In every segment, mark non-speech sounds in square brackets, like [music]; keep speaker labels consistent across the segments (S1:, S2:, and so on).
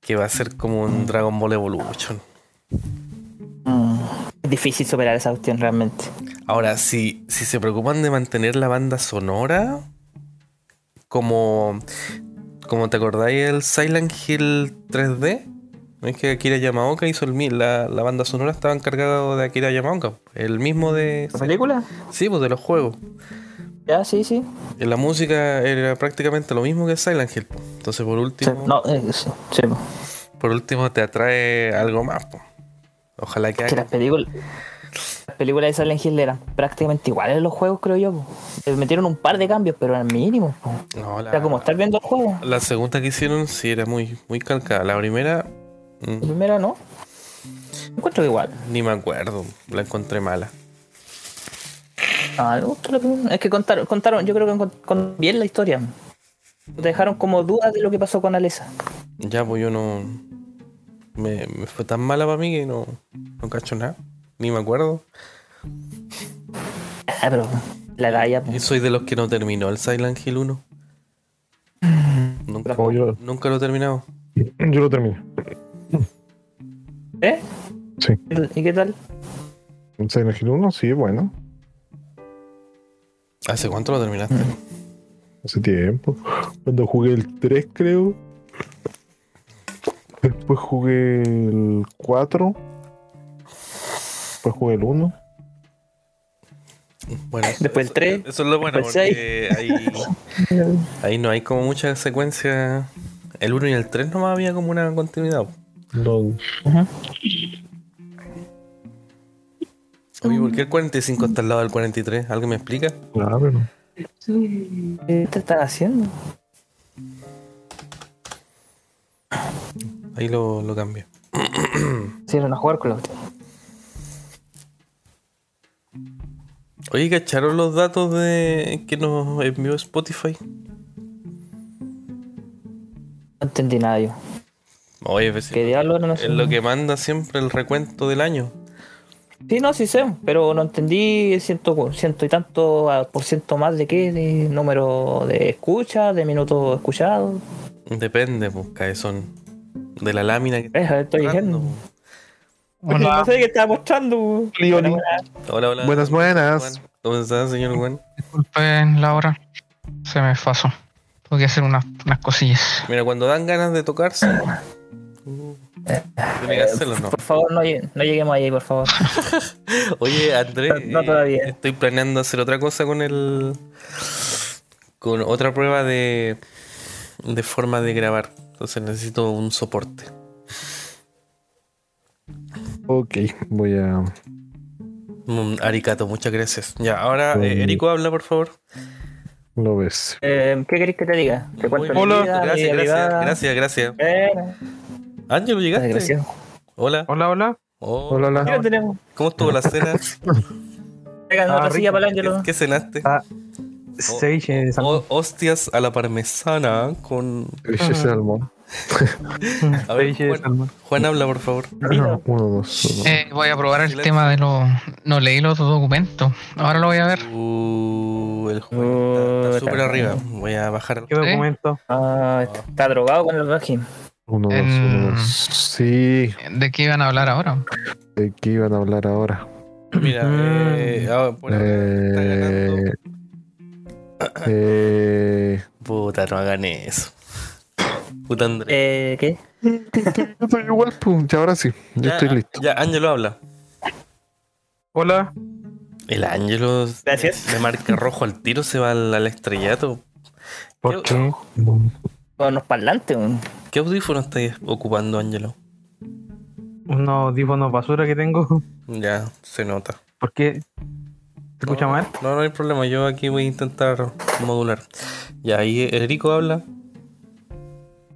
S1: que va a ser como un Dragon Ball Evolution.
S2: Mm, es difícil superar esa cuestión realmente.
S1: Ahora, si, si se preocupan de mantener la banda sonora, como, como te acordáis el Silent Hill 3D, ¿no es que Akira Yamaoka hizo el mi- la, la banda sonora estaba encargada de Akira Yamaoka, el mismo de...
S2: ¿La película?
S1: Sí, pues de los juegos.
S2: Ya, sí, sí.
S1: En la música era prácticamente lo mismo que Silent Hill. po. Entonces, por
S2: Sí,
S1: último,
S2: no, eh, sí, sí, po.
S1: por último te atrae algo más. po. Ojalá que
S2: Que
S1: hagan-
S2: las películas. Las películas de Silent Hill eran prácticamente iguales a los juegos, creo yo. po. Le metieron un par de cambios, pero eran mínimos. po.
S1: No,
S2: Era como estar viendo el juego.
S1: La segunda que hicieron sí era muy, muy calcada. La primera, mm,
S2: La primera no. Encuentro que igual.
S1: ni me acuerdo. La encontré mala.
S2: Ah, me gustó la primera. Es que contaron, contaron yo creo que encont- con bien la historia. Te dejaron como dudas de lo que pasó con Alesa.
S1: Ya, pues yo no. Me, me fue tan mala para mí que no, no cacho nada. Ni me acuerdo.
S2: Ah, pero la edad ya.
S1: Yo
S2: pues.
S1: soy de los que no terminó el Silent Hill 1. Nunca,
S3: Oh, yo,
S1: nunca lo he terminado.
S3: yo lo terminé.
S2: ¿Eh?
S3: Sí.
S2: ¿Y qué tal?
S3: El Silent Hill 1, sí, bueno.
S1: ¿Hace cuánto lo terminaste?
S3: Hace tiempo. Cuando jugué el 3, creo. Después jugué el 4. Después jugué el 1.
S1: Bueno, eso-
S2: [laughs] Después el
S1: eso-
S2: tres,
S1: Eso es lo bueno,
S2: después el
S1: porque ahí, ahí no hay como mucha secuencia. El 1 y el 3 nomás había como una continuidad.
S3: No,
S1: Oye, ¿por qué el 45 está al lado del 43? ¿Alguien me explica?
S3: claro, no.
S2: ¿Qué te están haciendo?
S1: Ahí lo, lo cambié.
S2: Hicieron a jugar con la cuestión.
S1: Oye, ¿cacharon los datos de que nos envió Spotify?
S2: No entendí nada yo.
S1: Oye, pues sí,
S2: ¿Qué diablo era? no sé.
S1: es lo que manda siempre el recuento del año.
S2: Sí, no, sí sé, pero no entendí el ciento, cu- ciento y tanto ah, por ciento más de qué, de número de escuchas, de minutos escuchados.
S1: Depende, pues, cabezón. De la lámina que
S2: Eh, a ver, estoy
S1: mostrando,
S2: diciendo.
S1: pues.
S2: [laughs] No sé qué estaba mostrando.
S3: Lioli.
S2: Bueno,
S1: Hola, hola.
S3: Buenas, buenas.
S1: Juan. ¿Cómo estás, señor Juan?
S4: Disculpen la hora. Se me pasó. Tuve que hacer unas, unas cosillas.
S1: Mira, cuando dan ganas de tocarse. uh, Tiene que hacerlo, ¿no?
S2: Por favor, no, llegue- no lleguemos ahí, por
S1: [laughs]
S2: favor.
S1: Oye, Andrés.
S2: No, no todavía.
S1: eh, Estoy planeando hacer otra cosa con el. Con otra prueba de. De forma de grabar. Entonces necesito un soporte.
S3: Ok, voy a.
S1: Mm, aricato, muchas gracias. Ya, ahora,
S3: Con-
S1: eh, Erico, habla, por favor.
S3: Lo ves.
S2: Eh, ¿Qué queréis que te diga? Te cuento mi
S1: Hola.
S2: vida, mi
S1: Gracias,
S2: vida
S1: gracias,
S2: privada.
S1: gracias, Ah, gracias.
S2: Eh,
S1: Ángelo, ¿llegaste?
S2: desgraciado.
S1: Hola.
S4: Hola, hola.
S1: Oh,
S3: Hola,
S2: ¿Qué
S3: hola.
S2: no tenemos?
S1: ¿Cómo estuvo la cena?
S2: Venga,
S5: Ah,
S2: otra
S5: rico.
S2: silla para el
S1: ¿Qué,
S2: Ángelo.
S1: qué cenaste?
S5: Ah,
S1: Oh,
S5: Sage eh, de San
S1: O- hostias a la parmesana con...
S3: Ese salmón.
S1: A ver,
S5: Sage de
S1: Juan,
S5: Salmón.
S1: Juan, habla, por favor.
S2: Mira,
S3: [clears throat] Uno, dos. uno.
S4: Eh, voy a probar el
S1: Silencio.
S4: tema de los. No leí los documentos. Ahora lo voy a ver.
S1: Uh, el juego está- está
S2: Puta.
S1: súper arriba. Voy a bajar.
S5: ¿Qué documento?
S2: Ah, está drogado con el régimen.
S3: Uno, dos, uno, dos. Sí,
S4: ¿De qué iban a hablar ahora?
S3: ¿de qué iban a hablar ahora?
S1: Mira, eh, ah, por ahora está ganando.
S3: Eh, eh,
S1: Puta, no hagan eso. Puta Andrés.
S2: Eh, ¿Qué?
S3: yo estoy igual, pum, ya ahora sí, yo
S1: Ya, ah,
S3: estoy listo.
S1: Ya, Ángelo habla.
S5: Hola.
S1: El Ángelo
S2: Gracias.
S1: le marca rojo al tiro, se va al, al estrellato.
S5: ¿Por
S1: ¿Qué,
S5: qué?
S2: Con los parlantes. weón.
S1: ¿Qué audífono estáis ocupando, Ángelo?
S5: Unos audífonos basura que tengo. [laughs]
S1: Ya, se nota.
S5: ¿Por qué? ¿Te escucha mal?
S1: No, no hay problema, yo aquí voy a intentar modular. Ya, ahí Erico habla.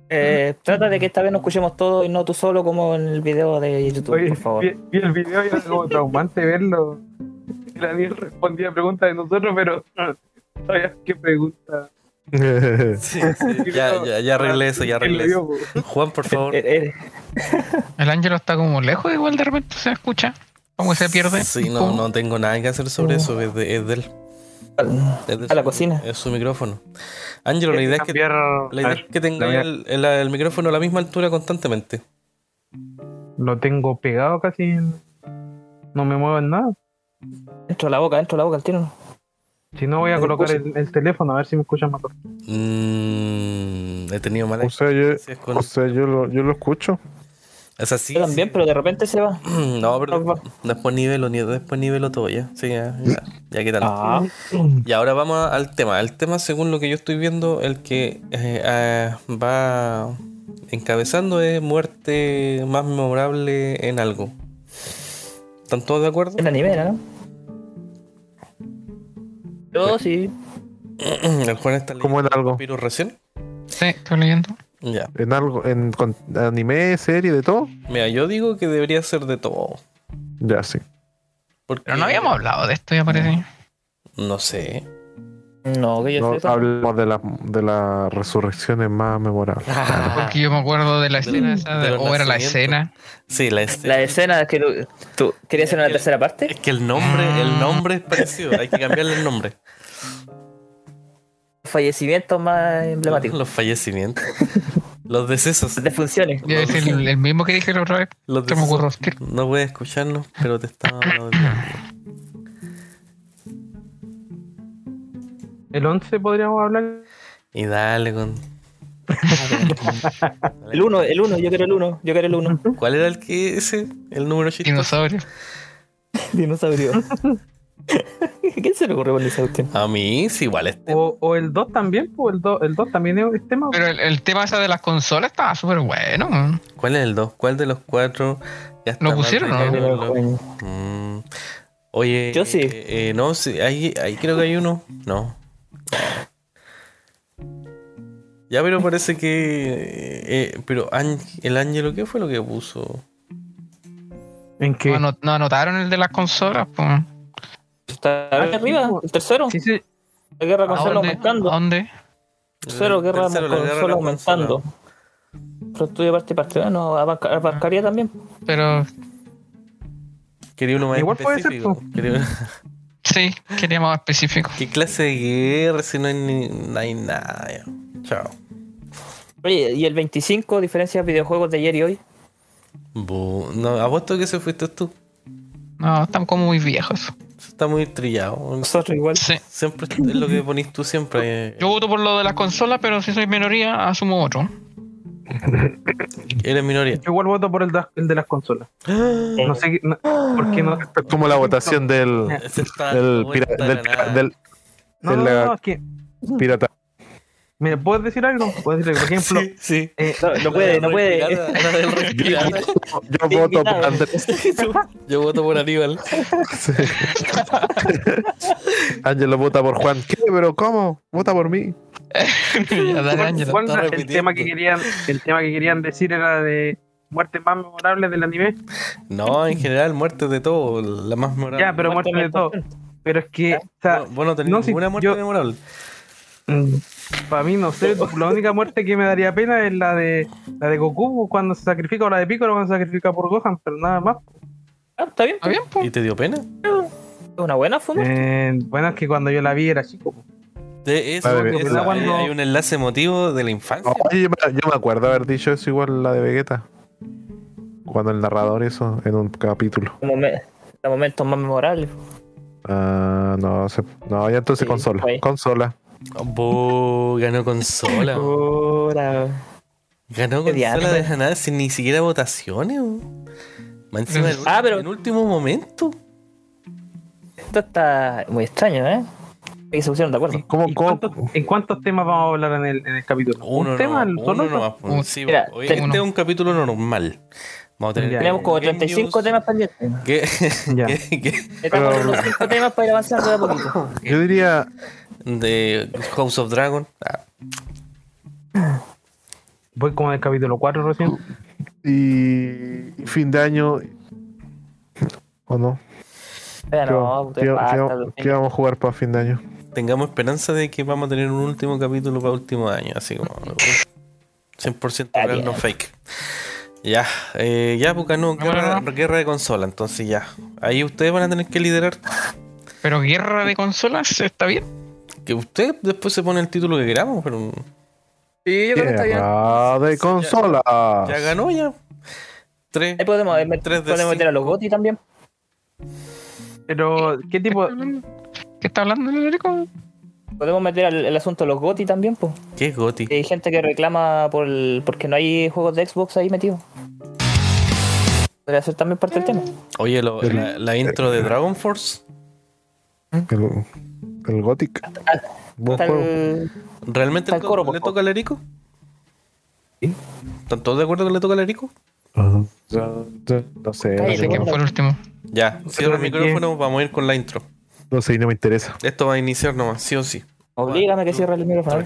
S2: Eh, trata de que esta vez nos escuchemos todos y no tú solo como en el video de YouTube,
S5: Oye,
S2: por favor.
S5: Vi, vi el video y era como traumante verlo. Y Daniel respondía preguntas de nosotros, pero no sabías qué pregunta.
S1: Sí, sí, ya, ya, ya arreglé eso, ya arreglé eso. Juan, por favor.
S2: Eh, eh,
S4: El ángelo está como lejos, igual de repente se escucha. Como que se pierde. Uh.
S1: Sí, no, no tengo nada que hacer sobre eso, es de, es de él. Es de
S2: A la
S1: su-
S2: cocina.
S1: Es su micrófono. Ángelo, la idea es que,
S5: Cambiar-
S1: la
S5: a
S1: idea
S5: ver,
S1: es que tenga
S5: la voy a-
S1: el, el- el micrófono a la misma altura constantemente.
S5: Lo tengo pegado casi. No me muevo en nada.
S2: Dentro de la boca, dentro de la boca, el tiro.
S5: Si no, voy a
S2: Me
S5: colocar
S2: escucha.
S5: el, el teléfono a ver si me escuchan mejor.
S1: Mm, he tenido malas
S3: [laughs] O sea, yo,
S1: experiencias con.
S3: o sea, yo, lo, yo lo escucho.
S1: O sea, sí,
S2: Yo también,
S1: sí.
S2: pero de repente se va.
S1: [clears throat] No, pero
S2: Nos va.
S1: después, después nivelo, ni- después nivelo todo ya. Sí, ya, ya, ya quítalo.
S2: Ah,
S1: Y ahora vamos a- al tema. El tema, según lo que yo estoy viendo, el que eh, ah, va encabezando es muerte más memorable en algo. ¿Están todos de acuerdo?
S2: el anime, ¿no? Yo sí.
S1: [clears throat] El Juan está
S3: Como
S1: leyendo
S3: en algo.
S1: Papyrus recién.
S4: Sí, estoy leyendo.
S1: Ya.
S3: En algo, en con- anime, serie, de todo.
S1: Mira, yo digo que debería ser de todo.
S3: Ya, sí.
S1: Porque,
S4: Pero no habíamos hablado de esto, ya
S1: mm.
S4: parece.
S1: No sé.
S2: No, que yo
S3: No
S2: sé eso.
S3: hablemos de, la, de las resurrecciones más memorables.
S4: Porque yo me acuerdo de la
S1: Del-
S4: escena esa, de-
S1: del
S4: o era la
S1: nacimiento.
S4: escena.
S1: Sí, la escena.
S2: La escena es que lo- tú querías hacer una
S1: El-
S2: tercera parte.
S1: Es que el nombre, el nombre es parecido. Hay que cambiarle el nombre.
S2: Fallecimientos más emblemáticos.
S1: Los fallecimientos. Los decesos.
S2: Defunciones.
S4: Ya es el, el mismo que dije la otra vez.
S1: Los
S4: Se me
S1: decesos.
S4: ocurrió. que-
S1: No puedes escucharnos, pero te estaba hablando.
S5: El 11 podríamos hablar.
S1: Y dale
S2: [laughs]
S1: con.
S2: El uno, el uno, yo quiero el uno, yo quiero el uno.
S1: ¿Cuál era el que ese? El número chistoso.
S4: Dinosaurio.
S2: [laughs] Dinosaurio. [laughs] ¿Quién se le ocurrió con esa cuestión?
S1: A mí sí, igual este.
S5: O, o el 2 también, pues el 2, el 2 también es es tema.
S4: Pero el, el tema ese de las consolas estaba súper bueno. man.
S1: ¿Cuál es el 2? ¿Cuál de los cuatro? Ya está
S4: ¿Lo
S1: más
S4: pusieron o no?
S1: de
S2: Pero,
S1: lo- Mm. Oye.
S2: Yo sí.
S1: eh, eh, no, sí, ahí, ahí creo que hay uno. No. Ya, pero parece que. eh, pero Áng- el Ángelo, ¿qué fue lo que puso?
S5: ¿En
S4: No,
S5: que
S4: ano- no anotaron el de las consolas. pues. po. ¿A
S2: Está arriba, el tercero.
S5: sí, sí,
S2: La guerra
S1: Ah,
S2: con solo
S4: dónde?
S2: aumentando.
S4: ¿A dónde?
S2: Tercero, guerra con
S1: Tercero, la guerra
S2: solo
S1: de la consola.
S2: aumentando. Pero estudio parte y parte. Bueno, abarca- abarcaría también.
S4: Pero
S1: Quería uno más
S5: Igual puede ser,
S1: específico. Quería una-
S4: sí, quería más específico.
S1: ¿Qué clase de guerra si no hay, ni- no hay nada? ya? Chao.
S2: Oye, y el 25, diferencias videojuegos de ayer y hoy.
S1: Bu- No, apuesto que se fuiste tú.
S4: No, están como muy viejos.
S1: Eso está muy trillado.
S2: Nosotros igual.
S4: Sí.
S1: Siempre es lo que ponís tú siempre. eh,
S4: Yo voto por lo de las consolas, pero si soy minoría, asumo otro.
S1: Eres minoría.
S5: yo igual voto por el, da- el de las consolas.
S4: Ah.
S5: No sé, qué- no, ¿por qué no?
S3: Es como la
S1: [laughs]
S3: votación del,
S1: Ese Ah, está
S3: del,
S1: dando
S3: pira-
S1: vuelta a
S3: del
S1: la
S3: pira-
S1: nada.
S3: del
S5: No, no, no, no, es que,
S3: pirata.
S5: mira, ¿puedes decir algo? ¿Puedes decir algo? Por ejemplo,
S1: Sí, sí.
S5: eh,
S2: No, no puede, no puede.
S1: Respirar, la del respirar.
S3: Yo voto por
S5: eh.
S2: Invitado.
S3: Andrés.
S1: [laughs] Yo voto por Aníbal.
S3: Sí. Ángelo vota por Juan. ¿Qué? ¿Pero cómo? Vota por mí.
S4: [laughs] Ya, dale,
S5: igual-
S4: Ángelo.
S5: igual
S1: está
S5: el
S1: repitiendo.
S5: tema que querían, el tema que querían decir era de muertes más memorables del anime.
S1: No, en general, muerte de todo. La más memorable.
S5: Ya, pero muertes de todo. Pero es que, o sea,
S1: Bueno, vos no tenés
S5: no, sí,
S1: ninguna muerte
S5: yo-
S1: memorable.
S5: para mí no sé, la única muerte que me daría pena es la de la de Goku cuando se sacrifica o la de Piccolo cuando se sacrifica por Gohan, pero nada más.
S2: Ah, está bien.
S4: Está bien, pues. po.
S1: ¿Y te dio pena?
S2: Es una buena funda.
S5: Eh, bueno, es que cuando yo la vi era chico. po.
S1: De eso,
S3: La de-
S1: eso,
S5: ¿verdad?
S1: hay-
S5: Cuando-
S1: hay un enlace emotivo de la infancia.
S3: Oye, yo, me, yo me acuerdo haber dicho eso igual la de Vegeta. Cuando el narrador hizo en un capítulo.
S2: Momen- Los momentos más memorables.
S3: Ah, no, se- no, ya entonces
S2: Sí,
S3: consola.
S2: fue.
S3: Consola.
S1: Bu, Oh, ganó consola.
S2: Oh.
S1: bu.
S2: Ahora.
S1: Ganó
S2: Qué diablo.
S1: consola de la nada sin ni siquiera votaciones. bu. Más encima del-
S2: Ah, pero-
S1: en último momento.
S2: Esto está muy extraño, ¿eh? Y se pusieron de acuerdo.
S3: ¿Cómo,
S5: ¿Y
S3: cómo?
S5: cuántos- ¿En cuántos temas vamos a hablar en el, en el capítulo?
S1: Uno
S5: ¿Un tema?
S1: nomás,
S5: ¿Solo?
S1: uno nomás, pues.
S4: Un-
S1: Sí,
S2: Mira,
S1: oye,
S2: te-
S1: este es un capítulo normal. Vamos a tener
S5: Ya,
S2: Tenemos como
S1: game
S2: 35
S1: news,
S2: temas pendientes.
S1: [laughs] que-
S5: Ya.
S1: que- que-
S2: Estamos con unos 5 temas para ir avanzando de
S1: [laughs]
S2: a poquito.
S3: Yo diría,
S1: de House of Dragon. Ah,
S5: Voy como en el capítulo 4 recién.
S3: y y fin de año. ¿O no?
S2: Pero
S3: ¿Qué,
S2: no,
S3: qué-
S2: te
S3: qué-
S2: falta, pues,
S3: qué vamos a jugar para fin de año?
S1: tengamos esperanza de que vamos a tener un último capítulo para último año. Así como. 100%
S2: Está
S1: real, no
S2: bien.
S1: fake. Ya, eh, ya, porque no,
S4: Vámonos.
S1: guerra, guerra de consola, entonces ya. Ahí ustedes van a tener que liderar.
S4: Pero guerra de consolas está bien.
S1: Que usted después se pone el título que queramos, pero
S5: Sí, yo creo que está bien.
S3: Guerra de consola.
S2: Ah.
S1: ya ganó ya. Tres.
S2: Ahí podemos, eh, met-
S1: Tres de
S2: podemos meter a los GOTY también.
S5: Pero, ¿qué tipo?
S4: ¿Qué está hablando el Erico?
S2: Podemos meter al- el asunto de los GOTY también, pues.
S1: ¿Qué es Goti?
S2: Hay gente que reclama por el- porque no hay juegos de Xbox ahí metidos. Podría ser también parte del tema.
S1: Oye, lo- la, la intro de Dragon Force
S3: El, el Gothic. Buen
S2: Está
S3: juego.
S2: el-
S1: ¿Realmente
S2: Está el coro,
S1: le,
S2: por
S1: le
S2: favor.
S1: toca al Erico? ¿Están todos de acuerdo que le toca al Erico?
S3: Ajá. Ya- ya- No sé.
S2: Cállate,
S4: Ese que
S3: No,
S4: fue el último.
S1: Ya, cierra el
S5: repitió.
S1: micrófono, vamos a ir con la intro.
S3: no sé, y no me interesa.
S1: Esto va a iniciar nomás, sí o sí.
S2: Oblígame que cierre el micrófono.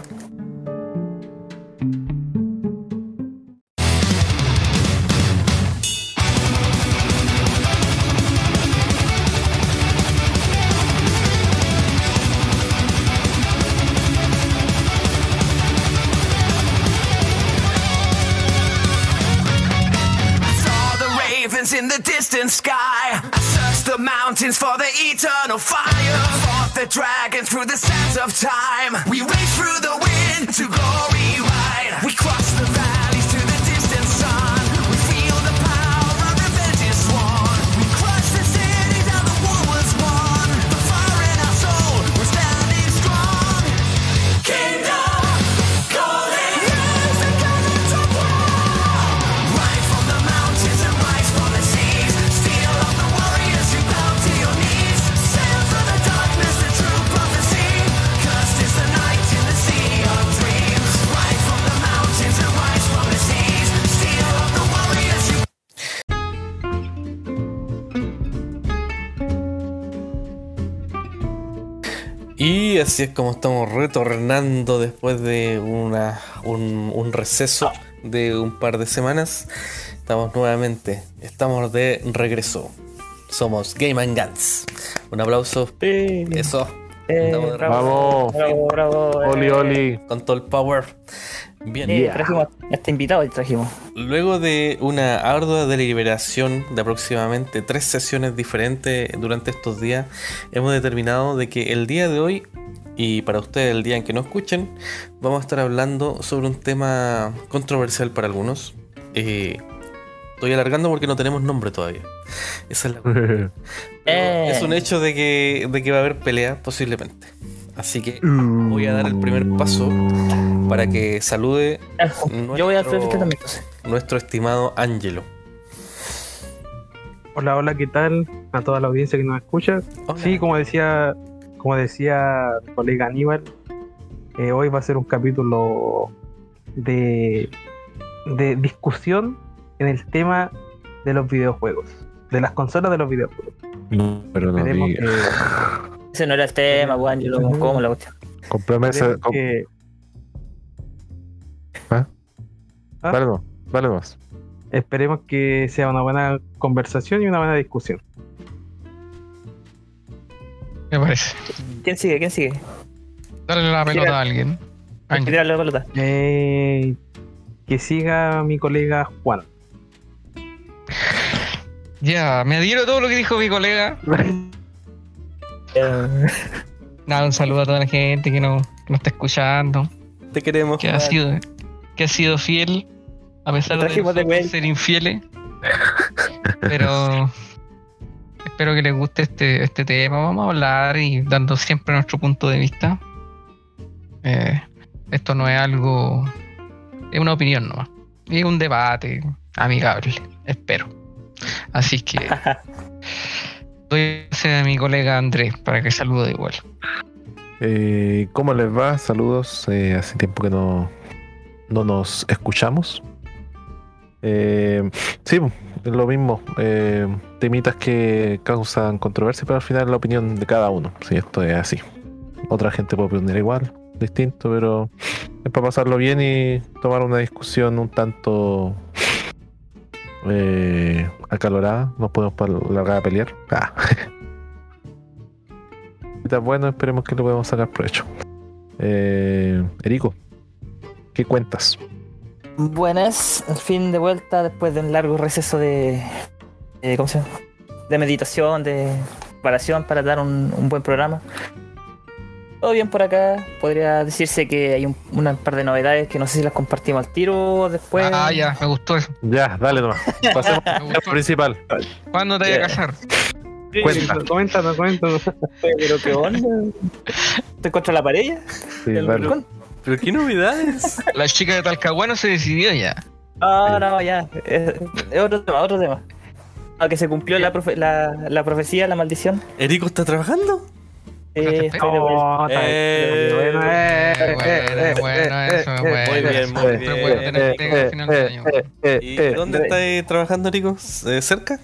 S6: Saw the ravens in the distant sky. I searched the mountains for the eternal fire. Fought the dragon through the sands of time. We raced through the wind to glory ride. We crossed the valleys to the distant sun. We feel the power of revenge is won. We crushed the cities and the war was won. The fire in our soul, we're standing strong. Kingdom calling. Yes, the colors of war. Rise from the mountains and rise from the seas. Steal up the warriors who bow to your knees. Sail through the darkness, the true prophecy. Cursed is the night in the sea of dreams. Rise from the mountains and rise from the seas. Steal up the warriors who
S1: Y así es como estamos retornando después de una, un, un receso de un par de semanas. Estamos nuevamente, estamos de regreso. Somos Game and Guns. Un aplauso,
S2: Sí.
S1: eso,
S2: Eh,
S1: Vamos.
S3: Vamos.
S2: Bravo, bravo. eh.
S3: Oli, oli.
S1: con todo el power. Bien.
S2: Eh, trajimos a este invitado, y trajimos.
S1: Luego de una ardua deliberación de aproximadamente tres sesiones diferentes durante estos días, hemos determinado de que el día de hoy, y para ustedes el día en que nos escuchen, vamos a estar hablando sobre un tema controversial para algunos. Eh, estoy alargando porque no tenemos nombre todavía. Esa es la
S2: [laughs] Eh.
S1: es un hecho de que, de que va a haber pelea posiblemente. Así que voy a dar el primer paso para que salude
S2: Yo voy a hacer
S1: Nuestro-
S2: este también. entonces.
S1: nuestro estimado Angelo.
S5: Hola, hola, ¿qué tal? A toda la audiencia que nos escucha. Sí, como decía, como decía mi colega Aníbal, eh, hoy va a ser un capítulo de, de discusión en el tema de los videojuegos, de las consolas de los videojuegos.
S3: No, pero no
S5: Esperemos
S3: diga. [laughs]
S5: que-
S2: Ese no era el tema, pues, Ángelo. ¿Cómo la cuestión?
S3: Comprame ese.
S5: esperemos
S3: com-
S5: que- ¿Ah?
S3: Dale más. Dale más.
S5: esperemos que sea una buena conversación y una buena discusión.
S4: Me parece.
S2: ¿Quién sigue? ¿Quién sigue?
S4: Dale la pelota
S2: Mira.
S4: a alguien.
S2: Hay que
S4: Ángel.
S2: tirarle la pelota.
S5: Eh, que siga mi colega Juan.
S4: Ya, me adhiero a todo lo que dijo mi colega.
S2: Eh,
S4: Nada, un saludo a toda la gente que nos, que nos está escuchando,
S1: te queremos.
S4: que ha sido, que ha sido fiel, a pesar de,
S2: Trajimos de
S4: nosotros
S2: vuelta.
S4: ser infieles.
S2: [laughs]
S4: Pero espero que les guste este, este tema. Vamos a hablar y dando siempre nuestro punto de vista. Eh, esto no es algo. Es una opinión nomás. Es un debate amigable, espero. Así que.
S2: [laughs]
S4: Doy pase a mi colega Andrés para que salude igual.
S3: Eh, ¿Cómo les va? Saludos. eh, hace tiempo que no, no nos escuchamos. Eh, sí, es lo mismo. eh, temitas que causan controversia, pero al final la opinión de cada uno. Sí, esto es así. Otra gente puede opinar igual, distinto, pero es para pasarlo bien y tomar una discusión un tanto eh, acalorada. Nos podemos pa- largar a pelear. Ah. Está bueno, esperemos que lo podamos sacar provecho. Eh, Erico, ¿qué cuentas?
S2: Buenas, al fin de eh, vuelta después de un largo receso de. de- ¿Cómo se llama? De meditación, de, preparación para dar un, un buen programa. Todo bien por acá. Podría decirse que hay un, una par de novedades que no sé si las compartimos al tiro o después.
S4: Ah, ya, me gustó eso.
S3: Ya, dale nomás. Pasemos al tema
S2: [laughs]
S3: principal.
S4: ¿Cuándo te voy
S2: Ya.
S4: a casar? Pues-
S3: Cuenta.
S5: Cuéntanos, cuéntanos.
S2: Pero qué onda. ¿Te contra la pared? ya?
S3: Sí,
S2: ¿El
S3: dale.
S2: rincón?
S1: Pero qué novedades.
S4: La chica de Talcahuano se decidió ya.
S2: No, Ah, no, ya. Es, es otro tema, otro tema. Aunque se cumplió la, profe- la, la profecía, la maldición.
S1: ¿Erico está trabajando?
S2: Eh,
S4: Perfecto.
S2: estoy de vuelta.
S5: No, Oh, está
S1: Eh,
S5: bien, bueno, eh, eh,
S4: bueno,
S5: eh,
S4: bueno, eso, bueno.
S1: Muy bien, muy
S4: Pero bueno,
S1: bien.
S4: tenemos que llegar al final del año.
S1: ¿Y
S3: eh,
S1: dónde
S2: eh.
S1: estáis trabajando, Erico? ¿Eh, ¿Cerca?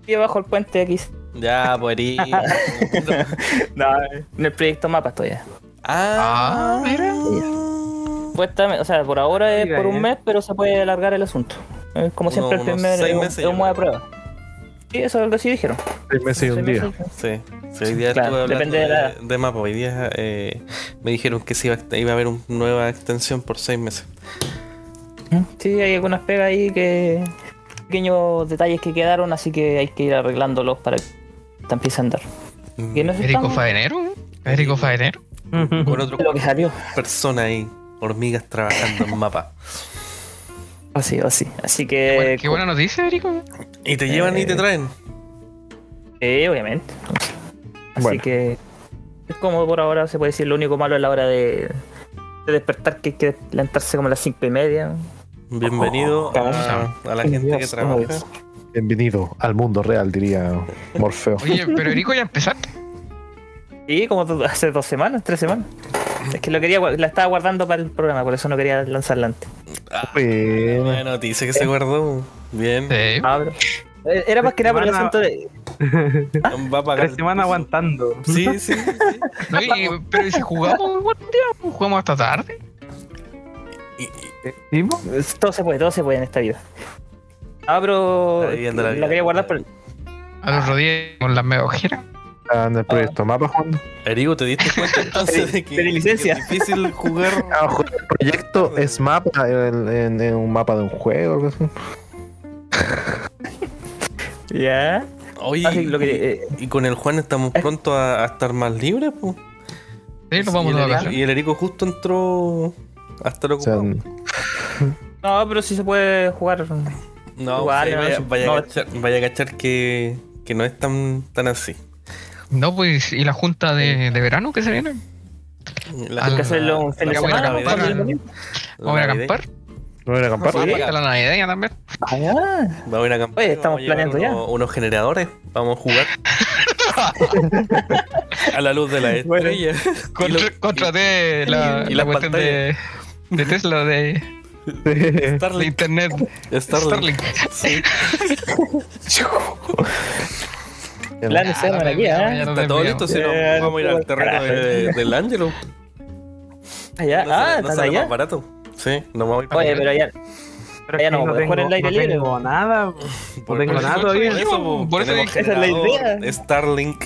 S2: Estoy bajo el puente aquí.
S1: Ya, pues
S2: [laughs]
S1: Erico.
S2: No, en el proyecto mapa estoy ya.
S1: ah,
S4: Ah, mira.
S2: Supuestamente- Pues o sea, por ahora es
S5: Mira,
S2: por un
S5: ya.
S2: mes, pero se puede alargar el asunto. Eh, Como
S1: Uno-
S2: siempre, el
S1: unos
S2: primer
S1: seis
S2: es un-
S1: meses,
S2: es
S1: yo
S2: un modo de prueba. Sí, eso es lo que sí dijeron.
S3: Seis meses y un
S2: Seis
S3: día.
S2: meses.
S1: Sí, sí, hoy día
S2: Claro,
S1: estuve hablando
S2: depende
S1: de,
S2: de la-
S1: de mapa. Hoy día eh, me dijeron que se iba, a- iba a haber una nueva extensión por seis meses.
S2: Sí, hay algunas pegas ahí que. pequeños detalles que quedaron, así que hay que ir arreglándolos para que te empiece a andar. Y en eso
S4: Érico
S2: estamos,
S4: Faenero. Érico Faenero.
S1: Mm, Con otro
S2: es lo que salió.
S1: persona ahí, hormigas trabajando en mapa.
S2: Así, así. Así
S4: Qué
S2: que.
S4: buena- Qué buena noticia, Érico.
S1: Y
S2: [laughs]
S1: te llevan
S2: Eh.
S1: y te traen.
S2: Sí, obviamente. Así
S3: Bueno.
S2: que es como por ahora se puede decir, lo único malo es la hora de, de despertar, que hay que levantarse como a las cinco y media.
S1: Bienvenido
S2: Oh,
S1: a, a la gente que
S2: Dios,
S1: trabaja.
S2: Dios.
S3: Bienvenido al mundo real, diría Morfeo.
S4: [laughs] Oye, pero Érico ya empezaste.
S2: Sí, como do- hace dos [laughs] semanas, tres semanas. Es que lo quería, gua- la estaba guardando para el programa, por eso no quería lanzarla antes.
S1: Ah,
S3: Bien.
S1: buena noticia
S2: Eh.
S1: que se guardó. Bien.
S4: Sí.
S2: Ah, pero- eh, Era más que nada por el
S5: Semana-
S2: asunto de.
S1: Va a pagar
S5: Tres semanas
S1: el
S5: aguantando.
S1: piso. Sí,
S4: [laughs]
S1: sí. sí.
S4: No, y- pero ¿y si jugamos buen día, pues jugamos hasta tarde.
S1: Y- y-
S5: ¿Timo?
S2: Todo se puede, todo se puede en esta vida. Ah, pero.
S1: Está viviendo la
S2: La,
S1: vida.
S2: quería guardar por.
S4: Al otro día con las mega ojeras.
S3: Está en el proyecto mapa, Juan.
S1: Erigo, ¿te diste cuenta entonces de que,
S2: Pedí licencia.
S1: que es difícil jugar?
S3: Abajo del Ah, proyecto es mapa, el- en, en un mapa de un juego, algo así.
S2: Ya.
S1: Oye,
S2: Así lo que. eh,
S1: y con el Juan estamos pronto a, a estar más libres, pues.
S4: Sí, nos vamos
S1: y,
S4: de
S1: el Erico,
S4: vacaciones.
S1: y el Erico justo entró hasta lo
S3: O sea,
S1: ocupado.
S2: no, pero sí se puede jugar. mm,
S1: No,
S2: igual,
S1: sí,
S2: no,
S1: vaya,
S2: no,
S1: vaya
S2: no.
S1: a cachar, vaya a cachar que, que no es tan, tan así.
S4: No, pues, y la junta de, de verano que se viene.
S1: La-
S4: Hay que
S2: hacerlo un fin de
S1: la-
S2: semana,
S1: la-
S2: ¿no?
S1: la-
S2: Para-
S1: la-
S4: Vamos a ir a
S1: la-
S4: acampar.
S3: ¿no viene a acampar?
S1: Sí.
S4: Aparte la navideña también.
S2: Ah, ya.
S1: Vamos a ir a acampar.
S2: Oye, estamos
S1: vamos a llevar
S2: planeando ya.
S1: unos, unos generadores, vamos a
S4: [laughs]
S1: jugar. a la luz de la
S2: Bueno.
S1: estrella. Y lo-
S4: Contra- contraté la,
S1: y las
S4: la cuestión de, de Tesla de, de
S1: Starlink.
S4: internet.
S1: Starlink.
S4: Starlink. [laughs]
S1: Sí,
S2: Plan de
S4: Ah,
S2: semana
S4: la
S2: aquí,
S4: navideña, ya
S2: ¿eh?
S4: nos
S1: está todo listo.
S4: desviamos.
S1: Si no,
S2: Eh,
S1: vamos a ir al terreno de- del
S2: [laughs]
S1: Ángelo.
S2: Allá,
S1: No
S2: ah,
S1: sale- no
S2: estás
S1: sale
S2: allá.
S1: más barato. Sí, nos vamos a ir para
S2: Oye, pero allá.
S5: Pero es
S2: Ya
S5: que
S2: no,
S5: no,
S2: mejor
S5: tengo,
S2: el aire
S5: no
S2: libre,
S5: tengo
S1: [laughs]
S2: po.
S5: nada.
S1: Por-
S5: tengo
S1: por
S5: nada
S1: eso-
S5: todavía.
S1: por eso, po,
S4: Por eso
S1: tenemos
S4: dije-
S2: Esa es la
S1: generador,
S2: idea.
S1: Starlink.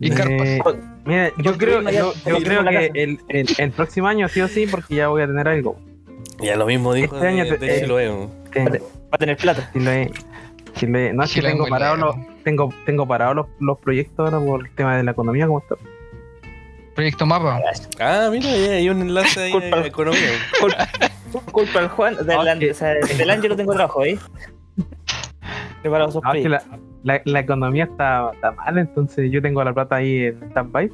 S4: Y carpas.
S5: Eh, mira, yo creo, yo, yo creo que el, el, el próximo año sí o sí, porque ya voy a tener algo.
S1: Ya lo mismo dijo
S5: Este año
S1: de,
S5: te-
S1: de
S5: eh,
S1: Chiloé, ¿no?
S5: Que-
S2: Va a tener plata.
S5: si lo he- si lo he- no, es que
S4: Chile
S5: tengo
S4: en
S5: parados los,
S4: huelga.
S5: tengo, tengo parados los, los proyectos ahora por el tema de la economía, como está.
S4: Proyecto Mapa.
S1: Ah, mira, ahí hay un enlace ahí eh,
S2: Culpa.
S1: de economía.
S2: Culpa al Juan. Del,
S5: Ah, que-
S2: o sea, del Ángelo tengo trabajo, ¿eh? Preparado esos
S5: No, es Ah, que
S2: proyectos.
S5: la, la, la economía está, está mal, entonces yo tengo la plata ahí en stand-by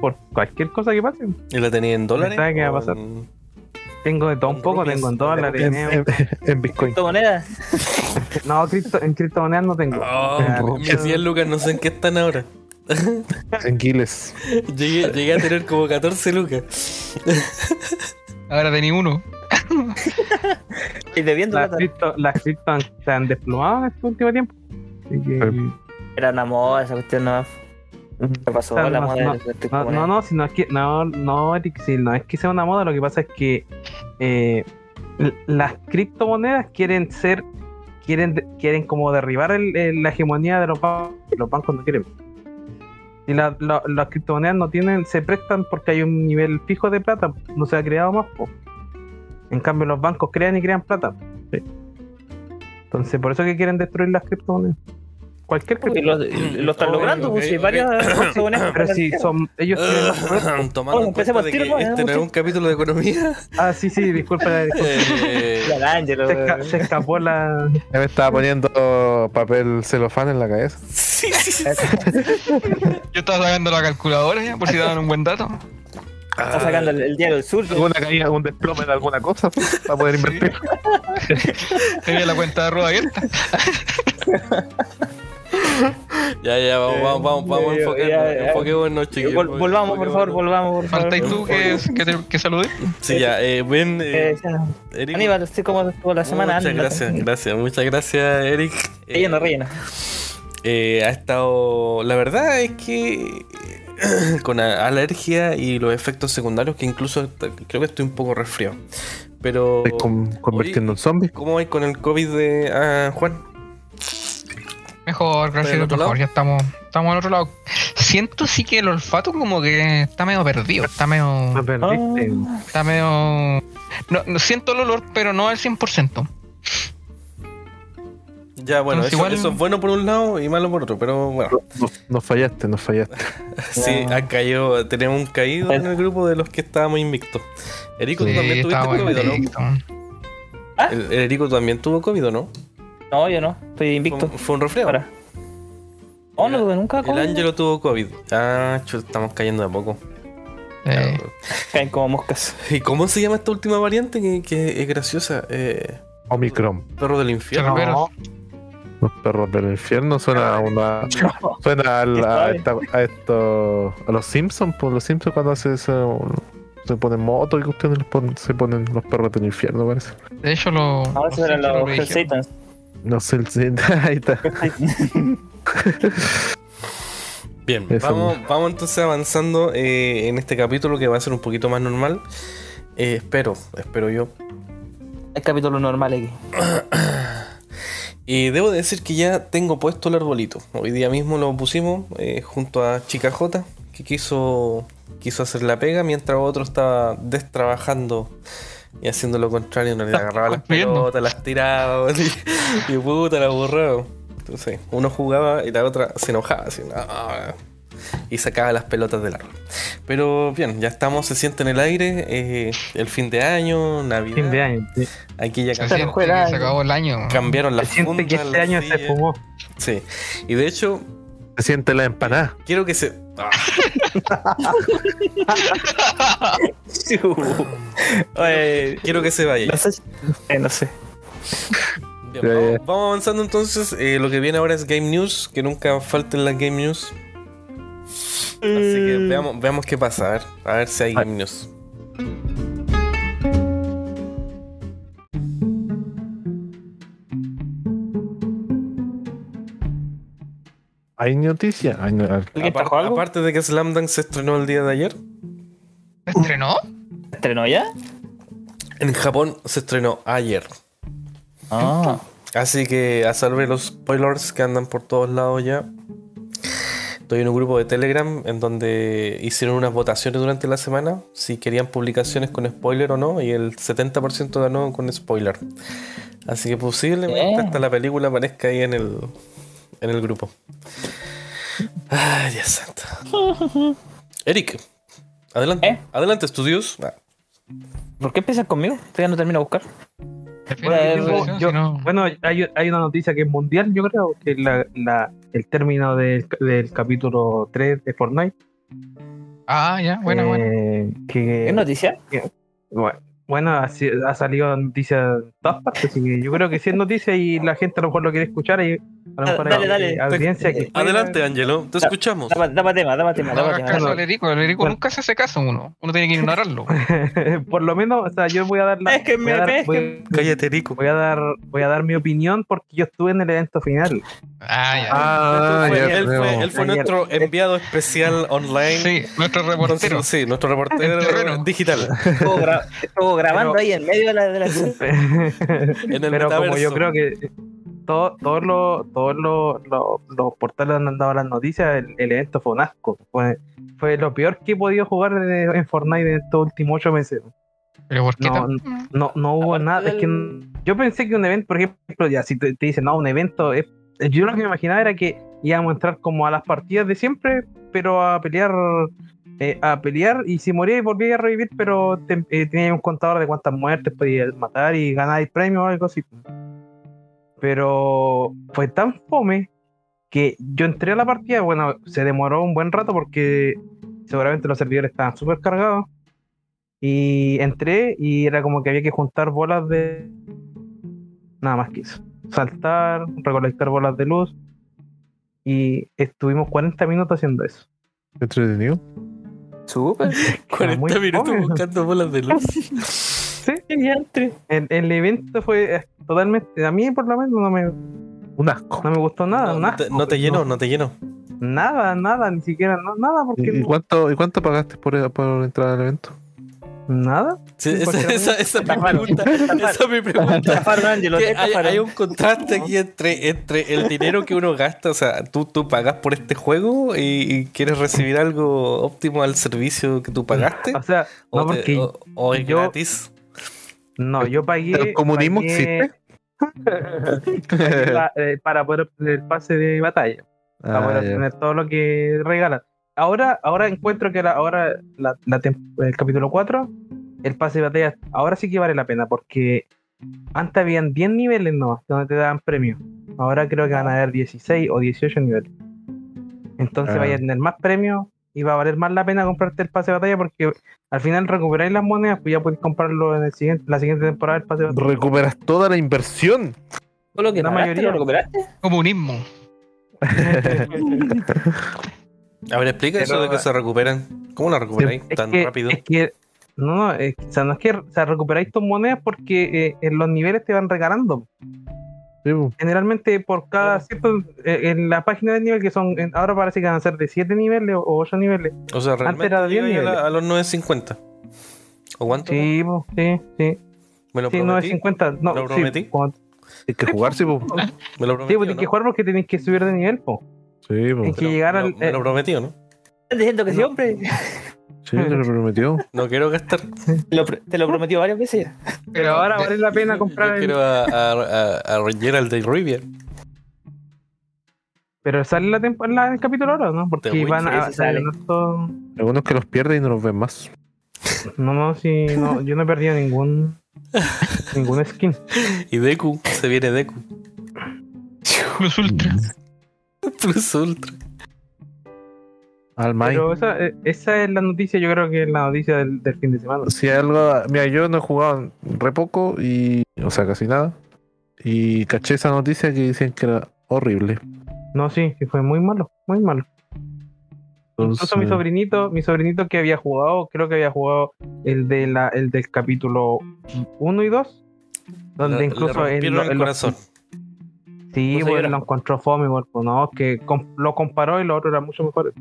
S5: por cualquier cosa que pase.
S1: ¿Y la tenía en dólares? Oh,
S5: ¿Sabe qué va a
S1: o
S5: pasar?
S1: en-
S5: Tengo de todo un
S1: En
S5: poco,
S1: rupias,
S5: tengo en
S1: en
S5: dólares,
S3: En,
S5: dinero.
S3: en-
S5: [laughs]
S3: en Bitcoin.
S2: Criptomonedas.
S5: No, cripto, en criptomonedas no tengo.
S1: Oh,
S5: Ah,
S1: mis 100 lucas no sé en qué están ahora.
S3: En Giles.
S1: Llegué, llegué a tener como 14
S5: [laughs]
S1: lucas.
S4: Ahora tenía uno.
S2: Estoy debiendo
S5: las
S2: plata.
S5: cripto, las cripto han- se han desplomado en este último tiempo. Así que,
S2: Era una moda esa cuestión, no. ¿Qué pasó?
S5: Claro,
S2: La
S5: no,
S2: moda de las
S5: no,
S2: criptomonedas.
S5: no, no, si no es que, no, no, Eric, si no es que sea una moda, lo que pasa es que eh, l- las criptomonedas quieren ser, quieren, quieren como derribar el- el- la hegemonía de los bancos, los bancos no quieren. Y la- la- las criptomonedas no tienen, se prestan porque hay un nivel fijo de plata, no se ha creado más. po. En cambio, los bancos crean y crean plata. Entonces, por eso es que quieren destruir las criptomonedas. Cualquier
S2: Uy,
S5: capítulo.
S2: lo, [coughs] lo están
S1: Oh,
S2: logrando,
S1: ok,
S2: pues, si
S1: ok.
S2: varias opciones.
S5: Pero si son. Ellos
S1: [coughs]
S5: tienen más poder.
S1: Tomando en cuenta
S2: empecemos
S1: de
S2: tiro,
S1: que
S2: pues,
S1: este no es un capítulo de economía. [laughs]
S5: Ah, sí, sí,
S2: [laughs]
S5: disculpa. disculpa.
S1: eh,
S2: Ya, Ángelo,
S5: Se, esca- se escapó la.
S3: Ya me estaba poniendo papel celofán en la cabeza.
S1: sí, sí, sí.
S4: Yo estaba sacando la calculadora ya, por si daban un buen dato.
S2: está sacando el, el diario del sur.
S3: [laughs] ¿Alguna caída, algún desplome de alguna cosa pues, para poder invertir?
S4: Tenía la cuenta de rueda abierta.
S1: Ya, ya, vamos, vamos, vamos, vamos a
S2: ya,
S1: enfocarnos.
S2: Eh, ya, ya.
S1: enfoquémonos, chiquillos, pues.
S2: Vol- volvamos, por favor,
S1: enfoquémonos.
S2: volvamos, por favor.
S4: Falta y tú que, que, te- que saludes.
S1: Sí, ya, eh, ven, eh,
S2: Eh, ya.
S1: Eric,
S2: Aníbal, sé cómo estuvo la semana.
S1: Muchas
S2: Aníbal.
S1: gracias, gracias, muchas gracias, Eric. Eh,
S2: Rellena, rellena.
S1: eh, ha estado. La verdad es que. [coughs] con a- alergia y los efectos secundarios, que incluso hasta- creo que estoy un poco resfriado. Pero.
S3: Estoy con- convirtiendo en zombie.
S1: ¿Cómo hay con el COVID de ah, Juan? del
S4: Mejor, gracias,
S1: otro
S4: mejor.
S1: lado?
S4: Ya estamos, estamos al otro lado. Siento sí que el olfato como que está medio perdido. Está
S5: Me
S1: Ah,
S4: medio.
S5: perdiste.
S4: Está medio. No, no siento el olor, pero no al 100%.
S1: Ya, bueno,
S4: Entonces,
S1: eso,
S4: igual-
S1: eso es bueno por un lado y malo por otro, pero bueno.
S3: Nos, nos fallaste, nos fallaste.
S1: Sí, ha caído, tenemos un caído en el grupo de los que estábamos invictos. Erico, tú también tuviste
S4: estaba
S1: COVID, ¿o ¿no?
S4: invicto.
S1: El, el Erico también tuvo COVID, ¿o ¿no?
S2: No, yo no, estoy invicto.
S1: Fue, fue un refreo.
S2: Ahora. No, no tuve nunca
S1: El
S2: como.
S1: Ángelo tuvo COVID. Ah, chu, estamos cayendo de a poco.
S4: Eh,
S2: Caen como moscas.
S1: ¿Y cómo se llama esta última variante que, que es graciosa? Eh,
S3: Omicron.
S1: perro del infierno.
S4: Pero-
S5: No,
S3: Los perros del infierno suena a una.
S2: [laughs]
S3: Suena al- a,
S2: Qué
S3: esta- a esto. A los Simpsons, por los Simpsons cuando hace eso, Se ponen moto y cuestiones les ponen- se ponen los perros del infierno, parece.
S4: de hecho, lo.
S2: Ahora
S4: lo
S2: se verán
S4: siento, lo
S2: los
S4: dije.
S2: Hell Satans.
S3: No sé el sí, [laughs] Ahí está.
S1: Bien,
S3: Eso.
S1: vamos, vamos entonces avanzando eh, en este capítulo que va a ser un poquito más normal. Eh, espero, espero yo.
S2: El capítulo normal aquí.
S1: Y debo decir que ya tengo puesto el arbolito. Hoy día mismo lo pusimos eh, junto a Chica J, que quiso, quiso hacer la pega mientras otro estaba destrabajando y haciendo lo contrario. No le agarraba las
S4: Cumpliendo.
S1: pelotas, las tiraba [laughs] y, y puta, la borraba. Entonces, uno jugaba y la otra se enojaba así, "Ah", y sacaba las pelotas del árbol. Pero bien, ya estamos, se siente en el aire. eh, el fin de año, Navidad.
S5: Fin de año. sí.
S1: Aquí ya cambiaron,
S2: Se
S4: Se siente
S2: enojó el
S4: que
S2: año.
S4: se acabó el año.
S1: cambiaron
S5: Se
S1: las
S5: siente que
S1: fundas,
S5: este
S1: las
S5: año se
S1: sillas.
S5: fumó.
S1: Sí. Y de hecho,
S3: Se siente la empanada.
S1: quiero que se. Ah,
S2: Oye,
S1: quiero que se
S2: [laughs]
S1: vaya.
S2: no sé. eh, no sé.
S1: Bien, vamos, vamos avanzando entonces. Eh, lo que viene ahora es Game News. Que nunca falten las Game News. Así que
S2: Mm.
S1: veamos, veamos qué pasa. A ver, a ver si hay
S2: Ah,
S1: Game News.
S3: Hay noticia. Hay no-
S2: ¿Alguien trajo
S1: Apar-
S2: algo?
S1: Aparte de que Slam Dunk se estrenó el día de ayer.
S4: ¿Estrenó?
S2: ¿Estrenó ya?
S1: En Japón se estrenó ayer.
S2: Ah.
S1: Así que a salve los spoilers que andan por todos lados ya. Estoy en un grupo de Telegram en donde hicieron unas votaciones durante la semana si querían publicaciones con spoiler o no y el 70% ganó con spoiler. Así que posiblemente
S2: Bien.
S1: hasta la película aparezca ahí en el, en el grupo. Ay, Dios santo. Eric, adelante.
S2: ¿Eh?
S1: Adelante, estudios. Ah,
S2: ¿Por qué empiezas conmigo? Todavía no termino de buscar.
S5: Eh.
S4: Depende
S2: Bueno,
S4: de la
S2: yo-
S4: versión,
S5: yo-
S4: si no-
S5: Bueno, hay, hay una noticia que es mundial, yo creo, que es la, la- el término del, del capítulo 3 de Fortnite.
S4: Ah, ya, bueno,
S5: eh,
S4: bueno.
S5: Que,
S2: ¿Es noticia?
S5: bueno, bueno, así- ha salido noticia en todas partes, así que yo creo que sí es noticia y la gente a lo mejor lo quiere escuchar y a lo
S2: Ah, Dale,
S5: mejor hay
S2: dale, Pues, eh, dale.
S5: audiencia que...
S1: Adelante, Angelo. Te escuchamos.
S2: Dame, dame tema, dame tema,
S4: No
S2: dame
S4: hagas
S2: tema.
S4: caso al Erico, el Erico
S5: Bueno.
S4: nunca se hace caso a uno. Uno tiene que ignorarlo.
S5: [laughs] Por lo menos, o sea, yo voy a dar la...
S2: Es que
S5: voy a
S2: me-
S5: dar-
S2: es que-
S5: voy-
S1: Cállate, Eric.
S5: voy a dar voy a dar mi opinión porque yo estuve en el evento final.
S4: Ah, ya.
S3: Ah,
S1: Fue-
S3: ya
S1: él, fue,
S3: creo.
S1: él fue nuestro enviado especial online.
S4: Sí, nuestro
S1: Entonces,
S4: reportero.
S1: sí, nuestro
S4: En
S1: reportero
S4: Ah, terreno.
S1: digital.
S2: Estuvo, gra-
S5: [laughs]
S2: estuvo grabando
S5: Pero-
S2: ahí en medio de la...
S5: [laughs]
S2: De
S1: [laughs]
S2: la... [laughs]
S1: En el
S5: Pero como yo
S1: metaverso.
S5: creo que todo- todos los todos los- los- los portales donde han dado las noticias, el, el evento fue un asco. Fue, fue lo peor que he podido jugar en, en Fortnite en estos últimos ocho meses.
S4: Pero ¿por qué
S5: No,
S4: tan- Mm.
S5: No, no hubo
S2: Aparte
S5: nada. Es que
S2: del-
S5: n- yo pensé que un evento, por ejemplo, ya si te, te dicen, no, un evento es yo lo que me imaginaba era que íbamos a entrar como a las partidas de siempre, pero a pelear, eh, a pelear, y si moría y volvía a revivir, pero te- eh, tenía un contador de cuántas muertes podías matar y ganar el premio o algo así. Pero fue tan fome que yo entré a la partida, bueno, se demoró un buen rato porque seguramente los servidores estaban súper cargados. Y entré y era como que había que juntar bolas de... Nada más que eso. Saltar, recolectar bolas de luz. Y estuvimos 40 minutos haciendo eso.
S3: Entretenido.
S2: Súper.
S1: 40
S5: Era muy
S1: minutos
S5: fome.
S1: buscando bolas de luz.
S5: [laughs] Sí,
S2: Gigante.
S5: el, el evento fue eh, totalmente... A mí por lo menos no me, no
S3: Un asco.
S5: me gustó nada.
S1: No,
S5: nada
S1: te, no te llenó, no te llenó.
S5: Nada, nada, ni siquiera no- nada, porque...
S3: ¿Y
S5: no-
S3: cuánto, ¿Y cuánto pagaste por, por entrar al evento?
S5: nada.
S1: Sí,
S5: Sí,
S1: esa,
S5: porque-
S1: esa, esa es mi
S2: Está raro.
S1: pregunta. Esa es mi
S5: [laughs]
S1: pregunta.
S2: Estafaron, Ángelo, te
S1: Que hay,
S2: estafaron.
S1: hay un contraste aquí entre, entre el dinero que uno gasta, o sea, tú, tú pagas por este juego y, y quieres recibir algo óptimo al servicio que tú pagaste,
S5: O sea,
S1: o,
S5: Ah, no
S1: te-
S5: porque...
S1: o- o es
S5: yo-
S1: gratis.
S5: No, yo pagué...
S3: ¿El comunismo
S5: pagué-
S3: existe?
S5: la- eh, para poder obtener el pase de batalla, para
S3: Ah,
S5: poder
S3: ya.
S5: obtener todo lo que regalan. Ahora, ahora encuentro que la, ahora la- la tem- el capítulo 4, el pase de batalla, ahora sí que vale la pena, porque antes habían 10 niveles no, donde te daban premios. Ahora creo que van a haber 16 o 18 niveles. Entonces
S3: Ah.
S5: vaya a tener más premios y va a valer más la pena comprarte el pase de batalla porque al final recuperáis las monedas, pues ya podéis comprarlo en el siguiente, la siguiente temporada del pase de batalla.
S3: Recuperas toda la inversión.
S2: ¿Todo lo que
S5: La
S2: pagaste
S5: mayoría.
S2: lo recuperaste?
S4: Comunismo.
S3: [laughs]
S1: A ver, explica eso
S5: Pero-
S1: de que se recuperan. ¿Cómo la recuperáis
S5: Es
S1: tan
S5: que-
S1: rápido?
S5: es que- no, no, es que- o sea, no es que o sea, recuperáis tus monedas porque eh, en los niveles te van regalando.
S3: Sí, po.
S5: Generalmente por cada cierto, eh, en la página del nivel que son, en- ahora parece que van a ser de 7 niveles o 8 niveles.
S1: O sea, realmente
S5: era
S1: llegáis
S5: 10
S1: a, la-
S5: niveles.
S1: a los 9.50. ¿O cuánto?
S5: Sí, po, sí, sí.
S1: Me lo
S5: Sí, no es
S1: prometí.
S5: 50. No,
S1: ¿Lo
S5: sí,
S1: prometí?
S5: po.
S3: Hay que jugar, sí,
S5: [laughs]
S3: po.
S1: Me lo
S5: Sí,
S1: prometí.
S5: po,
S1: ¿o
S5: tienes
S1: no?
S5: que jugar porque tenés que subir de nivel, po.
S3: Sí, po.
S5: Hay
S1: Me
S5: que
S1: lo-
S5: llegar
S1: me lo-
S5: al.
S1: Me
S5: eh,
S1: lo prometí, ¿o no?
S2: Estás diciendo que
S5: No.
S2: siempre.
S3: Sí, te lo prometió.
S1: No quiero gastar.
S2: Te lo, pr- te lo prometió varias veces.
S5: pero ahora
S1: de-
S5: vale la pena
S1: yo
S5: [laughs] comprar el.
S1: quiero a, a, a, a Gerald de Rivia.
S5: Pero sale la tempo- la- el capítulo ahora, ¿no? Porque
S1: Witcher,
S5: van a.
S2: ese sale.
S5: no, esto-
S3: Algunos que los pierden y no los ven más.
S5: No, no, sí, no, yo no he
S1: [laughs]
S5: perdido ningún. ningún skin.
S1: Y Deku, se viene Deku. [laughs]
S4: Plus ultra.
S1: Plus Ultra.
S3: Al Mai.
S5: Pero esa, eh, esa es la noticia, yo creo que es la noticia del, del fin de semana.
S3: Si hay algo. Mira, yo no he jugado re poco y. O sea, casi nada. Y caché esa noticia que dicen que era horrible.
S5: No, sí, sí fue muy malo, muy malo. Incluso mi
S3: Entonces,
S5: sobrinito, mi sobrinito que había jugado, creo que había jugado el de la, el del capítulo 1 y 2, donde
S1: Le- le
S5: incluso en
S1: rompieron
S5: lo-
S1: el
S5: en lo-
S1: corazón.
S5: sí,
S2: Puso a
S5: pues,
S2: llorar.
S5: lo encontró fome, pues, no, que com- lo comparó y lo otro era mucho mejor.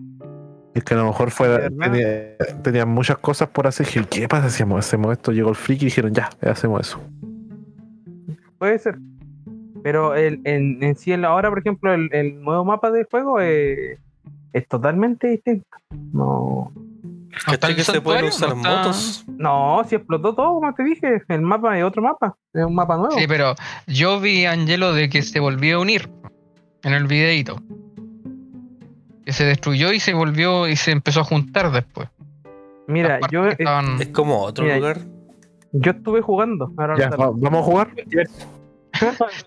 S3: Es que a lo mejor fuera.
S5: Hermano.
S3: Tenía, tenían muchas cosas por hacer. Dije, ¿qué pasa? Hacemos, hacemos esto. Llegó el friki y dijeron, ya, hacemos eso.
S5: Puede ser. Pero el, en, en sí, el- ahora, por ejemplo, el, el nuevo mapa del juego eh, es totalmente distinto. No,
S4: No
S1: ¿Cachai
S4: está el
S1: que se pueden usar
S4: santuario, no
S1: motos?
S4: está-
S5: No, si explotó todo, como te dije. El mapa es otro mapa. Es un mapa nuevo.
S4: Sí, pero yo vi a Angelo de que se volvió a unir en el videíto. Que se destruyó y se volvió y se empezó a juntar después. Las
S5: Mira,
S4: partes
S5: yo,
S4: que
S5: eh, [laughs]
S4: estaban-
S1: Es como otro
S5: Mira,
S1: lugar.
S5: yo estuve jugando. Ahora
S3: Ya, va- vamos a jugar.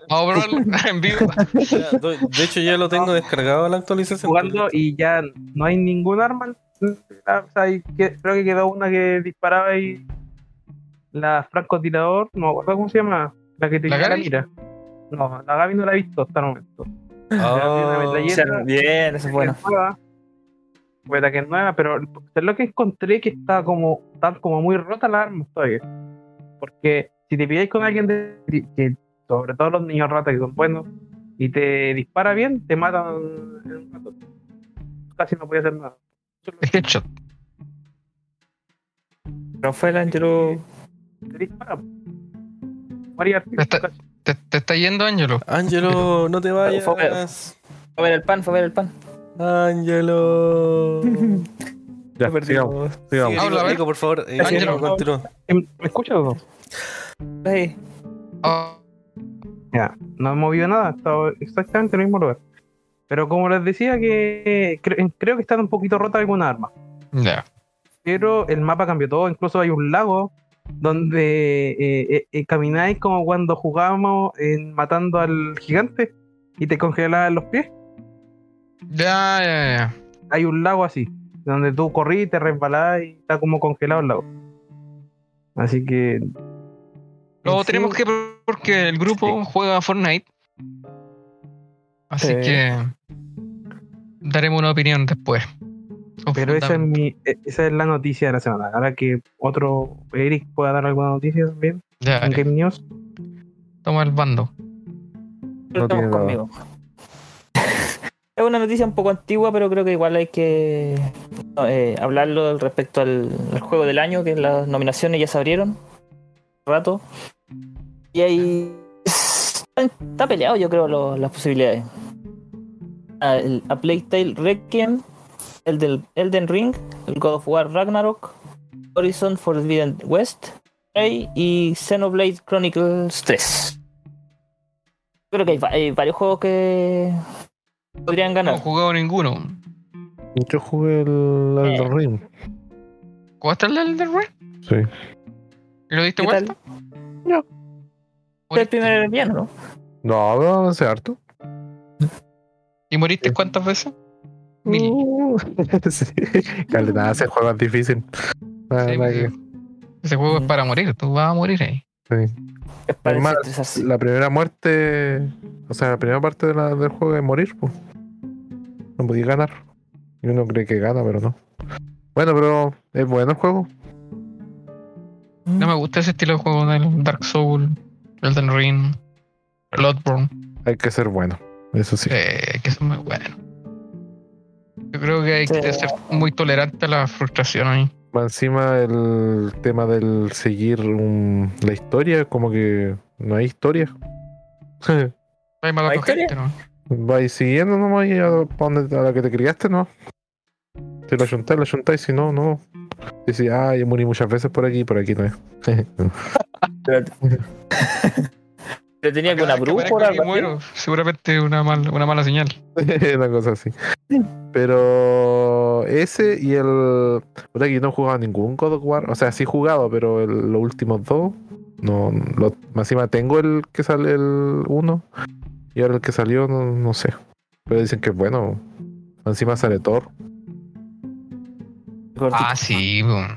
S4: Vamos a probarlo en vivo.
S1: Ya, do- de hecho, ya lo
S5: [laughs]
S1: tengo descargado la actualización.
S5: jugando y ya no hay ningún arma. en la- o sea, hay que- creo que quedó una que disparaba y la francotirador, no me acuerdo cómo se llama, la que te
S4: ¿La
S5: llega
S4: Gaby?
S5: mira. No, la Gaby no la he visto hasta el momento. una
S1: Ah,
S5: metralleta. Esa-
S2: Bien, eso es bueno.
S5: que es nueva. Fue la que es nueva, pero es lo que encontré que está como, están como muy rota la arma todavía. Porque si te pilláis con alguien de, que, sobre todo los niños ratas que son buenos, y te dispara bien, te matan en un rato. Casi no podía hacer nada.
S4: Es headshot.
S2: Rafael Ángelo.
S5: Te dispara. Moría al tiro,
S4: Está-
S5: casi.
S4: Te, te está yendo, Angelo.
S1: Ángelo, no te vayas.
S2: Fue a ver el pan, fue a ver el pan.
S5: [laughs]
S1: Ángelo.
S3: Ya, sigamos, sigamos.
S1: Sigue, Nico,
S4: Habla, a ver.
S1: Nico, por favor. Eh,
S2: Ángelo.
S1: Nico, continúa.
S5: ¿Me escuchas o no?
S2: Ay,
S4: Ah,
S5: Ya, no he movido nada, he estado exactamente en el mismo lugar. Pero como les decía, que cre- creo que están un poquito rotas algunas armas.
S4: Ya.
S5: Pero el mapa cambió todo, incluso hay un lago donde eh, eh, eh, camináis como cuando jugábamos en matando al gigante y te congelaban los pies.
S4: Ya, ya, ya.
S5: Hay un lago así, donde tú corrís, te resbalás y está como congelado el lago. Así que...
S4: Lo
S5: en sí,
S4: tenemos que probar porque el grupo juega Fortnite. Así
S5: Sí.
S4: que daremos una opinión después. O
S5: Pero esa es,
S4: fundam-
S5: mi, e- esa es la noticia de la semana. Ahora que otro Eric pueda dar alguna noticia también
S4: Ya,
S5: en Game News.
S4: toma el bando.
S2: Pero
S3: No
S2: estamos
S3: tiene
S2: conmigo. [laughs] es una noticia un poco antigua, pero creo que igual hay que no, eh, hablarlo respecto al, al juego del año, que las nominaciones ya se abrieron. hace Rato. Y ahí está peleado, yo creo, lo- las posibilidades. A, el- a Plague Tale Requiem, el del Elden Ring, el God of War Ragnarok, Horizon Forbidden West, Prey y Xenoblade Chronicles 3. Creo que hay, va- hay varios juegos que podrían
S4: No he
S2: ganar.
S4: jugado ninguno.
S3: Yo jugué el
S5: Eh.
S3: Elden Ring.
S4: ¿Jugaste el Elden Ring?
S3: Sí.
S4: ¿Y ¿Lo diste
S2: ¿Qué tal?
S4: vuelta?
S2: No. Fue el
S4: ¿Moriste?
S2: primer villano, ¿no?
S3: No, no avancé harto.
S4: ¿Y moriste cuántas veces? Mil.
S3: Uh, [laughs] sí. Caleta, ese juego es difícil. Ah, Nada,
S4: Sí,
S3: nada que-
S4: porque Ese juego es
S2: Mm.
S4: para morir, tú vas a morir ahí.
S2: Es para
S3: Normal.
S2: desestresarse.
S3: La primera muerte, o sea, la primera parte de la- del juego es morir, pues. No podía ganar. Y uno cree que gana, pero no. Bueno, pero es bueno el juego.
S4: No me gusta ese estilo de juego del Dark Souls, Elden Ring, Bloodborne.
S3: Hay que ser bueno. Eso sí.
S4: Eh, que son muy buenos. Yo creo que hay que
S2: Sí.
S4: ser muy tolerante a la frustración ahí.
S3: Más encima el tema del seguir un- la historia, como que no hay historia. [laughs]
S4: Hay mala
S2: ¿Hay historia?
S4: gente, ¿no?
S3: Vais siguiendo nomás y a, pa' donde, a la que te criaste, ¿no? Si la juntáis, la juntáis, si no, no. Y si, ah, yo morí muchas veces por aquí, por aquí no es.
S2: Pero tenía que una
S4: Cada vez
S2: bruja
S4: aparezco
S2: o
S4: aquí
S2: algo así.
S4: muero, seguramente una, mal- una mala señal.
S3: [laughs] una cosa así. Pero ese y el. Puta que yo no he jugado ningún God of War. O sea, sí he jugado, pero el- los últimos dos. No. Lo, más encima tengo el que sale el 1. Y ahora el que salió, no, no sé. Pero dicen que es bueno. Más Encima sale Thor.
S4: Ah, sí. boom.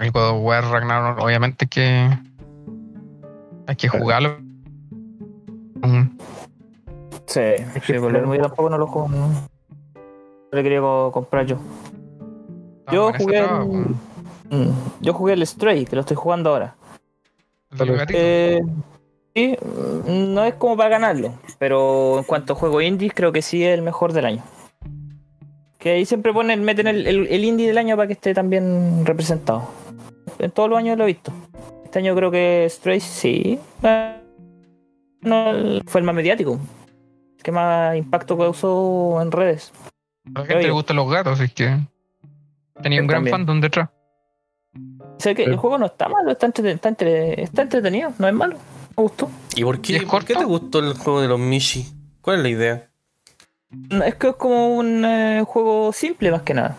S4: El God of War Ragnarok, obviamente que hay que jugarlo. Mm,
S2: Sí, sí, por lo mismo yo tampoco no lo juego. No No le quería co- comprar yo.
S4: está
S2: Yo
S4: bueno ese
S2: jugué el-
S4: trabajo, el
S2: Mm, Yo jugué el Stray, que lo estoy jugando ahora.
S4: del
S3: Pero-
S4: gatito.
S2: Eh, sí, mm, no es como para ganarlo, pero en cuanto a juego indie, creo que sí es el mejor del año. Que ahí siempre ponen, meten el, el- el indie del año para que esté también representado. En todos los años lo he visto. Este año creo que Stray sí. eh, no, fue el más mediático. El que más impacto causó en redes.
S4: a la gente le
S2: oye.
S4: gustan los gatos, así que tenía un
S2: Él
S4: gran
S2: también.
S4: fandom detrás.
S2: O sea que
S3: Sí.
S2: el juego no está malo, está, entreten- está, entre- está entretenido, no es malo. Me gustó.
S1: ¿Y por
S4: ¿Y
S1: qué,
S4: es
S1: por qué
S4: corto?
S1: te gustó el juego de los Mishi? ¿Cuál es la idea?
S2: No, es que es como un eh, juego simple más que nada.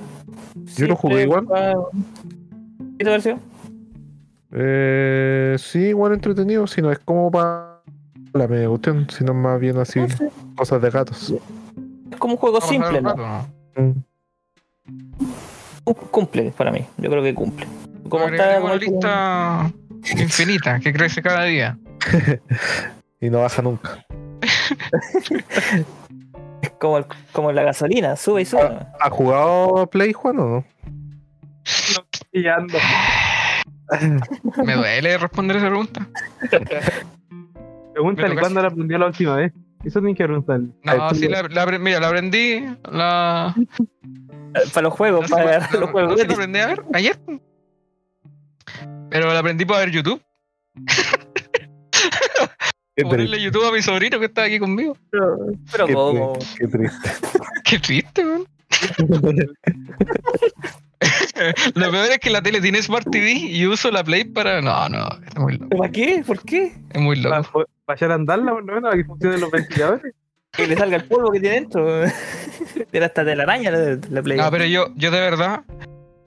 S3: Yo lo jugué igual.
S2: jugado- ¿Qué te pareció?
S3: Eh, sí, igual entretenido. Si no es como para la media cuestión, sino más bien así,
S2: No sé,
S3: cosas de gatos.
S2: Es como un juego
S4: Vamos a pasar
S2: simple,
S4: el
S2: ¿no?
S4: rato, ¿no?
S3: Mm.
S2: Cum- Cumple para mí, yo creo que cumple. Como está
S4: Agregaremos
S2: como-
S4: lista infinita que crece cada día.
S3: Y no baja nunca.
S2: como, el- como la gasolina, sube y sube.
S4: Ah.
S3: ¿Ha jugado Play, Juan, o no?
S5: [laughs] Y ando.
S4: Me duele responder esa pregunta.
S5: Pregúntale
S4: Me tocaste.
S5: cuándo la aprendió la última vez. Eso tiene que preguntarle.
S4: No, sí, la, la apre- mira, la aprendí. La,
S2: Eh, [laughs] Para los juegos, para
S4: la,
S2: agarrar los juegos.
S4: no, sí la
S2: gratis.
S4: aprendí a ver ayer. Pero la aprendí para ver YouTube.
S3: Qué
S4: Para
S3: triste,
S4: ponerle YouTube a mi sobrino que está aquí conmigo.
S2: Pero, pero
S3: qué
S2: como.
S3: triste, qué triste.
S4: Qué triste, man. Lo peor es que la tele tiene Smart TV y uso la Play para. No, no, es muy loco.
S2: ¿Para qué? ¿Por qué?
S4: Es muy
S5: Para,
S4: loco.
S5: po- vaya a andarla por lo menos para que funcionen los ventiladores.
S2: Que le salga el polvo que tiene dentro. [laughs] Era hasta de la araña la, la Play.
S4: No, Ah, pero yo, yo de verdad,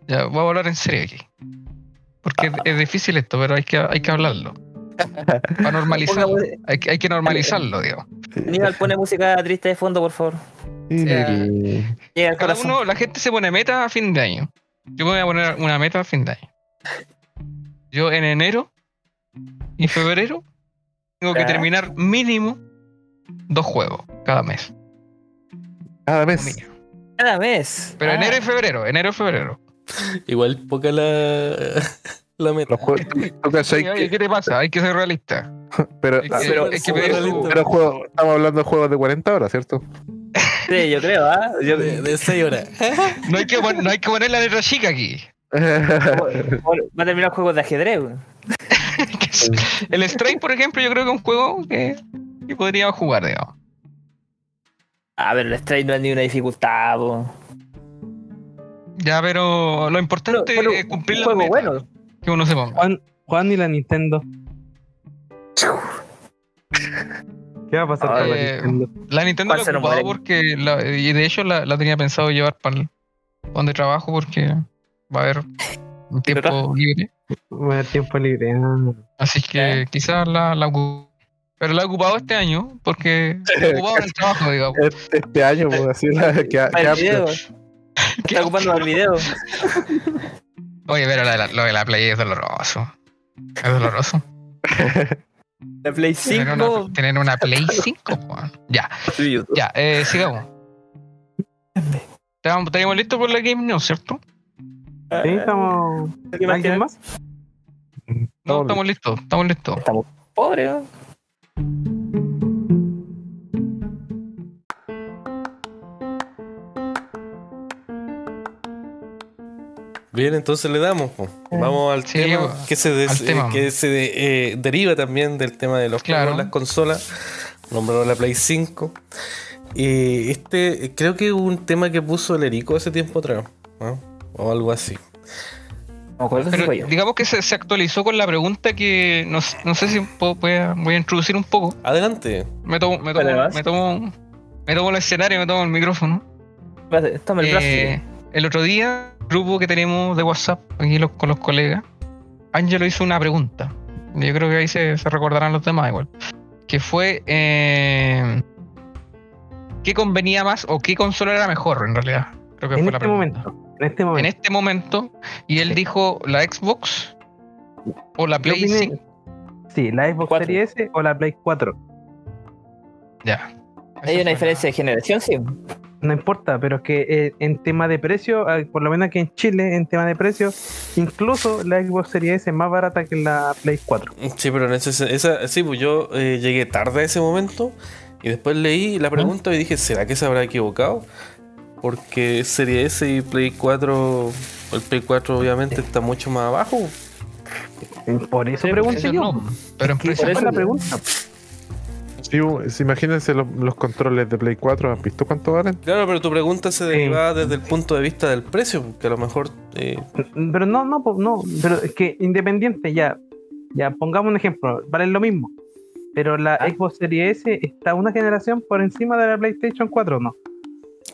S4: ya, voy a hablar en serio aquí. Porque es, es difícil esto, pero hay que, hay que hablarlo. Para normalizarlo. Hay, que- hay que normalizarlo, digo.
S2: Aníbal, pone música triste de fondo, por favor. Llega al
S4: Cada
S2: corazón.
S4: uno, la gente se pone meta a fin de año. Yo me voy a poner una meta a fin de año. Yo en enero y febrero tengo que
S2: Ya.
S4: terminar mínimo dos juegos cada mes.
S2: Ah,
S3: Cada vez.
S4: mínimo.
S2: Cada vez.
S4: Pero
S2: Ah,
S4: enero y febrero, enero y febrero.
S1: Igual poca la, [laughs] la meta.
S2: [laughs]
S3: Los juegos. tú cachai
S4: Oye,
S3: que-
S4: ¿Qué te pasa? Hay que ser realista.
S3: Pero,
S4: Hay que,
S3: ah, pero,
S4: hay que
S1: súper
S4: pedir su-
S1: realista.
S3: pero juego- estamos hablando de juegos de 40 horas, ¿cierto? [laughs]
S2: Sí, yo creo, ¿ah? Yo-
S1: De, de seis horas.
S4: no, hay que pon- no hay que poner la letra chica aquí. [laughs]
S2: Va a terminar juegos de ajedrez. güey.
S4: Que es- El Stray, por ejemplo, yo creo que es un juego que, que podría jugar, digamos.
S2: Ah, pero el strike no es ni una dificultad, po.
S4: Ya, pero lo importante
S2: Pero- pero
S4: es cumplir
S2: un
S4: la
S2: juego
S4: meta
S2: bueno.
S4: que uno se ponga.
S5: Juan, Juan y la Nintendo. ¿Qué va a pasar con la
S4: Eh,
S5: Nintendo?
S4: La Nintendo
S2: ¿Cuál
S4: la
S2: se nos
S4: ocupaba
S2: muere?
S4: porque la- y de hecho la, la tenía pensado llevar para donde trabajo porque va a haber un tiempo libre.
S5: Voy a dar tiempo libre. ah.
S4: Así que quizás la, la ocu- pero la he ocupado este año
S2: [laughs]
S4: porque la he ocupado en el trabajo, digamos.
S3: Este, este año, pues, así la, que, que
S2: Para el
S3: amplio.
S2: video. Está ocupando el video.
S4: Oye, pero la de la- lo de la Play es doloroso.
S2: [laughs]
S4: Es doloroso.
S2: La Play
S4: Tener
S2: 5.
S4: una, tener
S2: [laughs]
S4: una Play 5, weón. Ya. Ya, eh, sigamos. Estamos- Estaríamos listos por la Game News, ¿cierto?
S5: Ah, Sí, estamos. ¿Alguien más?
S4: No,
S3: Estamos
S4: estamos listos, estamos listos.
S2: Pobre, ¿no?
S1: Bien, entonces le damos. po. Vamos al
S4: Sí,
S1: tema
S4: po,
S1: que se, des-
S4: al tema.
S1: eh, que se de- eh, deriva también del tema de los
S4: Claro.
S1: juegos, las consolas. Nombró la Play 5. Eh, este eh, creo que hubo un tema que puso el Erico hace tiempo atrás. ¿no? O algo así.
S2: No me acuerdo si
S4: Pero
S2: fue yo.
S4: digamos que se, se actualizó con la pregunta que no, s- no sé si puedo- voy a, voy a introducir un poco.
S1: Adelante.
S4: Me tomo, me
S2: Dale,
S4: tomo,
S2: vas.
S4: me tomo, me tomo el escenario, me tomo el micrófono.
S2: Espérate, Toma el brazo.
S4: Eh, el otro día, grupo que tenemos de WhatsApp aquí los- con los colegas, Ángelo hizo una pregunta. Yo creo que ahí se, se recordarán los demás igual. Que fue eh, ¿qué convenía más o qué consola era mejor en realidad? Creo que
S5: En
S4: fue la
S5: este
S4: pregunta.
S5: momento. En este
S4: En
S5: momento.
S4: este momento. Y él dijo la Xbox o la
S5: Yo
S4: Play
S5: opiné-
S4: 5.
S5: Sí, la Xbox
S2: Cuatro.
S5: Series S o la Play 4.
S4: Ya. Esa
S2: Hay
S4: fue la-
S2: una diferencia de generación, sí.
S5: No importa, pero es que eh, en tema de precio, eh, por lo menos aquí en Chile, en tema de precio, incluso la Xbox Series S es más barata que la Play 4.
S1: Sí, pero en ese- esa, sí, pues yo eh, llegué tarde a ese momento y después leí la pregunta y dije, ¿será que se habrá equivocado? Porque Serie S y Play 4, el Play 4 obviamente está mucho más abajo.
S5: Por eso
S4: Sí,
S5: pregunté
S4: eso
S5: yo.
S4: no, pero en
S5: ¿Qué
S4: precio
S5: fue
S4: no.
S5: la pregunta?
S3: Sí, pues, imagínense los, los controles de Play 4. ¿Has visto cuánto valen?
S1: Claro, pero tu pregunta se derivaba desde el punto de vista del precio, que a lo mejor... eh,
S5: Mm, Pero no, no, po- no. Pero es que independiente, ya. Ya, pongamos un ejemplo. Vale lo mismo. Pero la
S1: Ah.
S5: Xbox Series S está una generación por encima de la PlayStation 4, ¿no?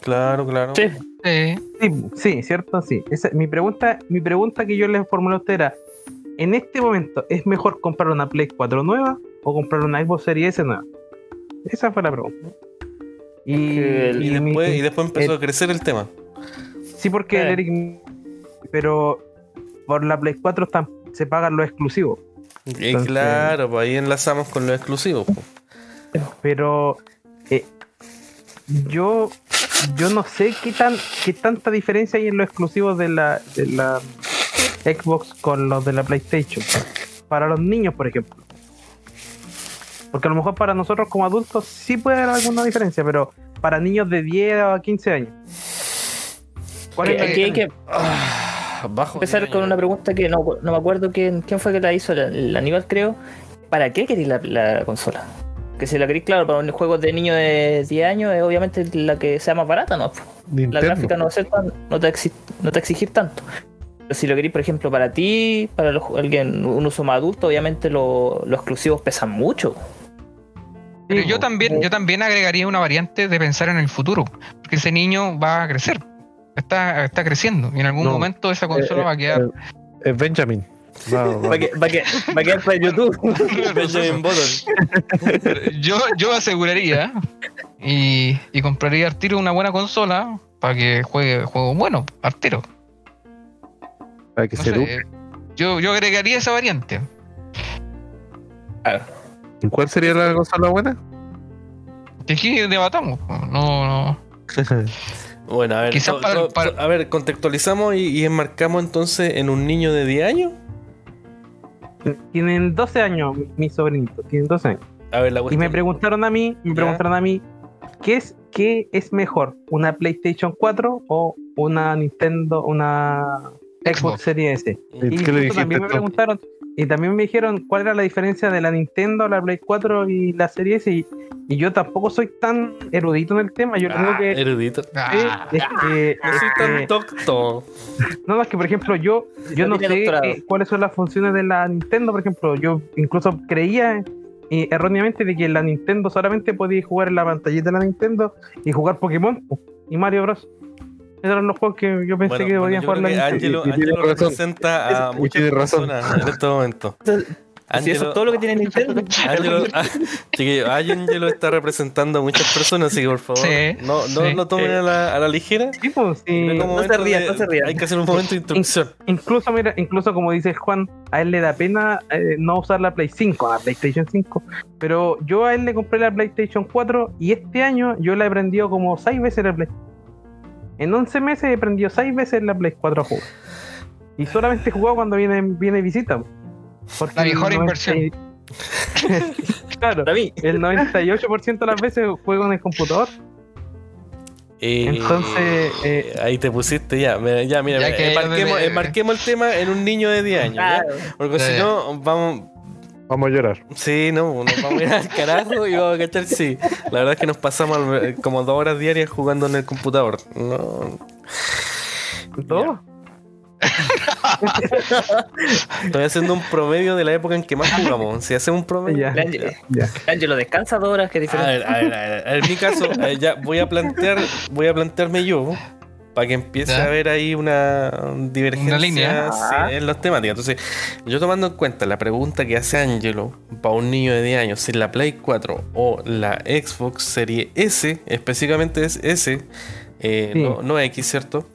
S1: claro, claro.
S2: Sí.
S4: Eh,
S5: Sí, sí, cierto, sí. Esa- mi pregunta, mi pregunta que yo les formulé a usted era: ¿en este momento es mejor comprar una Play 4 nueva o comprar una Xbox Series S nueva? Esa fue la pregunta. Y,
S1: Y,
S5: y mi-
S1: después, y después empezó
S5: eh,
S1: a crecer el tema.
S5: sí, porque el
S2: Eh.
S5: Eric- Pero por la Play 4 están, se pagan los exclusivos.
S1: Y
S5: entonces-
S1: claro, pues ahí enlazamos con lo exclusivo. pues.
S5: Pero eh, yo, yo no sé qué, tan, qué tanta diferencia hay en los exclusivos de la, de la Xbox con los de la PlayStation. Para los niños, por ejemplo. Porque a lo mejor para nosotros como adultos sí puede haber alguna diferencia, pero para niños de 10 a 15 años. ¿Cuál es la
S2: Eh, Aquí hay que
S1: Ah, bajo
S2: empezar con una pregunta que no, no me acuerdo quién, quién fue que la hizo, la- el Aníbal creo. ¿Para qué queréis la, la consola? Que si la queréis, claro, para un juego de niño de 10 años es obviamente la que sea más barata, ¿no? La gráfica
S3: Nintendo.
S2: no va a ser tan- no te, va a exi- no te va a exigir tanto. Pero si lo queréis, por ejemplo, para ti, para los- alguien, un uso más adulto, obviamente lo- los exclusivos pesan mucho.
S4: Pero
S5: Sí,
S4: yo
S5: po.
S4: también, yo también agregaría una variante de pensar en el futuro, porque ese niño va a crecer, está, está creciendo, y en algún
S3: No.
S4: momento esa consola
S3: Eh,
S4: va a quedar. [laughs]
S3: eh, Es Benjamin. Va, va.
S7: Va a que- va a que- va a quedar para YouTube.
S3: eh,
S1: Benjamin Button.
S4: yo, yo aseguraría y, y compraría al tiro una buena consola para que juegue juegos buenos, al tiro.
S3: Para que
S4: No
S3: se
S4: sé,
S3: eduque.
S4: eh, yo, yo agregaría esa variante.
S3: ¿Y ¿Cuál sería la consola buena?
S4: Que aquí debatamos. po. No, no.
S1: Bueno, a ver,
S4: Quizás
S1: to-
S4: para-
S1: to-
S4: para-
S1: to- a ver, contextualizamos y, y enmarcamos entonces en un niño de 10 años.
S5: Tienen 12 años, mi- mis sobrinitos, tienen 12 años.
S1: A ver, la
S5: Y
S1: cuestión-
S5: me preguntaron a mí, me
S1: Pues Ya.
S5: preguntaron a mí, ¿qué es, qué es mejor? ¿Una PlayStation 4 o una Nintendo, una Xbox,
S4: Xbox.
S5: Series S? Y
S3: ¿Y ¿Qué le
S5: justo
S3: dijiste
S5: también me
S3: tú?
S5: preguntaron, y también me dijeron cuál era la diferencia de la Nintendo, la Play 4 y la Series S. Y, y yo tampoco soy tan erudito en el tema, yo lo único
S1: Ah,
S5: que...
S1: erudito.
S5: sé
S4: Ah,
S5: es que-
S1: No soy tan
S5: eh,
S1: docto.
S5: no, es que por ejemplo yo, yo no
S7: tiene
S5: sé
S7: doctorado.
S5: eh, cuáles son las funciones de la Nintendo, por ejemplo. Yo incluso creía eh, erróneamente de que la Nintendo solamente podía jugar en la pantallita de la Nintendo y jugar Pokémon po, y Mario Bros. Esos eran los juegos que yo pensé
S1: Bueno,
S5: que
S1: bueno,
S5: podían
S1: yo
S5: jugar
S1: creo
S5: la
S1: que Angelo,
S5: Nintendo.
S3: Y- y tiene
S1: Angelo
S3: razón.
S1: representa a
S3: Y
S1: muchas
S3: tiene razón.
S1: personas en este momento.
S2: Si eso
S1: Angelo-
S2: es todo lo que tiene [laughs] Nintendo.
S1: Ángelo, ah, chiquillo, Ángelo está representando a muchas personas, así que por favor,
S4: Sí,
S1: no, no
S4: sí.
S1: lo tomen a la, a la ligera.
S5: Sí, po, sí.
S1: Creo que un
S7: no
S1: momento
S7: se rían, no se rían.
S1: Hay que hacer un momento de instrucción.
S5: Incluso, mira, incluso como dice Juan, a él le da pena eh, no usar la Play 5, la PlayStation 5. Pero yo a él le compré la PlayStation 4 y este año yo la he prendido como 6 veces la Play. En 11 meses he prendido 6 veces la Play 4 a jugar. Y solamente he jugado cuando viene, viene visita. Porque
S4: La mejor
S5: el
S4: inversión.
S5: 90 [laughs] claro,
S7: Para mí.
S5: el 98% de las veces juego en el computador.
S1: Eh,
S5: Entonces, eh,
S1: ahí te pusiste ya. mira, Ya, mira,
S4: Ya
S1: mira,
S4: que-
S1: enmarquemos, enmarquemos el tema en un niño de 10 años. ¿ya?
S7: Claro.
S1: Porque si
S4: Sí.
S1: no, vamos.
S3: Vamos a llorar.
S1: Sí, no, nos vamos a ir al carajo y vamos a cachar. Sí, la verdad es que nos pasamos eh, como dos horas diarias jugando en el computador. No,
S5: Todo.
S1: [laughs] estoy haciendo un promedio de la época en que más jugamos. Si hacemos un promedio.
S5: Ya.
S7: El Ángelo-
S5: Ya.
S7: el Ángelo descansa dos horas, que
S1: A
S2: Ah,
S7: diferente.
S1: ver, a ver, a ver. En mi caso, eh, ya voy a plantear, voy a plantearme yo para que empiece a
S4: Ya.
S1: haber ahí una divergencia
S4: Una línea.
S1: sí, en las temáticas. Entonces, yo tomando en cuenta la pregunta que hace Angelo para un niño de 10 años, si la Play 4 o la Xbox Serie S, específicamente es S, eh,
S5: Sí.
S1: no, no X, ¿cierto?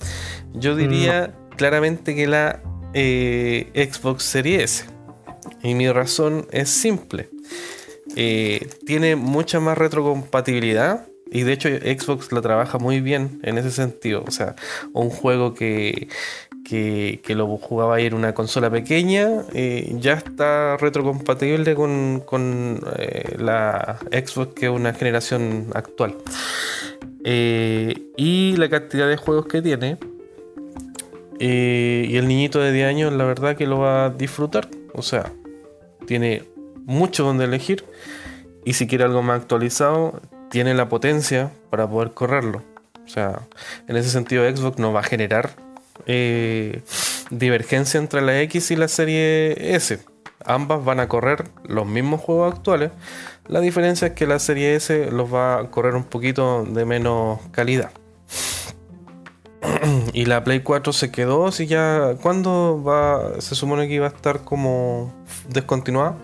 S1: Yo diría claramente que la eh, Xbox Series S. Y mi razón es simple. Eh, tiene mucha más retrocompatibilidad. Y de hecho Xbox la trabaja muy bien en ese sentido. O sea, un juego que, que, que lo jugaba ahí en una consola pequeña eh, ya está retrocompatible con, con, eh, la Xbox que es una generación actual. Eh, y la cantidad de juegos que tiene. Eh, y el niñito de 10 años, la verdad que lo va a disfrutar. O sea, tiene mucho donde elegir. Y si quiere algo más actualizado, tiene la potencia para poder correrlo. O sea, en ese sentido, Xbox no va a generar eh, divergencia entre la X y la serie S. Ambas van a correr los mismos juegos actuales. La diferencia es que la serie S los va a correr un poquito de menos calidad. Y la Play 4 se quedó, si ya. ¿Cuándo va? Se supone que iba a estar como descontinuada.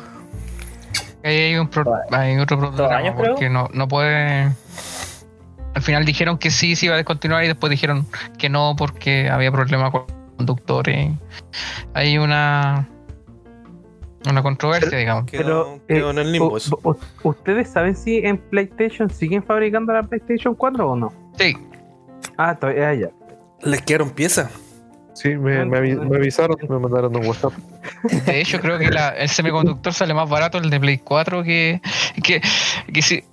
S4: ahí hay, un pro- hay otro problema
S7: años, creo.
S4: porque no, no puede. Al final dijeron que sí, sí iba a descontinuar y después dijeron que no porque había problemas con conductores. Hay una una controversia, digamos.
S1: Quedó,
S5: Pero,
S1: quedó
S5: eh,
S1: en el limbo.
S5: U-
S1: eso.
S5: u- ¿Ustedes saben si en PlayStation siguen fabricando la PlayStation 4 o no?
S4: Sí,
S5: Ah, todavía ya.
S1: Les quedaron piezas.
S3: Sí,
S5: Ah,
S3: me, me avi- me avisaron, me mandaron un WhatsApp.
S4: De hecho, creo que la- el semiconductor sale más barato el de Play 4 que. que, que si-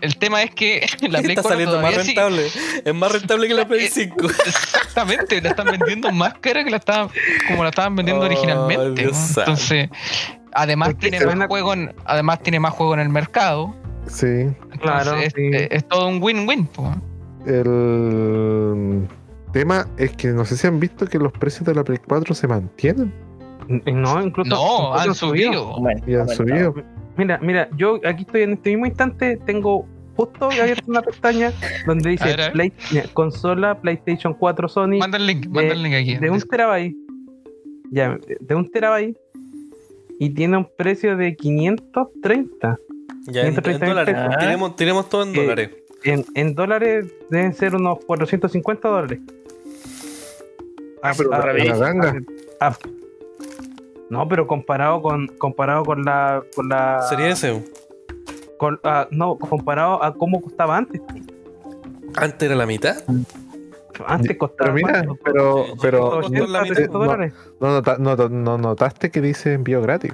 S4: El tema es que [laughs] la Play
S1: Está
S4: 4
S1: saliendo más
S4: todavía sí-
S1: rentable. Es más rentable que la Play
S4: Eh,
S1: 5.
S4: [laughs] exactamente, la están vendiendo más cara que la estaban, como la estaban vendiendo
S1: Oh,
S4: originalmente.
S1: Dios
S4: ¿no?
S1: santo.
S4: Entonces, además
S5: Porque
S4: tiene
S5: se
S4: más
S5: van a-
S4: juego en, además tiene más juego en el mercado.
S3: Sí.
S5: Claro,
S4: Entonces, es,
S5: sí.
S4: es- es todo un win-win. po.
S3: El mm, tema es que no sé si han visto que los precios de la Play 4 se mantienen
S5: N- Eh, No, incluso.
S4: No,
S5: incluso
S4: han subido.
S3: y han subido.
S5: Mira, mira, yo aquí estoy en este mismo instante, tengo justo abierta una pestaña donde
S4: A
S5: dice
S4: ver, a ver.
S5: Play- mira, consola PlayStation 4 Sony
S4: Manda el link, manda el link aquí.
S5: de un terabyte. Ya, de un terabyte. Y tiene un precio de 530.
S1: Ya en, en
S5: 130
S1: dólares.
S2: pesos.
S1: Tiremos, tiremos todo en
S5: Eh,
S1: dólares.
S5: En, en dólares deben ser unos 450 dólares. Ah, pero ah,
S3: otra vez. Una ganga.
S5: no, pero comparado con comparado con la con la
S1: Sería ese.
S5: con- ah, no, comparado a cómo costaba antes.
S1: Antes era la mitad.
S5: Antes costaba
S3: Pero mira,
S5: ¿cuánto?
S3: pero, pero
S1: Costó
S3: no,
S1: la mitad.
S5: 300 dólares.
S3: no nota- no- no- no notaste que dice envío gratis.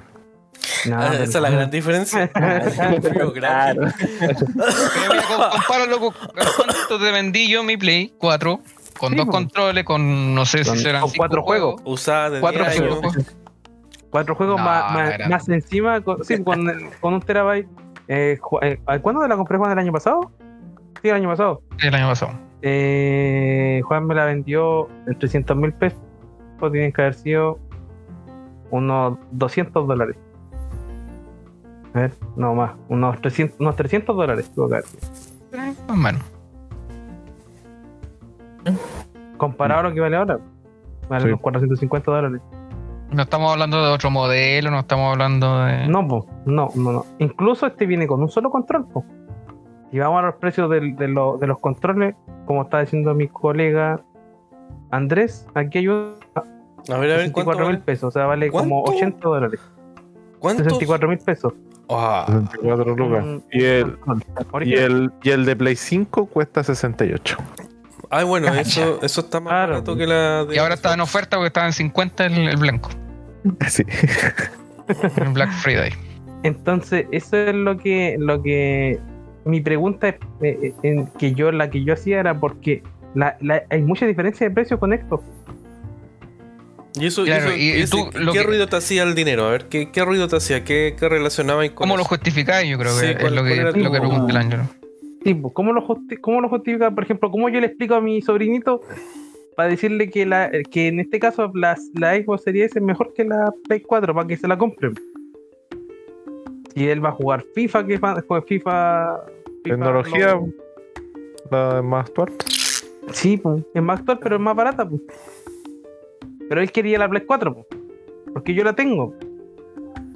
S5: No, Ah,
S1: Ah,
S5: pero-
S1: esa es la gran
S5: [laughs]
S1: diferencia. Pero gratis.
S7: Claro.
S4: Pero Eh, mira, com- compáralo con con cuánto te vendí yo mi Play 4 con
S5: Sí,
S4: dos
S5: po.
S4: controles, con no sé
S5: Con-
S4: si serán
S5: con
S4: cinco
S5: cuatro juegos.
S1: Usada de
S4: Cuatro
S1: 10 años.
S4: juegos.
S5: [laughs] Cuatro juegos
S4: No,
S5: más, más,
S4: era-
S5: más encima, con, sí, con, con un terabyte. Eh, ju- eh, ¿Cuándo la compré, Juan? ¿El año pasado? Sí, el año pasado.
S4: El año pasado.
S5: Eh, Juan me la vendió en 300 mil pesos. Pues tienen que haber sido unos 200 dólares. A ver, no más. Unos 300, unos 300 dólares. tuvo que haber sido.
S4: Eh, Más o menos.
S5: Comparado a lo que vale ahora. Vale
S3: Sí.
S5: unos 450 dólares.
S4: No estamos hablando de otro modelo, no estamos hablando de.
S5: No, po, no, no, no. Incluso este viene con un solo control, po. Y vamos a los precios del- de, lo- de los controles, como está diciendo mi colega Andrés, aquí hay un
S1: A ver, a ver, ¿cuánto?
S5: 64 mil
S1: vale?
S5: pesos, o sea, vale como
S1: ¿Cuánto?
S5: 80 dólares.
S1: ¿Cuánto?
S5: 64 mil pesos.
S1: Ah,
S3: 64 lucas.
S5: Un-
S3: Y el,
S5: un control.
S3: y, el, y el de Play 5 cuesta 68.
S1: ay, bueno,
S4: Cacha.
S1: eso, eso está más
S5: Claro.
S1: barato que la de.
S4: Y ahora está en oferta porque estaba en 50 el, el blanco,
S3: [laughs] Sí.
S4: el
S1: [laughs]
S4: Black Friday.
S5: Entonces, eso es lo que, lo que mi pregunta eh, eh, en que yo la que yo hacía era porque la- la- hay mucha diferencia de precios con esto.
S1: Y eso,
S4: Claro,
S1: eso-
S4: y
S1: ese-
S4: tú, lo
S1: ¿qué
S4: que-
S1: ruido te hacía el dinero? A ver, ¿qué, qué ruido te hacía? ¿Qué, qué relacionabais con
S4: ¿Cómo lo
S1: eso?
S4: justificáis? Yo creo
S1: Sí,
S4: que es
S1: ¿cuál-
S4: lo que,
S1: cuál era
S4: lo que
S1: tu-
S4: pregunta el Ángelo.
S5: Sí, pues, ¿cómo, lo justi- ¿Cómo lo justifica? Por ejemplo, ¿cómo yo le explico a mi sobrinito para decirle que la que en este caso la, la Xbox Series S es mejor que la Play 4 para que se la compren? Y él va a jugar FIFA, que va a jugar FIFA. FIFA
S3: Tecnología
S5: no-
S3: la más actual.
S5: sí, pues, es más actual, pero es más barata. pues. Pero él quería la Play 4, pues, porque yo la tengo.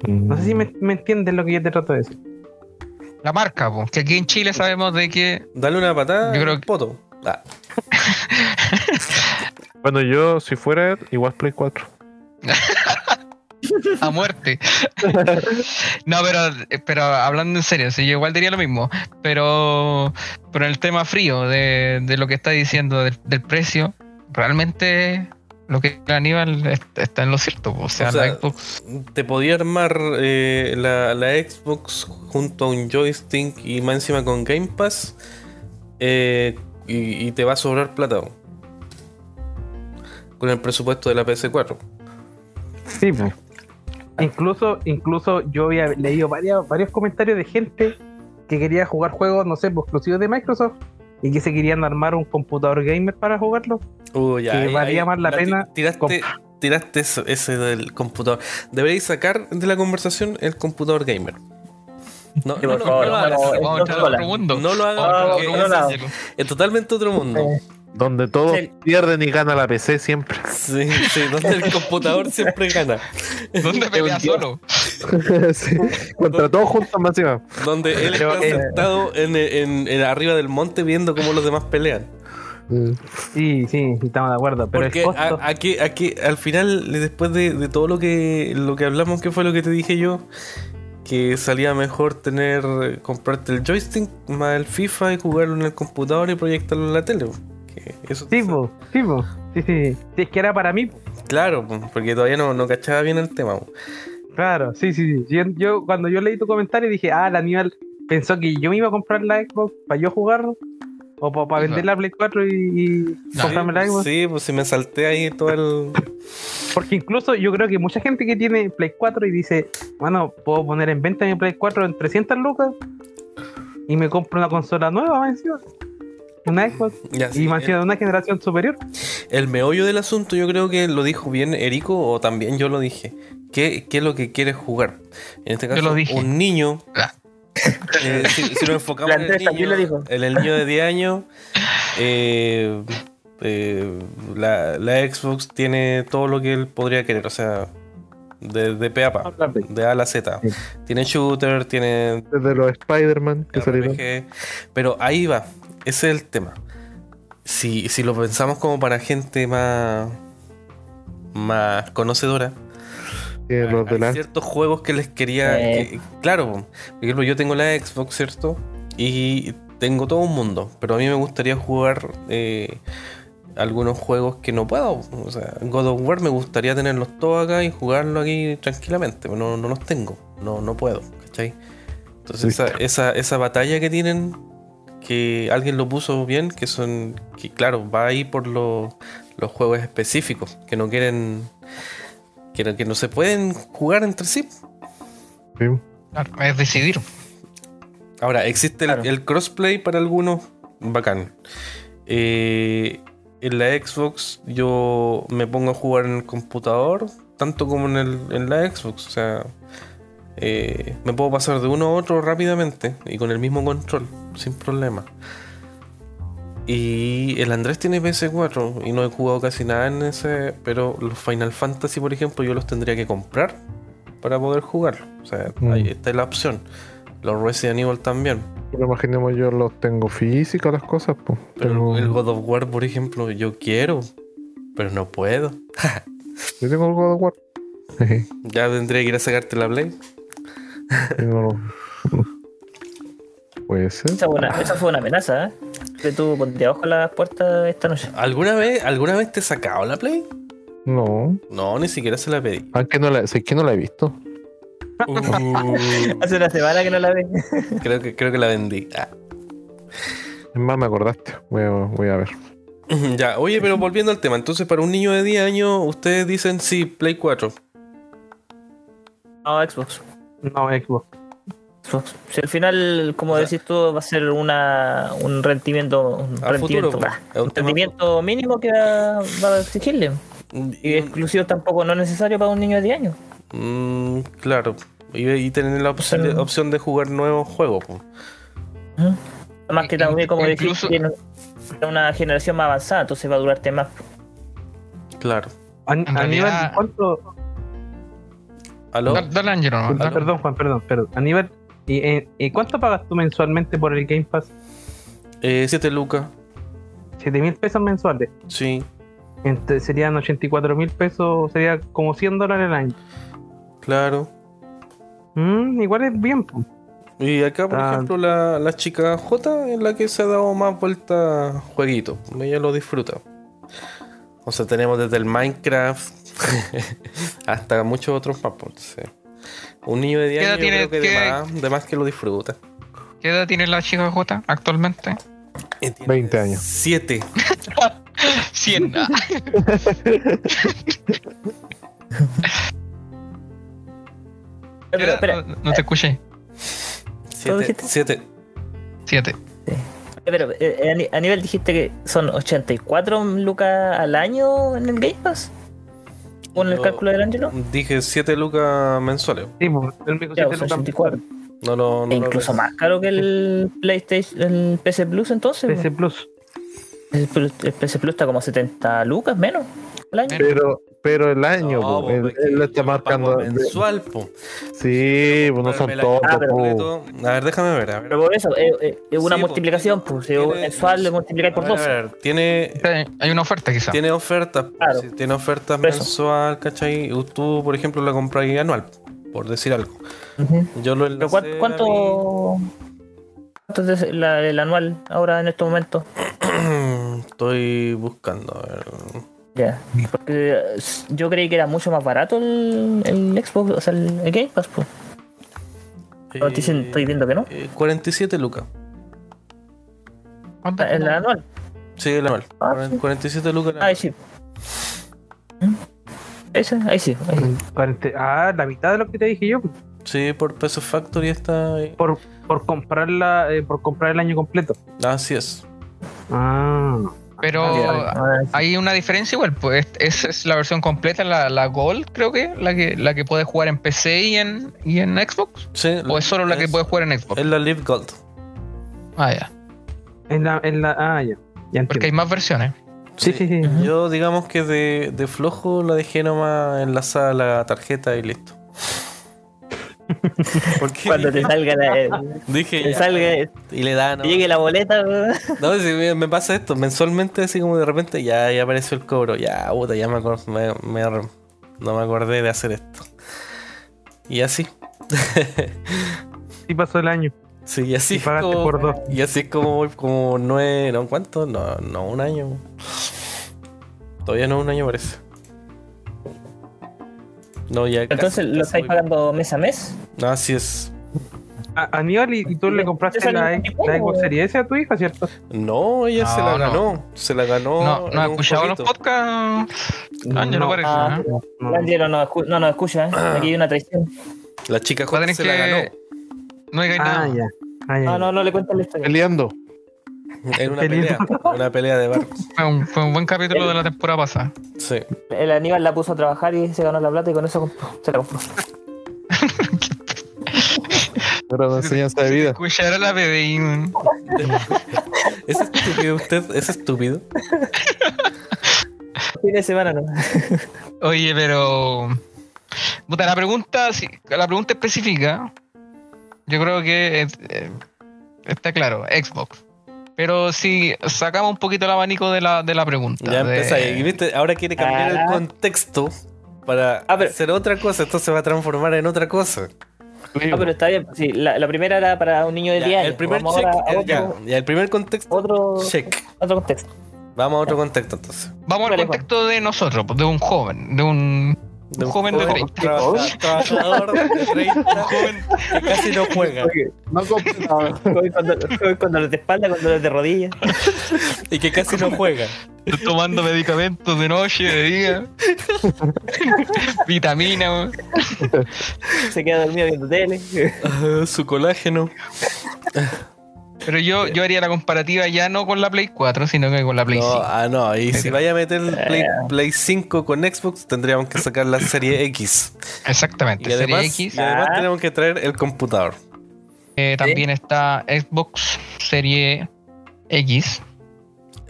S5: No sé si me, me entiendes lo que yo te trato de decir.
S4: La marca, po, que aquí en Chile sabemos de que
S1: Dale una patada.
S4: Yo
S1: Yo
S4: creo
S1: creo
S4: que-
S1: Poto. Ah,
S3: Bueno, yo si fuera él, igual Play 4.
S4: a muerte. no, pero, pero hablando en serio, sí, yo igual diría lo mismo. Pero, pero el tema frío de, de lo que está diciendo del, del precio, realmente lo que dice Aníbal es- está en lo cierto. po. O sea,
S1: O sea,
S4: la Xbox
S1: te podía armar eh, la, la Xbox junto a un joystick y más encima con Game Pass. eh, y, y te va a sobrar plata. weón. Con el presupuesto de la PS4.
S5: Sí, pues. Incluso, incluso yo había leído varios, varios comentarios de gente que quería jugar juegos, no sé, pues, exclusivos de Microsoft y que se querían armar un computador gamer para jugarlo.
S1: Uh,
S5: Que
S1: ahí-
S5: valía
S1: ahí
S5: más la
S1: ti-
S5: pena
S1: Tiraste,
S5: comprar.
S1: tiraste ese, ese del computador. Deberéis sacar de la conversación el computador gamer. No,
S7: Sí,
S1: no,
S7: por
S1: no,
S7: favor,
S1: no lo
S7: no, no,
S1: hagas.
S4: Vamos a entrar a
S7: consola.
S4: otro mundo.
S1: No lo hagas,
S4: Otro-
S1: porque
S4: otro mundo,
S1: ese-
S4: Ángelo.
S1: Es totalmente otro mundo.
S3: Donde todos
S7: Sí.
S3: pierden y gana la PC siempre.
S1: Sí, sí, donde el computador siempre gana.
S4: ¿Dónde pelea solo?
S3: [laughs] Sí. Contra todos juntos más encima.
S1: Donde él está sentado en, en- en arriba del monte viendo cómo los demás pelean.
S3: Mm.
S5: Sí, sí, sí, estamos de acuerdo. Pero
S1: Porque
S5: el costo.
S1: a- aquí, aquí, al final, después de, de todo lo que, lo que hablamos, que fue lo que te dije yo, que salía mejor tener eh, comprarte el joystick más el FIFA y jugarlo en el computador y proyectarlo en la tele. que eso
S5: Sí, pues, sí, pues. Sí, sí, sí. Sí, es que era para mí, pues.
S1: Claro, po, porque todavía no, no cachaba bien el tema. po.
S5: Claro, sí, sí, sí. Yo, yo cuando yo leí tu comentario dije, ah, el Aníbal pensó que yo me iba a comprar la Xbox para yo jugar o para
S4: Ajá.
S5: vender la Play 4 y, y
S4: No.
S5: comprarme la Xbox.
S1: Sí, pues si me salté ahí todo
S5: [laughs]
S1: el.
S5: Porque incluso yo creo que mucha gente que tiene Play 4 y dice, bueno, puedo poner en venta mi Play 4 en 300 lucas y me compro una consola nueva, más encima. Una Xbox.
S1: Ya, sí, eh,
S5: Y más encima de una generación superior.
S1: El meollo del asunto, yo creo que lo dijo bien Erico, o también yo lo dije. ¿Qué, qué es lo que quieres jugar? En este caso,
S4: lo dije.
S1: un niño.
S4: Ah.
S1: eh, si, si nos enfocamos en el,
S7: Andrés
S1: niño,
S7: también lo dijo.
S1: en el niño de 10 años, eh, eh, la, la Xbox tiene todo lo que él podría querer, o sea, de, de pe a pa, de A a la Z.
S3: Sí.
S1: Tiene shooter, tiene
S3: Desde los Spider-Man que salieron.
S1: RPG. Pero ahí va, ese es el tema. Si, si lo pensamos como para gente más, más conocedora,
S3: Tiene los de
S1: hay
S3: la.
S1: ciertos juegos que les quería.
S2: Eh.
S1: que- claro, po. por ejemplo, yo tengo la Xbox, ¿cierto? Y tengo todo un mundo, pero a mí me gustaría jugar eh, algunos juegos que no puedo. O sea, God of War me gustaría tenerlos todos acá y jugarlo aquí tranquilamente, pero no, no los tengo, no, no puedo, ¿cachai? Entonces, esa,
S3: Listo.
S1: esa, esa batalla que tienen, que alguien lo puso bien, que son. que claro, va ahí por los los juegos específicos, que no quieren. Que no, que no se pueden jugar entre sí.
S3: Sí.
S4: Claro, es decidir.
S1: Ahora, existe el-
S2: Claro.
S1: el, crossplay para algunos, bacán. Eh, en la Xbox yo me pongo a jugar en el computador, tanto como en, el- en la Xbox. O sea, eh, me puedo pasar de uno a otro rápidamente y con el mismo control, sin problema. Y el Andrés tiene PS4 y no he jugado casi nada en ese, pero los Final Fantasy, por ejemplo, yo los tendría que comprar para poder jugarlo. O sea,
S3: Mm.
S1: ahí está la opción. Los Resident Evil también.
S3: Pero imaginemos yo los tengo físicos las cosas, pues.
S1: Pero
S3: Tengo-
S1: el God of War, por ejemplo, yo quiero, pero no puedo.
S3: Yo tengo el God of War. [laughs] Jeje,
S1: Ya tendría que ir a sacarte la Play.
S3: tengo los- [laughs] Puede ser.
S2: Esa, fue una- esa fue una amenaza, ¿eh? Que tú pondrías ojo a las puertas esta noche.
S1: ¿Alguna vez, alguna vez te he sacado la Play?
S3: No.
S1: No, ni siquiera se la pedí.
S3: Aunque no la, sé que no la he visto.
S1: Uh,
S2: [laughs] Hace una semana que no la ves.
S1: [laughs] creo, que, creo que la vendí. Ah.
S3: Es más, me acordaste. Voy a, voy a ver.
S1: Ya, oye, pero volviendo al tema, entonces para un niño de 10 años, ustedes dicen sí, Play 4.
S2: No, Xbox.
S5: No, Xbox.
S2: Xbox. Si al final, como
S1: O sea-
S2: decís tú, va a ser una, un rendimiento, un
S1: A
S2: rendimiento,
S1: futuro, pues.
S2: bah,
S1: Es un
S2: un
S1: tema-
S2: rendimiento mínimo que va, va a exigirle. Y exclusivo tampoco no es necesario para un niño de 10 años.
S1: Mm, claro, y, y tener la opción,
S2: sea-
S1: opción de jugar nuevos juegos. po.
S2: Más que también, como
S4: E
S2: decís,
S4: Incluso-
S2: tiene una generación más avanzada, entonces va a durarte más.
S1: Claro.
S5: An-
S4: En
S5: Aníbal,
S4: realidad-
S5: ¿cuánto,
S1: ¿Aló?
S4: Da- Dale, Angelo, nomás,
S5: Ah,
S4: dale.
S5: Perdón, Juan, perdón, perdón. Aníbal, ¿y, eh, eh, cuánto pagas tú mensualmente por el Game Pass?
S1: Eh, 7 lucas,
S5: 7 mil pesos mensuales.
S1: sí.
S5: Ent- serían 84 mil pesos, sería como 100 dólares al año.
S1: Claro.
S5: Mm, igual es bien. po.
S1: Y acá, por
S5: Ah.
S1: ejemplo, la, la chica J es la que se ha dado más vuelta a jueguito. Ella lo disfruta. O sea, tenemos desde el Minecraft [laughs] hasta muchos otros más. pues, entonces, Un niño de 10
S4: ¿Qué edad
S1: años yo
S4: tiene-
S1: creo que de
S4: qué-
S1: más, de más que lo disfruta.
S4: ¿Qué edad tiene la chica J actualmente?
S3: 20 años.
S1: 7.
S4: 100.
S2: Pero, espera,
S4: no, no te escuché.
S1: 7.
S2: dijiste?
S1: 7.
S4: 7.
S2: pero eh, a ni- a nivel dijiste que son 84 lucas al año en el Game Pass. Con el
S1: Yo-
S2: cálculo del Angelo.
S1: Dije 7 lucas mensuales.
S5: Sí, po, el único
S2: Ya,
S5: siete
S2: son
S5: lucas
S2: 84.
S1: No lo. No
S2: E
S1: lo
S2: incluso
S1: ves.
S2: más caro que el PlayStation, el PC Plus entonces.
S5: PC Plus.
S2: El, Plus- el PC Plus está eh, como 70 lucas menos al año.
S4: Menos.
S3: Pero, pero el
S1: No,
S3: año, po,
S1: pues,
S3: él,
S1: porque
S3: él lo
S1: yo
S3: está
S1: lo pago
S3: marcando.
S1: Mensual, po.
S3: Sí, pues no son
S1: Comprarme la-
S3: todos.
S2: Ah, pero
S3: po.
S1: Completo. A ver, déjame ver. A ver.
S2: Pero por eso, eh, es una
S1: Sí, po,
S2: multiplicación, pues, si es
S1: tiene-
S2: mensual lo multiplicáis por
S1: A ver,
S2: 12.
S1: a ver, tiene
S4: Hay una oferta quizá.
S1: Tiene ofertas,
S2: Claro.
S1: sí, tiene ofertas
S2: Eso.
S1: mensual, ¿cachai? Tú, por ejemplo, la compras anual, por decir algo.
S2: Ujú.
S1: Yo lo
S2: Pero
S1: enlacé
S2: ¿cuánto, cuánto,
S1: a
S2: cuánto es la- el anual ahora en estos momentos?
S1: mi- [clears throat] Estoy buscando, a ver.
S2: Ya. Porque eh, yo creí que era mucho más barato el, el Xbox, o sea, el, el Game Pass, pues. Pero te dicen-
S1: Eh,
S2: estoy viendo que no.
S1: eh, 47 lucas.
S4: ¿Cuánto?
S2: Ah, El anual.
S1: Sí, el anual.
S2: Ah,
S1: Cuaren-
S2: sí.
S1: 47 lucas. el
S2: Ahí
S1: anual.
S2: sí. ¿Mm? Ese, ahí sí. Ahí sí.
S5: 40 ah, la mitad de lo que te dije yo. po.
S1: Sí, por peso factory está ahí.
S5: Por, por, comprarla, eh, por comprar el año completo.
S1: Ah, Así es.
S5: Ah,
S4: Pero
S1: Ah.
S5: ahora sí.
S4: hay una diferencia igual, pues esa es la versión completa, la, la Gold creo que, la que la que puedes jugar en PC y en, y en Xbox.
S1: Sí,
S4: ¿O es solo la que
S1: es-
S4: puedes jugar en Xbox?
S1: Es la Live Gold.
S4: Ah, ya.
S5: En la, en la, ah, ya. Ya
S4: Porque hay
S5: entiendo.
S4: más versiones.
S5: Sí, sí, sí.
S1: Yo digamos que de, de flojo la dejé nomás enlazada a la tarjeta y listo. Porque
S2: [laughs]
S1: [laughs]
S2: Cuando te salga la.
S1: dije
S2: te
S1: ya,
S2: salga,
S1: y le da
S2: te
S1: no.
S2: llegue la boleta. weón.
S1: No, si me, me pasa esto, mensualmente así como de repente ya, ya apareció el cobro, ya puta, ya me, acor- me- me ar- no me acordé de hacer esto. Y así, [laughs]
S5: Sí pasó el año.
S1: sí, y así
S5: Y
S1: es
S5: pagaste
S1: como,
S5: por dos.
S1: y así es como voy como nueve, no cuánto, no, no un año. Todavía no un año parece. No, ya casi-
S2: Entonces, ¿lo
S1: casi
S2: estáis
S1: voy-
S2: pagando mes a mes?
S1: No, así es.
S5: A, Aníbal, y, y tú le compraste
S2: ¿Te salió
S5: la,
S2: un
S5: la
S2: poco?
S5: Xbox Series S a tu hija, ¿cierto?
S1: No, ella se la
S4: No, no.
S1: ganó. Se la ganó.
S4: No,
S1: en
S4: no he
S1: Oh, un
S4: escuchado los
S1: jueguito.
S4: podcasts. Ángel, no parece.
S2: Ah,
S4: ¿eh?
S5: No, no.
S2: Angelo no, escu- no nos escucha, ¿eh? Aquí hay una traición.
S1: La chica
S4: Va a
S1: J
S4: tener
S1: se la ganó.
S4: que. No hay
S5: Ah,
S4: nada.
S5: ya. Ah, ya.
S2: No, no, no le cuentas la historia.
S3: Peleando.
S1: En una pelea.
S4: [laughs]
S5: Peleando.
S1: una pelea de bar.
S4: Fue un, fue un buen capítulo de la temporada pasada.
S1: Sí.
S2: El Aníbal la puso a trabajar y se ganó la plata y con eso compró- se la [laughs] compró.
S3: Era una enseñanza de vida.
S4: Escuchar a la PDI. weón.
S1: ¿Es estúpido usted? ¿Es estúpido?
S2: Fin de semana no.
S4: Oye, pero. Puta, la pregunta, sí, la pregunta específica, yo creo que eh, eh, está claro, Xbox. Pero si sacamos un poquito el abanico de la, de la pregunta.
S1: Ya
S4: de-
S1: empieza ahí. ¿Viste? Ahora quiere cambiar el
S2: Ah.
S1: contexto para
S2: Ah, pero-
S1: hacer otra cosa. Esto se va a transformar en otra cosa.
S2: Ah, pero está bien. Sí, la, la primera era para un niño de
S1: Ya,
S2: 10 años.
S1: el primer
S2: Vamos
S1: check.
S2: ahora a
S1: eh,
S2: otro,
S1: ya, ya, el primer contexto.
S2: otro,
S1: Check.
S2: otro [laughs] contexto.
S1: Vamos a otro contexto entonces.
S4: Vamos al
S2: Dale, Juan.
S4: contexto de nosotros, pues, de un joven, de un
S1: De
S4: Un joven de 30.
S1: trabaja- Trabajador de 30
S4: joven
S1: que casi no juega
S3: No completaba.
S2: Joven cuando, joven cuando los de espalda, cuando los de rodillas.
S1: y que casi no juega.
S4: tomando medicamentos de noche, de día, [laughs] vitamina, weón.
S2: Se queda dormido viendo tele.
S1: Ah, su colágeno.
S4: Pero yo, yo haría la comparativa ya no con la Play 4, sino que con la Play
S1: No,
S4: 5.
S1: ah, no, y si
S4: Pero-
S1: vaya a meter el
S2: Eh.
S1: Play, Play 5 con Xbox, tendríamos que sacar la serie X.
S4: Exactamente.
S1: Y además,
S4: Serie X.
S1: y además
S2: Ah.
S1: tenemos que traer el computador.
S4: Eh, también está Xbox Serie X.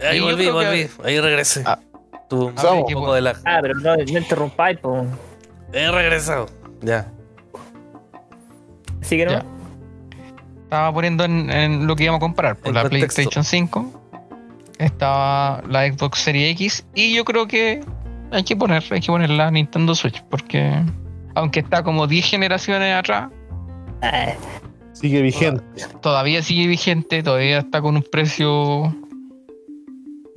S1: Ahí
S4: yo
S1: volví,
S4: creo que-
S1: volví, ahí regresé.
S4: Ah.
S1: Tú,
S4: Ah,
S1: un
S4: sí,
S1: poco
S4: que-
S1: de lag.
S2: Ah, pero no, no interrumpáis, po.
S1: He regresado. Ya.
S2: Así que no.
S4: Ya. Estaba poniendo en, en lo que íbamos a comparar. Por
S1: En
S4: la
S1: contexto.
S4: PlayStation 5. Estaba la Xbox Serie X. Y yo creo que hay que poner, hay que poner la Nintendo Switch. Porque aunque está como 10 generaciones atrás,
S2: Ah,
S3: Sigue vigente.
S4: todavía sigue vigente, todavía está con un precio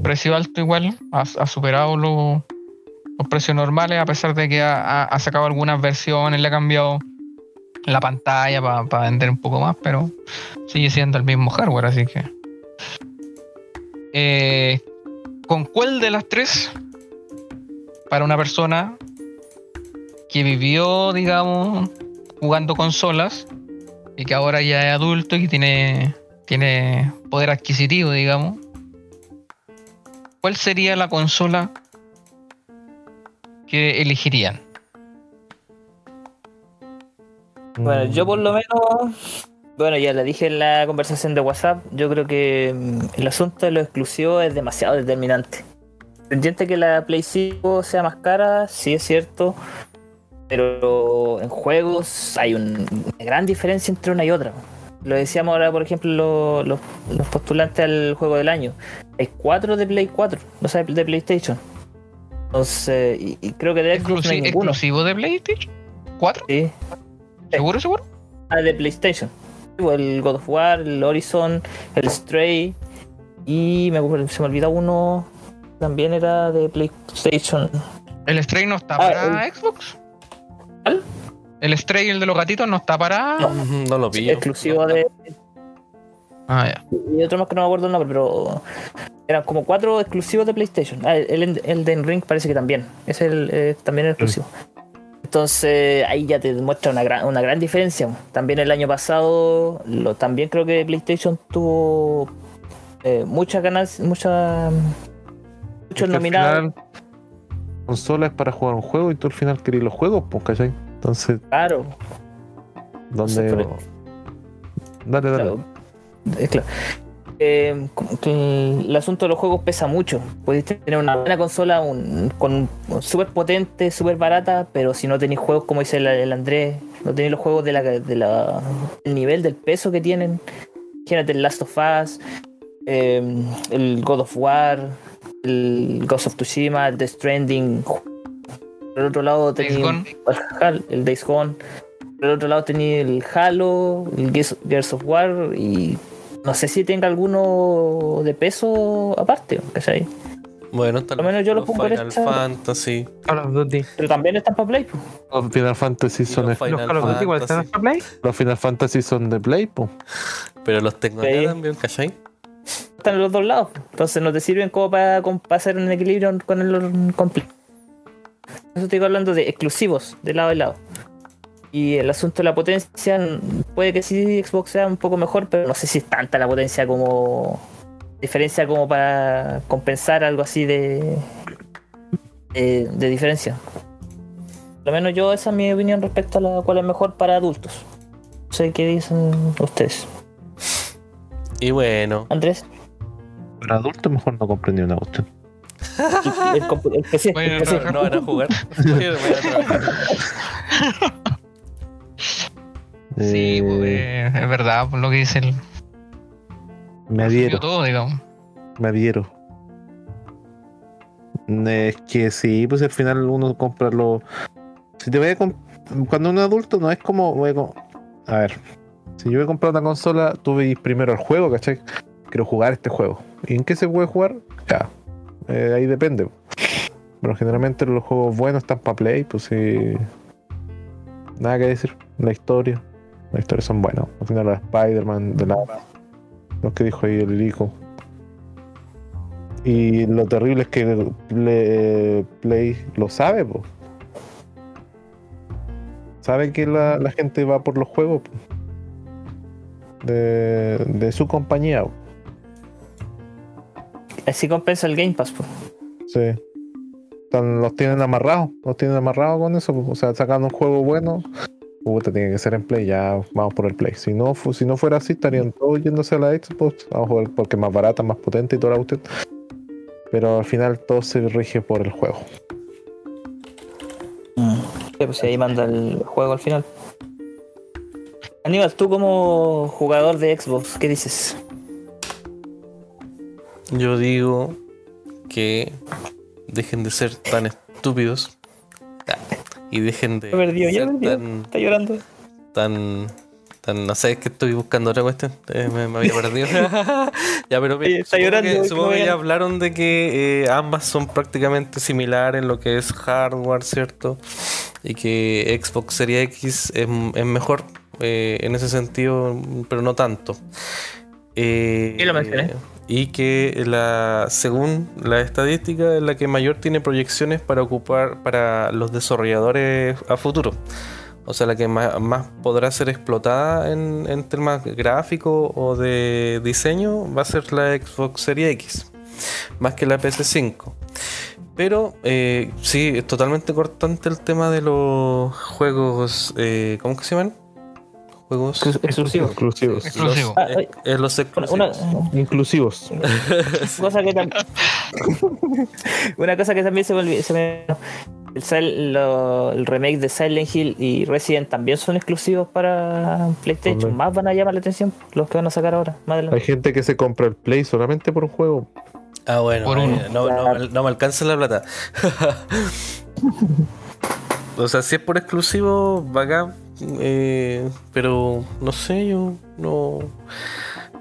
S4: precio alto igual, ha, ha superado lo- los precios normales, a pesar de que ha, ha- ha sacado algunas versiones, le ha cambiado la pantalla para vender un poco más, pero sigue siendo el mismo hardware, así que... Eh, ¿Con cuál de las tres? Para una persona que vivió, digamos, jugando consolas, y que ahora ya es adulto y que tiene, tiene poder adquisitivo, digamos. ¿Cuál sería la consola que elegirían?
S2: Bueno, yo por lo menos. Bueno, ya la dije en la conversación de WhatsApp. Yo creo que mm, el asunto de lo exclusivo es demasiado determinante. Pendiente que la Play 5 sea más cara, sí es cierto. Pero en juegos hay un- una gran diferencia entre una y otra. Lo decíamos ahora, por ejemplo, lo- los- los postulantes al juego del año. Hay cuatro de Play 4, no sea, de PlayStation. Entonces, y, y creo que de Xbox no hay
S4: Exclusi-
S2: ninguno.
S4: ¿Exclusivo de PlayStation? ¿Cuatro?
S2: Sí.
S4: ¿Seguro, seguro?
S2: Ah, de PlayStation. El God of War, el Horizon, el Stray. Y me, se me olvida uno. También era de PlayStation.
S4: ¿El Stray no está
S2: Ah,
S4: para Xbox?
S2: ¿Cuál?
S4: ¿El Stray, el de los gatitos, no está para...?
S1: No lo pillo.
S2: exclusivo de.
S4: Ah, ya.
S2: Y otro más que no me acuerdo el nombre, pero. Eran como cuatro exclusivos de PlayStation. Ah, el, el Elden Ring parece que también. Es el, eh, también el exclusivo. Entonces ahí ya te demuestra una gran, una gran diferencia. También el año pasado, lo, también creo que PlayStation tuvo eh, muchas ganancias, muchas. Muchos
S3: Porque al
S2: nominados.
S3: final, Consola es para jugar un juego y tú al final querés los juegos, pues, ¿cachai? Entonces,
S2: Claro,
S3: ¿dónde.?
S2: por-
S3: Dale, dale.
S2: claro. Es claro. Eh, como que el asunto de los juegos pesa mucho. Podéis tener una buena consola un- con un- súper potente, súper barata, pero si no tenéis juegos, como dice el, el Andrés, no tenéis los juegos de la, de la- del nivel, del peso que tienen. Imagínate el Last of Us, eh, el God of War, el Ghost of Tsushima, el Death Stranding. Por el otro lado
S4: Days
S2: tenéis
S4: Gone.
S2: el Hal- el Days Gone. Por el otro lado tenía el Halo, el Gears Gears of War y no sé si tenga alguno de peso aparte, ¿cachai?
S1: Bueno, tal
S2: Lo menos yo lo pongo en
S1: Final
S2: esta-
S1: Fantasy.
S5: Call of Duty.
S2: Pero también están para Play, pues.
S3: Los Final Fantasy
S1: y
S3: son.
S1: los
S3: ex-
S5: Los Call
S1: Final
S5: of Duty igual están
S1: Fantasy.
S5: en Play.
S3: Los Final Fantasy son de Play, pues.
S1: Pero los tengo acá
S2: Sí.
S1: también, ¿cachai?
S2: están en los dos lados. pues. Entonces no te sirven como para, com- para hacer un equilibrio con el con Play. Eso estoy hablando de exclusivos, de lado a lado. Y el asunto de la potencia, puede que sí Xbox sea un poco mejor, pero no sé si es tanta la potencia como. diferencia como para compensar algo así de. de, de diferencia. Por lo menos yo, esa es mi opinión respecto a la cual es mejor para adultos. No sé qué dicen ustedes.
S1: Y bueno,
S2: Andrés,
S3: Para adultos mejor no comprendí una cuestión.
S2: el, compu- el PC, el
S4: Bueno,
S2: PC.
S1: no van a [laughs] jugar. Sí, van a trabajar.
S4: Sí,
S3: Eh,
S4: pues, eh, es verdad, por lo que dice el.
S3: Me
S4: Yo
S3: adhiero,
S4: todo, digamos.
S3: me adhiero. Es que sí, pues al final uno compra lo. Si te voy a comp- Cuando uno es adulto no es como. voy a com- A ver, si yo voy a comprar una consola, tú veis primero el juego, ¿cachai? Quiero jugar este juego. ¿Y en qué se puede jugar? Ya. Eh, ahí depende. Pero generalmente los juegos buenos están para play, pues sí. Nada que decir. La historia. Las historias son buenas. Al final la de Spider-Man, de la. Lo que dijo ahí el hijo. Y lo terrible es que Play, Play lo sabe, pues. Sabe que la, la gente va por los juegos po. de, de su compañía. po.
S2: Así Eh, compensa el Game Pass, pues. po.
S3: Sí. Están- los tienen amarrados, los tienen amarrados con eso. po. O sea, sacan un juego bueno. Puta, tiene que ser en Play, ya vamos por el Play. Si no, fu- si no fuera así, estarían todos yéndose a la Xbox. Vamos a jugar porque es más barata, más potente y toda la cuestión. Pero al final todo se rige por el juego.
S2: Sí, pues ahí manda el juego al final. Aníbal, tú como jugador de Xbox, ¿qué dices?
S1: Yo digo que dejen de ser tan estúpidos y dejen de
S2: Ya perdió, ya
S1: ser
S2: perdió.
S1: tan,
S2: ¿Está llorando?
S1: tan, tan, no sé, es que estoy buscando otra cuestión, eh, me, me había
S2: [laughs]
S1: perdido. ya, pero mira,
S2: Oye, está
S1: supongo
S2: llorando,
S1: que,
S2: que
S1: supongo que ya
S2: vayan.
S1: hablaron de que eh, ambas son prácticamente similares en lo que es hardware, ¿cierto? Y que Xbox Series X es, es mejor eh, en ese sentido, pero no tanto. Eh,
S2: Sí, lo mencioné.
S1: Y que la, según la estadística es la que mayor tiene proyecciones para ocupar para los desarrolladores a futuro. O sea, la que más, más podrá ser explotada en, en temas gráficos o de diseño va a ser la Xbox Series X, más que la PS5. Pero eh, sí, es totalmente cortante el tema de los juegos. eh, ¿Cómo que se llaman? Juegos.
S2: Exclusivo.
S3: Exclusivos.
S4: Exclusivo.
S1: Los, eh, eh, los
S2: Una, Ah, una-
S1: exclusivos.
S3: Inclusivos.
S2: [laughs] cosa que tam- [laughs] una cosa que también se me olvidó. se me- el, Sil- lo- el remake de Silent Hill y Resident también son exclusivos para PlayStation.
S3: Hombre.
S2: Más van a llamar la atención los que van a sacar ahora. Más
S3: Hay
S2: adelante.
S3: gente que se compra el Play solamente por un juego.
S1: Ah, bueno,
S4: Por
S1: eh,
S4: uno.
S1: No, no- no me alcanza la plata. [laughs] o sea, si es por exclusivo, bacán. eh, pero no sé, yo no,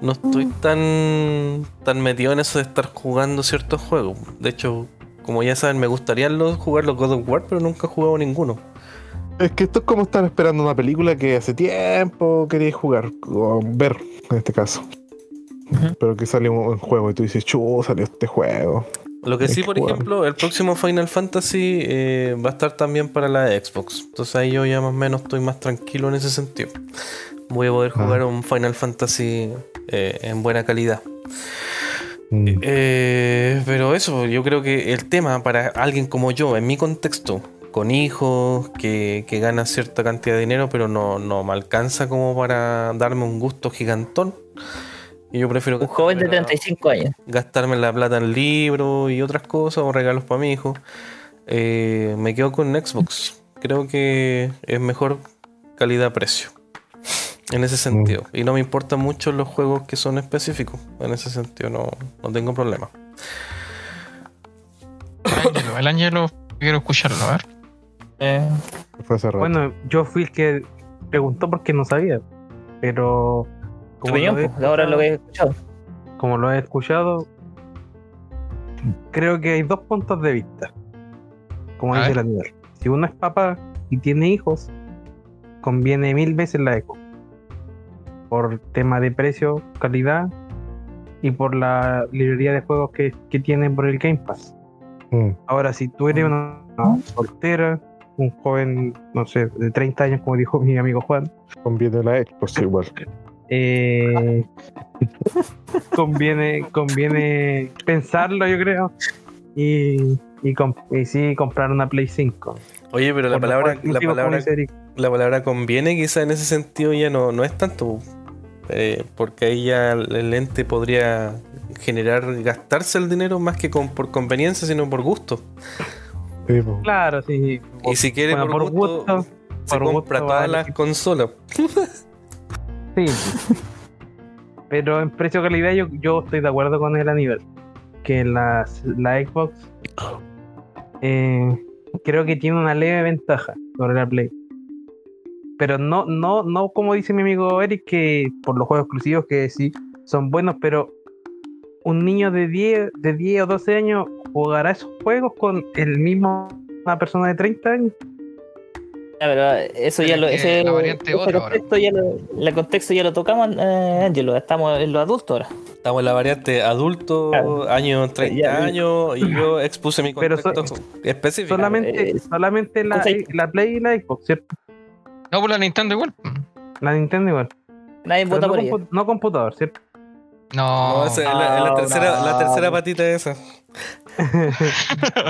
S1: no estoy tan, tan metido en eso de estar jugando ciertos juegos. De hecho, como ya saben, me gustaría los- jugar los God of War, pero nunca he jugado ninguno.
S3: Es que esto es como estar esperando una película que hace tiempo querías jugar, o ver en este caso. Pero que sale un, un juego y tú dices, chu, salió este juego.
S1: Lo que
S3: Hay
S1: sí,
S3: que
S1: por
S3: jugar.
S1: ejemplo, el próximo Final Fantasy eh, va a estar también para la Xbox. Entonces ahí yo ya más o menos estoy más tranquilo en ese sentido. Voy a poder
S3: Ah.
S1: jugar un Final Fantasy eh, en buena calidad.
S3: Mm.
S1: Eh, pero eso, yo creo que el tema para alguien como yo, en mi contexto, con hijos, que, que gana cierta cantidad de dinero, pero no, no me alcanza como para darme un gusto gigantón. Y yo prefiero
S7: Un joven de
S1: gastarme la-
S7: 35 años.
S1: gastarme la plata en libros y otras cosas o regalos para mi hijo. Eh, me quedo con Xbox. Creo que es mejor calidad-precio. En
S5: Mm.
S1: ese sentido. Y no me importan mucho los juegos que son específicos. En ese sentido no, no tengo problema.
S4: El Ángelo, el Ángelo, quiero escucharlo, a ver.
S2: Eh,
S3: Fue hace rato.
S5: Bueno, yo fui el que preguntó porque no sabía. Pero.
S7: Tu opinión,
S5: lo he
S7: pues, ahora lo
S5: escuchado-
S7: que he escuchado.
S5: como lo he escuchado, creo que hay dos puntos de vista. Como
S4: A
S5: dice
S4: ver.
S5: la nivel. Si uno es papá y tiene hijos, conviene mil veces la eco. Por tema de precio, calidad y por la librería de juegos que, que tienen por el Game Pass.
S3: Mm.
S5: Ahora, si tú eres una, una soltera, un joven, no sé, de 30 años, como dijo mi amigo Juan,
S3: Conviene la Xbox igual.
S5: eh, conviene, conviene pensarlo, yo creo. Y, y, comp- y sí, comprar una Play 5.
S1: Oye, pero la
S5: Por los
S1: palabra,
S5: cuales
S1: la
S5: motivos, como
S1: palabra,
S5: dice Eric.
S1: la palabra conviene quizá en ese sentido ya no, no es tanto. eh, porque ahí ya el ente podría generar, gastarse el dinero más que con- por conveniencia, sino por gusto.
S3: Sí, po.
S5: Claro, sí.
S1: Y si quiere
S5: Bueno,
S1: por,
S5: por
S1: gusto,
S5: gusto,
S1: se
S5: por gusto
S1: compra todas
S5: vale.
S1: las consolas.
S5: Sí. Pero en precio-calidad yo, yo estoy de acuerdo con el nivel Que la, la Xbox eh, creo que tiene una leve ventaja sobre la Play. Pero no, no, no como dice mi amigo Eric, que por los juegos exclusivos que sí son buenos, pero un niño de 10, de 10 o 12 años jugará esos juegos con el mismo una persona de 30 años.
S7: Ya, pero eso
S4: Pero
S7: ya
S4: es
S7: lo.
S4: que
S7: Ese,
S4: la variante es
S7: ese
S4: otra ahora.
S7: contexto ya lo, el contexto ya lo tocamos, eh, Angelo. Estamos en los adultos ahora.
S1: Estamos en la variante adulto,
S7: Claro.
S1: año 30
S7: Ya, ya.
S1: años, y
S5: [laughs]
S1: yo expuse mi
S5: Pero so-
S1: contexto específico.
S5: Solamente,
S7: eh,
S5: solamente la,
S7: cosa-
S5: la Play y la Xbox, ¿cierto?
S4: No, por la Nintendo igual. Mm.
S5: La Nintendo igual.
S7: Nadie
S5: Pero
S7: vota
S5: no,
S7: por ella.
S5: compu- no computador, ¿cierto?
S4: No,
S1: No, esa es la, es la
S5: Ah,
S7: No,
S1: tercera,
S7: no.
S1: la tercera patita esa.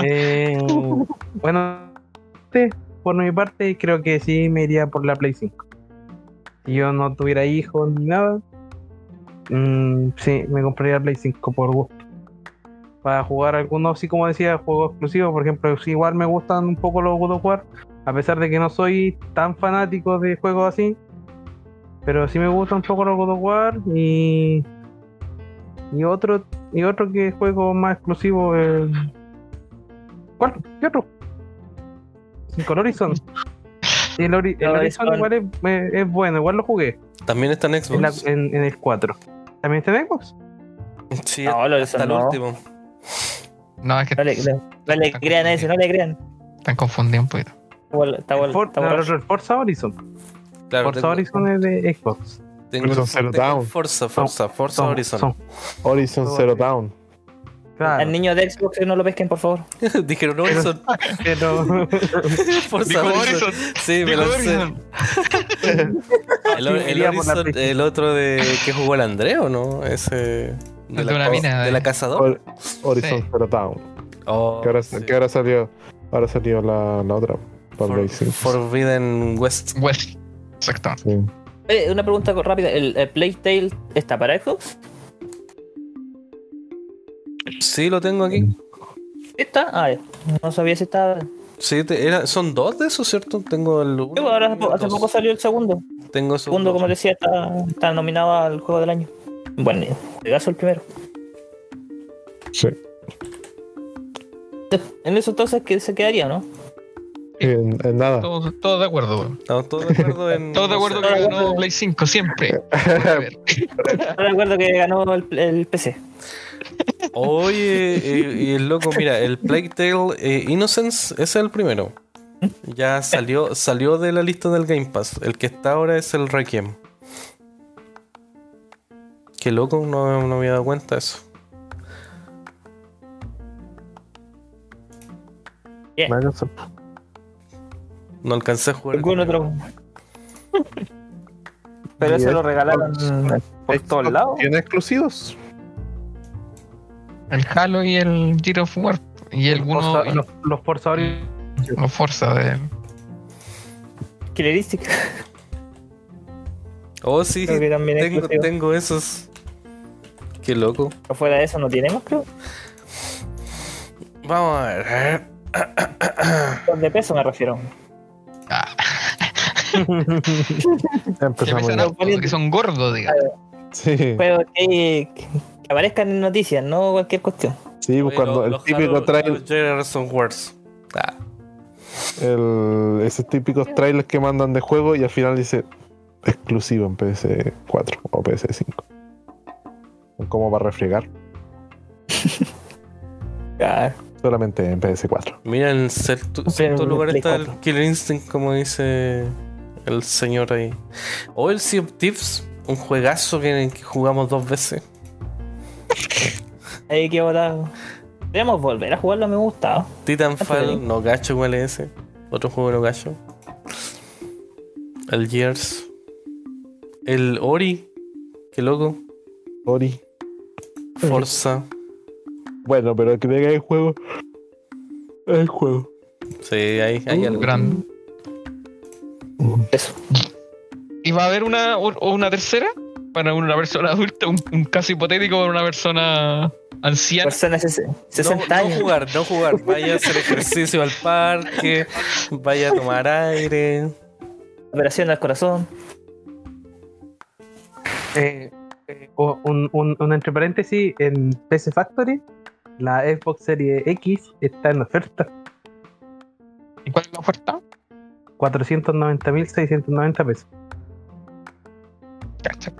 S5: Eh, bueno, sí, por mi parte, creo que sí me iría por la Play 5. Si yo no tuviera hijos ni nada, mm, sí, me compraría la Play 5 por gusto. Para jugar algunos, sí, como decía, juegos exclusivos. Por ejemplo, sí, igual me gustan un poco los God of War, a pesar de que no soy tan fanático de juegos así. Pero sí me gustan un poco los God of War y. Y otro, y otro que juego más exclusivo, el ¿Cuál? ¿Qué otro? Con Horizon. El, ori el
S7: Horizon.
S5: Horizon igual es, eh, es bueno, igual lo jugué
S1: También está en
S5: en, la-
S1: Xbox.
S5: en- en el 4. ¿También está en Xbox?
S1: Sí,
S7: No, lo
S1: hasta
S7: eso
S1: el
S7: no.
S1: último.
S4: no, es que
S7: No le, no- no le crean a ese, no le crean.
S4: están confundidos un poquito.
S7: Está bol- Está
S5: El,
S7: bol-
S5: For-
S7: está
S5: no, el
S7: borracho.
S5: otro, el Forza Horizon.
S1: Claro,
S5: Forza
S1: tengo-
S5: Horizon es de Xbox.
S1: tengo-
S3: Horizon Zero
S1: tengo
S3: Dawn.
S1: Forza, Forza, Forza
S5: Son-
S1: Horizon.
S5: son-
S3: Horizon
S5: Todo
S3: Zero
S5: bien.
S3: Down.
S7: Al
S5: claro,
S7: niño de Xbox eh, no lo pesquen, por favor.
S1: [laughs] Dijeron
S5: [laughs]
S1: Horizon, [laughs]
S5: pero
S1: Forza Horizon. Sí, me lancé. El, el
S5: iría por la
S1: Horizon,
S5: PlayStation.
S1: el otro de que jugó el Andreo, ¿no? Ese. De
S4: El
S1: la,
S4: de una
S1: co-
S4: mina,
S1: de
S4: eh.
S1: la cazadora.
S3: Hor- Horizon
S4: Sí.
S3: Zero Down.
S1: Oh,
S3: Que ahora,
S1: sí.
S3: que ahora salió, ahora salió la, la otra. Para
S1: For-
S3: Play 5.
S1: Forbidden West.
S4: West. Exacto.
S3: Sí.
S7: Eh, una pregunta co- rápida. ¿El, el Playtale está para Xbox?
S1: Sí, lo tengo aquí.
S7: ¿Está? Ah, ya. no sabía si estaba.
S1: Sí, te- era- son dos de esos, ¿cierto? Tengo el uno.
S7: Sí, pues, ahora hace
S1: y
S7: po-
S1: el
S7: hace
S1: dos.
S7: poco salió el segundo.
S1: Tengo esos
S7: segundo,
S1: dos.
S7: como decía, está, está nominado al juego del año. Bueno, caso el primero.
S3: Sí.
S7: En eso entonces que se quedaría, ¿no?
S3: En, en Eh, nada.
S4: Todos, todos de acuerdo, weón.
S1: Estamos todos de acuerdo
S4: [laughs]
S1: en.
S4: Todos de acuerdo que ganó Play 5, siempre.
S3: [laughs]
S7: Yo recuerdo que ganó el, el PC.
S1: Oye, eh, y el loco, mira, el Plague Tale eh, Innocence ese es el primero. Ya salió, salió de la lista del Game Pass. El que está ahora es el Requiem. Qué loco, no, no me había dado cuenta de eso.
S5: Microsoft.
S1: No alcancé a jugar.
S7: Algún otro. Pero eso
S3: Y es-
S1: eh,
S7: lo regalaron por todos lados.
S3: ¿Tiene exclusivos?
S4: El Halo y el Gear of War. Y algunos.
S5: Forza- los, los Forza Horizon.
S4: Los Forza de.
S2: Killeristic.
S1: Oh, sí,
S2: Creo que también es
S1: tengo,
S2: exclusivo.
S1: tengo esos. Qué loco.
S2: Afuera de eso no tenemos, creo.
S1: Vamos a ver.
S2: Los de peso me refiero.
S4: Ah,
S3: Ya
S4: que
S3: empezamos
S4: pesan
S3: ya.
S4: harto, que son gordos, digamos.
S3: Sí,
S2: Pero que, que aparezcan en noticias, no cualquier cuestión.
S3: sí, pues cuando el típico trailer,
S1: Generation Wars. Ah,
S3: el, esos típicos trailers que mandan de juego y al final dice exclusivo en PS4 o PS5. ¿Cómo va a refregar?
S2: Claro.
S3: Solamente en PS4.
S1: mira, en cierto, cierto
S2: el
S1: lugar
S2: Play
S1: está el
S2: cuatro.
S1: Killer Instinct, como dice el señor ahí. O el Sea of Thieves, un juegazo que, que jugamos dos veces.
S2: Ahí que botado. Podríamos volver a jugarlo, me gustaba.
S1: Titanfall,
S2: Entretenido.
S1: no cacho cuál es ese. Otro juego no cacho. El Gears. El Ori. Qué loco.
S3: Ori.
S1: Forza.
S3: Bueno, pero que tenga el juego. El juego.
S1: Sí, hay,
S4: Uh,
S1: hay algo.
S4: Grande.
S2: Eso.
S4: ¿Y va a haber una, o- o una tercera? Para una persona adulta, un, un caso hipotético para una persona anciana.
S2: Personas de ses- 60
S1: no,
S2: años.
S1: no jugar, no jugar. Vaya a hacer ejercicio al parque. Vaya a tomar aire.
S2: Operación al corazón.
S5: Eh, eh, o- un, un, un entre paréntesis, en PC Factory, la Xbox Series X está en oferta.
S4: ¿Y cuál es la oferta?
S5: 490.690 pesos.
S4: Cacha.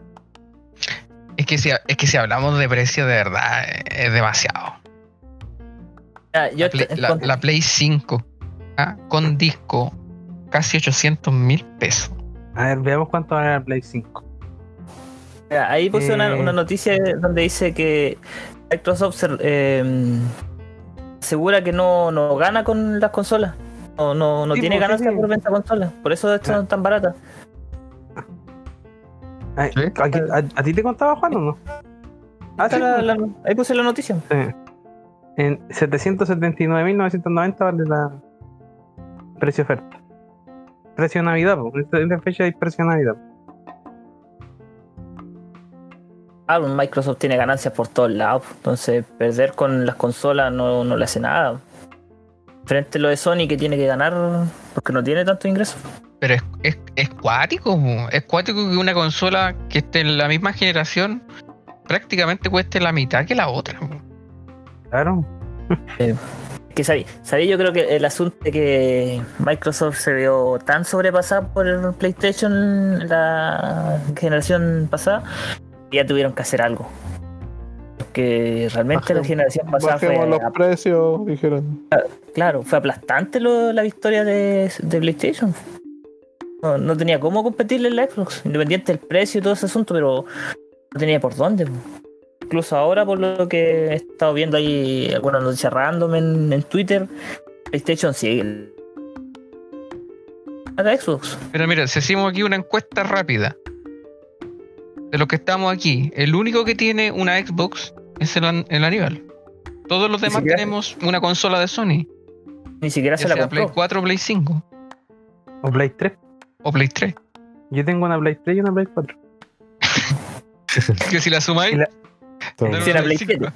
S4: Es que, si, es que si hablamos de precio de verdad, eh, es demasiado.
S2: Ah, yo
S4: La Play,
S2: te-
S4: la-
S2: encont-
S4: la Play 5 ah, con disco, casi 800 mil pesos.
S5: A ver, veamos cuánto va a Play 5.
S2: mira, ahí puse una,
S5: Eh.
S2: una noticia donde dice que Microsoft se- eh, asegura que no, no gana con las consolas. No, no, no
S5: Sí,
S2: tiene
S5: pues, sí,
S2: ganancias
S5: sí.
S2: por venta de consolas. Por eso estas
S5: Ah.
S2: son tan baratas.
S5: Ay,
S4: ¿Sí?
S5: ¿A, qui- a- a ti te contaba Juan o no? Ah, sí,
S2: Está la- la- ahí puse la noticia.
S5: eh. En 779.990 vale la precio oferta. Precio de Navidad, po. en esta- en esta fecha hay precio de Navidad.
S2: Ah, pues Microsoft tiene ganancias por todos lados, pues, entonces perder con las consolas no, no le hace nada. Frente a lo de Sony que tiene que ganar porque no tiene tanto ingreso.
S4: Pero es, es, es cuático, po. es cuático que una consola que esté en la misma generación prácticamente cueste la mitad que la otra. po.
S5: Claro.
S2: Que sabí, sabí, yo creo que el asunto de que Microsoft se vio tan sobrepasada por el PlayStation la generación pasada, que ya tuvieron que hacer algo. Porque realmente la
S3: Bajem-
S2: generación pasada fue
S3: Bajemos los
S2: ap-
S3: precios, dijeron.
S2: Claro, fue aplastante lo- la victoria de, de PlayStation. No, no tenía cómo competirle en la Xbox, independiente del precio y todo ese asunto, pero no tenía por dónde. po. Incluso ahora, por lo que he estado viendo ahí algunas noticias random en, en Twitter, PlayStation sigue. el- A la Xbox.
S4: Pero mira, si hacemos aquí una encuesta rápida de los que estamos aquí, el único que tiene una Xbox es el, an- el Aníbal. Todos los demás
S5: siquiera-
S4: tenemos una consola de Sony,
S2: Ni siquiera
S4: ya
S2: se la
S4: sea Play
S2: compró.
S4: 4, Play 5
S5: O Play 3.
S4: o Play 3.
S5: Yo tengo una Play 3 y una Play 4.
S4: Que si la sumáis,
S5: Y la-
S4: tenemos
S2: Si la
S4: una
S2: Play
S4: cinco.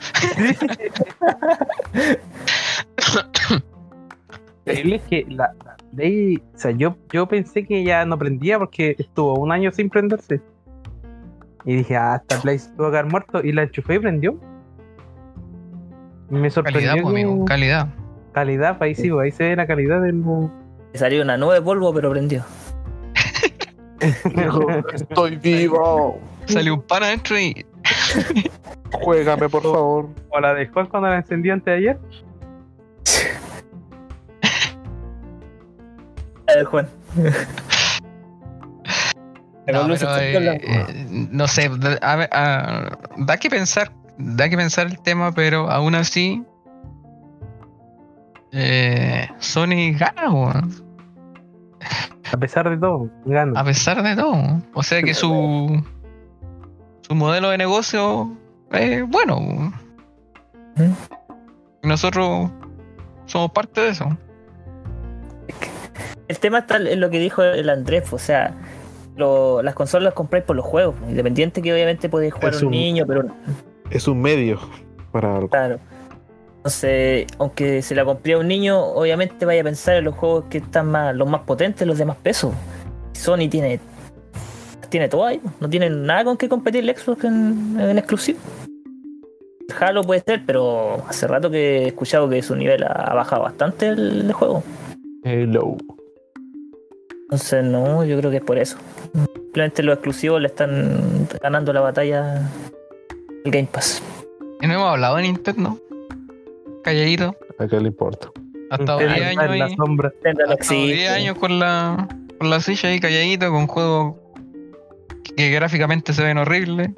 S5: Increíble es que la, la Play. O sea, yo, yo pensé que ya no prendía porque estuvo un año sin prenderse. Y dije, ah, esta Play se tuvo que haber muerto. Y la enchufé y prendió. Y Me sorprendió.
S4: Calidad, pues, amigo,
S5: que-
S4: calidad.
S5: calidad, pues ahí sí, ahí se ve la calidad del.
S2: Salió una nube de polvo, pero prendió.
S3: Estoy vivo.
S4: Salió un pan adentro y
S3: Juégame, por favor.
S5: o la de Juan cuando la encendió antes de ayer.
S2: A ver, Juan.
S4: No,
S2: Con luces
S4: pero,
S2: por todos
S4: eh,
S2: lados.
S4: eh, no sé, da- a ver, ah, da que pensar, da que pensar el tema, pero aún así eh, Sony gana, weón,
S5: A pesar de todo, gana.
S4: a pesar de todo. O sea que su su modelo de negocio es bueno. weón. Nosotros somos parte de eso.
S2: El tema está en lo que dijo el Andrés, o sea, lo- las consolas las compráis por los juegos, independiente que obviamente podéis jugar
S3: Es
S2: un
S3: un-
S2: niño, pero
S3: Es un medio para algo.
S2: Claro. Entonces, aunque se la compré a un niño, obviamente vaya a pensar en los juegos que están más, los más potentes, los de más peso. Sony tiene tiene todo ahí, no tiene nada con que competir el Xbox en, en exclusivo. El Halo puede ser, pero hace rato que he escuchado que su nivel ha ha bajado bastante el, el juego.
S3: Hello.
S2: Entonces, no, yo creo que es por eso. Simplemente los exclusivos le están ganando la batalla al Game Pass.
S4: Y no hemos hablado de Nintendo. Calladito.
S3: ¿A qué le importa?
S4: Ha estado 10
S5: Está en la
S4: años ahí.
S5: sombra.
S2: Nintendo no
S4: Ha estado 10
S2: existe.
S4: años con la, con la silla ahí calladito, con juegos que gráficamente se ven horribles.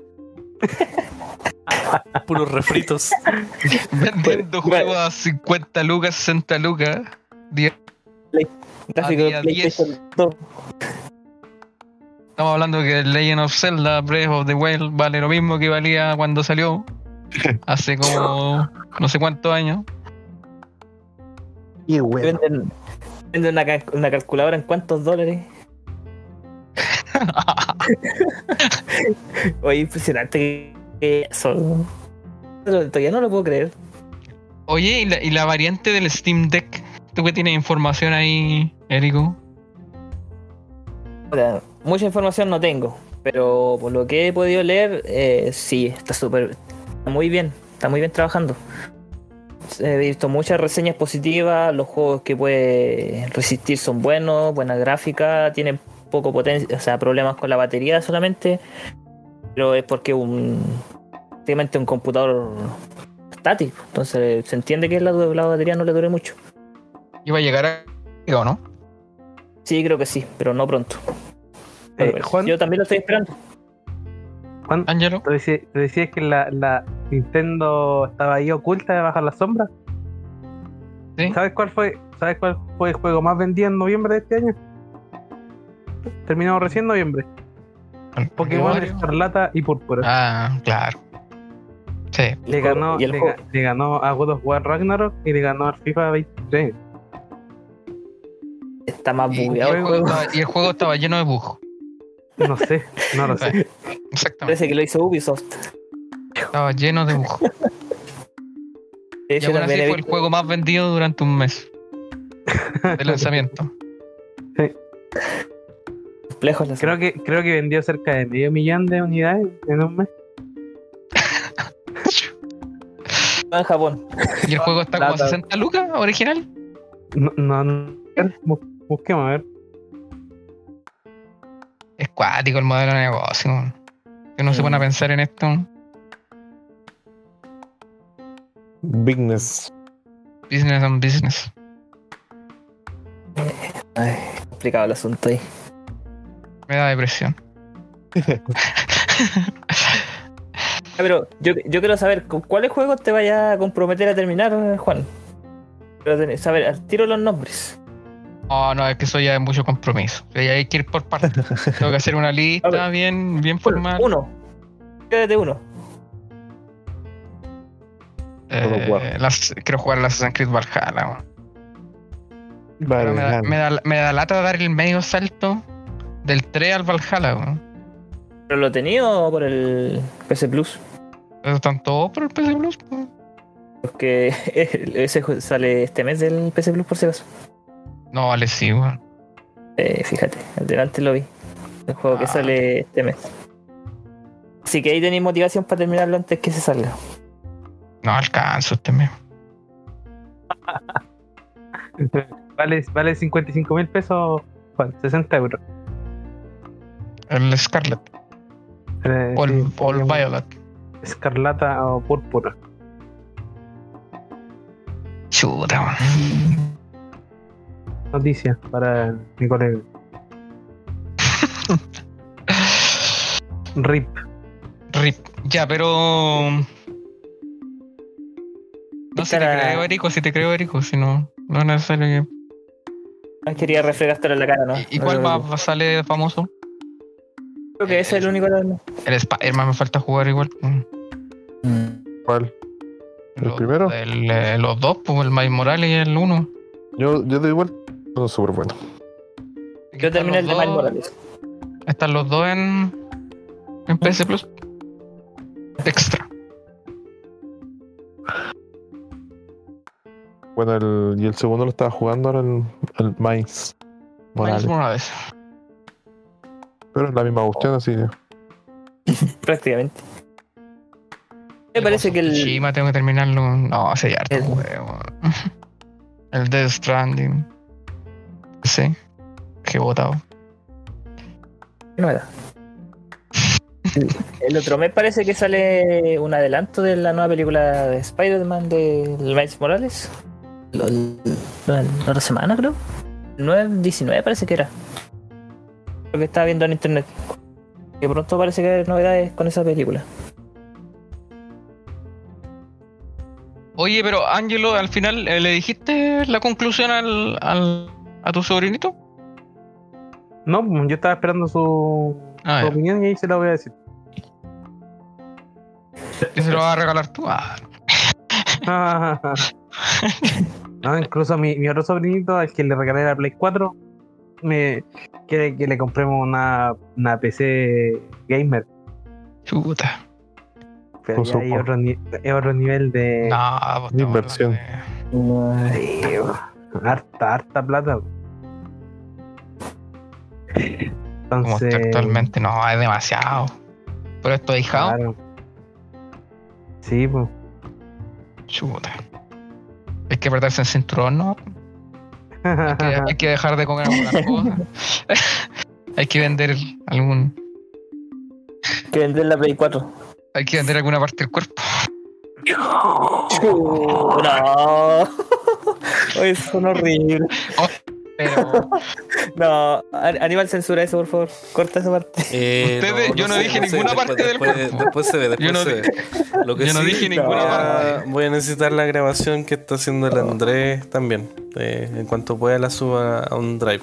S1: Puros refritos.
S4: Vendiendo
S2: Bueno,
S4: juegos a 50 lucas, 60 lucas.
S2: Gráfico de
S4: había 10.
S2: PlayStation 2.
S4: Estamos hablando que Legend of Zelda, Breath of the Wild, vale lo mismo que valía cuando salió. Hace como no sé cuántos años.
S3: Y bueno.
S2: Venden, venden una, cal- una calculadora en cuántos dólares. Oye, impresionante que- que eso. Pero todavía no lo puedo creer.
S4: Oye, ¿y la, y la variante del Steam Deck? ¿Tú que tienes información ahí, Érico?
S2: O sea, mucha información no tengo, pero por lo que he podido leer, eh, sí, está súper, está muy bien, está muy bien trabajando. He visto muchas reseñas positivas, los juegos que puede resistir son buenos, buena gráfica, tiene poco potencia, o sea, problemas con la batería solamente, pero es porque un prácticamente un computador estático, entonces se entiende que la, la batería no le dure mucho.
S4: Iba a llegar a... ¿O no?
S2: Sí, creo que sí, pero no pronto.
S5: Eh, Juan,
S2: Yo también lo estoy esperando.
S5: Juan,
S4: Ángelo.
S5: ¿tú decías, tú decías que la, la Nintendo estaba ahí oculta debajo de la sombra?
S4: Sí.
S5: ¿Sabes cuál fue? ¿Sabes cuál fue el juego más vendido en noviembre de este año? Terminado recién noviembre. Pokémon
S4: Mario.
S5: Escarlata y Púrpura.
S4: Ah, claro. Sí.
S5: le, ganó,
S2: y el
S5: le,
S2: juego.
S5: ga- le ganó a God of War Ragnarok y le ganó al FIFA 23.
S2: Está más
S4: Y, y el
S2: bugueado el
S4: juego
S2: juego.
S4: estaba, y el juego estaba lleno de bugs.
S5: No sé,
S4: [laughs]
S5: no lo sé.
S4: Exactamente.
S2: Parece que lo hizo Ubisoft.
S4: Estaba lleno de bugs.
S2: De
S4: Y
S2: hecho,
S4: aún así
S2: también he
S4: fue el
S2: visto-
S4: juego más vendido durante un mes de lanzamiento.
S2: complejo la
S5: Creo que, creo que vendió cerca de medio millón de unidades en un mes.
S2: en Japón.
S4: ¿Y el juego está como a 60 lucas original?
S5: No, no, no. Bu- Busquemos a ver.
S4: Es cuático el modelo de negocio. man. Que no se
S2: Mm.
S4: pone a pensar en esto.
S3: Bigness.
S4: Business on business.
S2: Ay, complicado el asunto ahí.
S4: Me da depresión.
S2: Ah, Pero yo, yo quiero saber ¿con cuáles juegos te vaya a comprometer a terminar, eh, Juan. Quiero tener- saber, al tiro los nombres.
S4: No, no, es que eso ya es mucho compromiso. O sea, ya hay que ir por partes. Tengo que hacer una
S2: A
S4: lista
S2: ver.
S4: bien, bien formal.
S2: Uno. Quédate uno.
S4: Eh,
S3: God of War.
S4: las- quiero jugar las Assassin's Creed Valhalla. man.
S3: Vale,
S4: Pero me, da,
S3: vale.
S4: me, da, me da lata dar el medio salto del 3 al Valhalla. man.
S2: ¿Pero lo tenía o por el PC Plus?
S4: Eso están todos por el PC Plus. po.
S2: Porque [laughs] ese jue- sale este mes del PC Plus, por si acaso.
S4: No, vale, sí, weón.
S2: Eh, fíjate, delante lo vi. El juego que
S4: Ah.
S2: sale este mes. Así que ahí tenéis motivación para terminarlo antes que se salga.
S4: No alcanzo este mes.
S5: Vale, vale 55 mil pesos, Juan, 60 euros.
S4: El Scarlet.
S5: Eh,
S4: O el,
S5: sí,
S4: o el
S5: digamos,
S4: Violet.
S5: Escarlata o púrpura.
S4: Chuta, weón.
S5: Noticia para
S4: [laughs]
S5: mi colega. RIP.
S4: Rip. Ya, pero. No, si te
S2: Cara-
S4: creo, Erico, si te creo, Erico, si no. No es necesario que.
S2: Ah, Quería refregártelo en la cara, ¿no?
S4: ¿Y- ¿Y
S2: No
S4: cuál
S2: te
S4: va,
S2: preocupes.
S4: va- sale famoso?
S2: Creo que ese es el único.
S4: El Spider-Man me falta jugar igual. mm.
S3: ¿Cuál? ¿El primero?
S4: El, eh, los dos, pues el Miles Morales y el uno.
S3: Yo, yo doy igual. Son súper buenos.
S2: Yo terminé el de Miles Morales.
S4: Están los dos en, en PS Plus. Extra.
S3: Bueno, el, y el segundo lo estaba jugando ahora el, el Miles
S4: Miles
S3: Morales.
S4: Morales.
S3: Pero es la misma cuestión, así que.
S2: Prácticamente. Me parece que el.
S4: Shima tengo que terminarlo. No, hace ya harto
S2: El-
S4: juego. El Death Stranding. Sí. Qué botado.
S2: ¿Qué novedad? El otro mes parece que sale un adelanto de la nueva película de Spider-Man de Miles Morales. Lo- lo- La otra semana, creo. 9, 19 parece que era. Lo que estaba viendo en internet. Que pronto parece que hay novedades con esa película.
S4: Oye, pero Ángelo, al final, eh, ¿le dijiste la conclusión al, al- a tu sobrinito?
S5: No, yo estaba esperando su,
S4: Ah,
S5: su
S4: ya.
S5: opinión y ahí se la voy
S4: [laughs]
S5: a decir. [laughs]
S4: ¿Y se lo vas a regalar tú? Ah,
S5: no, incluso mi, mi otro sobrinito, al que le regalé la Play 4, me quiere que le compremos una, una PC gamer.
S4: chuta.
S5: Pero
S3: Con
S5: ya hay
S3: soporte.
S5: otro, ni- es otro nivel de
S4: No, pues, estamos
S3: Inversión.
S4: hablando de-
S5: Sí, harta, harta plata.
S4: Como está
S5: Entonces,
S4: actualmente, no, es demasiado. Pero esto hijado,
S5: claro. Sí, pues.
S4: chuta. Hay que apretarse el cinturón, ¿no? Hay que,
S5: [laughs]
S4: hay que dejar de comer algunas cosas. [laughs] hay que vender algún.
S2: Que vender la Play 4.
S4: Hay que vender alguna parte del cuerpo.
S2: No. Oye, son horribles.
S4: Pero
S2: No, An- Aníbal, censura eso, por favor. Corta esa parte.
S1: Eh,
S4: Ustedes- yo no dije ninguna parte del
S1: después,
S4: cuerpo.
S1: Después se ve, después
S4: Yo no
S1: se
S4: di-
S1: ve. Lo que
S4: yo no
S1: sí,
S4: dije ninguna
S1: voy a-
S4: parte.
S1: Voy a necesitar la grabación que está haciendo el Andrés también. eh, en cuanto pueda la suba a un drive.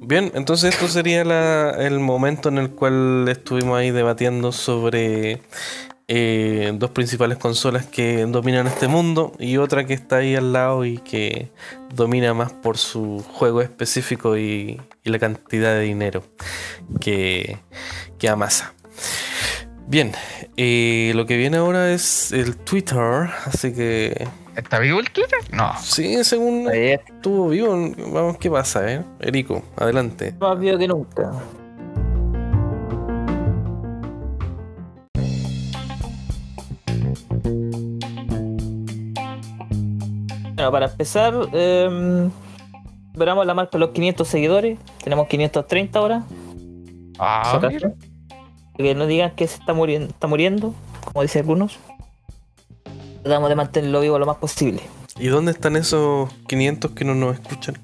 S1: Bien, entonces esto sería la- el momento en el cual estuvimos ahí debatiendo sobre eh, dos principales consolas que dominan este mundo y otra que está ahí al lado y que domina más por su juego específico y, y la cantidad de dinero que, que amasa. Bien, eh, lo que viene ahora es el Twitter, así que
S4: ¿Está vivo el Twitter? No.
S1: sí, según
S2: Ahí es
S1: estuvo vivo, vamos, ¿qué pasa, eh? Erico, adelante.
S2: más vivo que nunca. Bueno, para empezar, eh, superamos la marca de los 500 seguidores. Tenemos 530 ahora.
S4: Ah,
S2: ¿Sacaste?
S4: mira.
S2: Que no digan que se está muriendo, está muriendo como dicen algunos. Tratamos de mantenerlo vivo lo más posible.
S1: ¿Y dónde están esos 500 que no nos escuchan?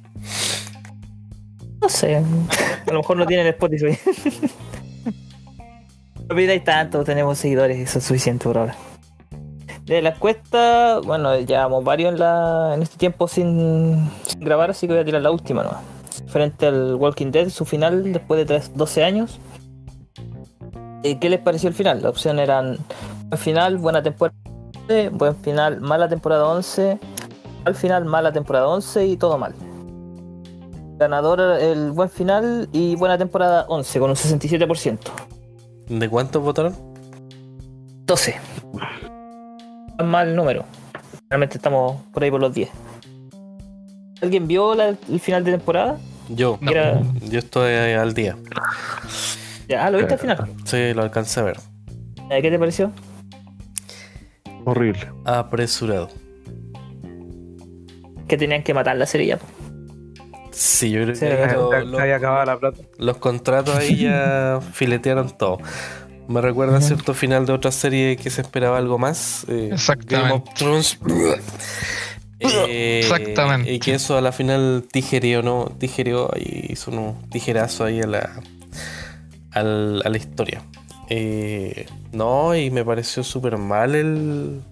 S2: No sé. A lo mejor no tienen Spotify. No pidáis tanto, tenemos seguidores, eso es suficiente por ahora. De la encuesta, bueno, llevamos varios en, la, en este tiempo sin, sin grabar, así que voy a tirar la última nomás. Frente al Walking Dead, su final, después de tres- 12 años. Eh, ¿Qué les pareció el final? Las opciones eran buen final, buena temporada 11, buen final, mala temporada 11, al final, mala temporada 11 y todo mal. Ganador el buen final y buena temporada 11 con un 67%.
S1: ¿De cuántos votaron?
S2: 12. No es mal número. Realmente estamos por ahí por los 10. ¿Alguien vio la- el final de temporada?
S1: Yo,
S4: No.
S2: Era-
S1: yo estoy al día.
S2: Ya, ah, ¿lo viste al final?
S1: Sí, lo alcancé a ver.
S2: Eh, ¿Qué te pareció?
S3: Horrible.
S1: Apresurado.
S2: Que tenían que matar la serie ya. po.
S1: Sí, yo creo
S2: Sí,
S1: que
S5: Se
S1: lo-
S5: se
S1: lo-
S5: había acabado la plata.
S1: los contratos ahí
S4: [laughs]
S1: ya filetearon todo. Me recuerda a cierto final de otra serie que se esperaba algo más. eh, Game
S4: Exactamente.
S1: of Thrones. Eh,
S4: Exactamente.
S1: Y que eso a la final tijerió, ¿no? Tijerió y hizo un tijerazo ahí a la, al- a la historia. Eh, no, y me pareció súper mal el,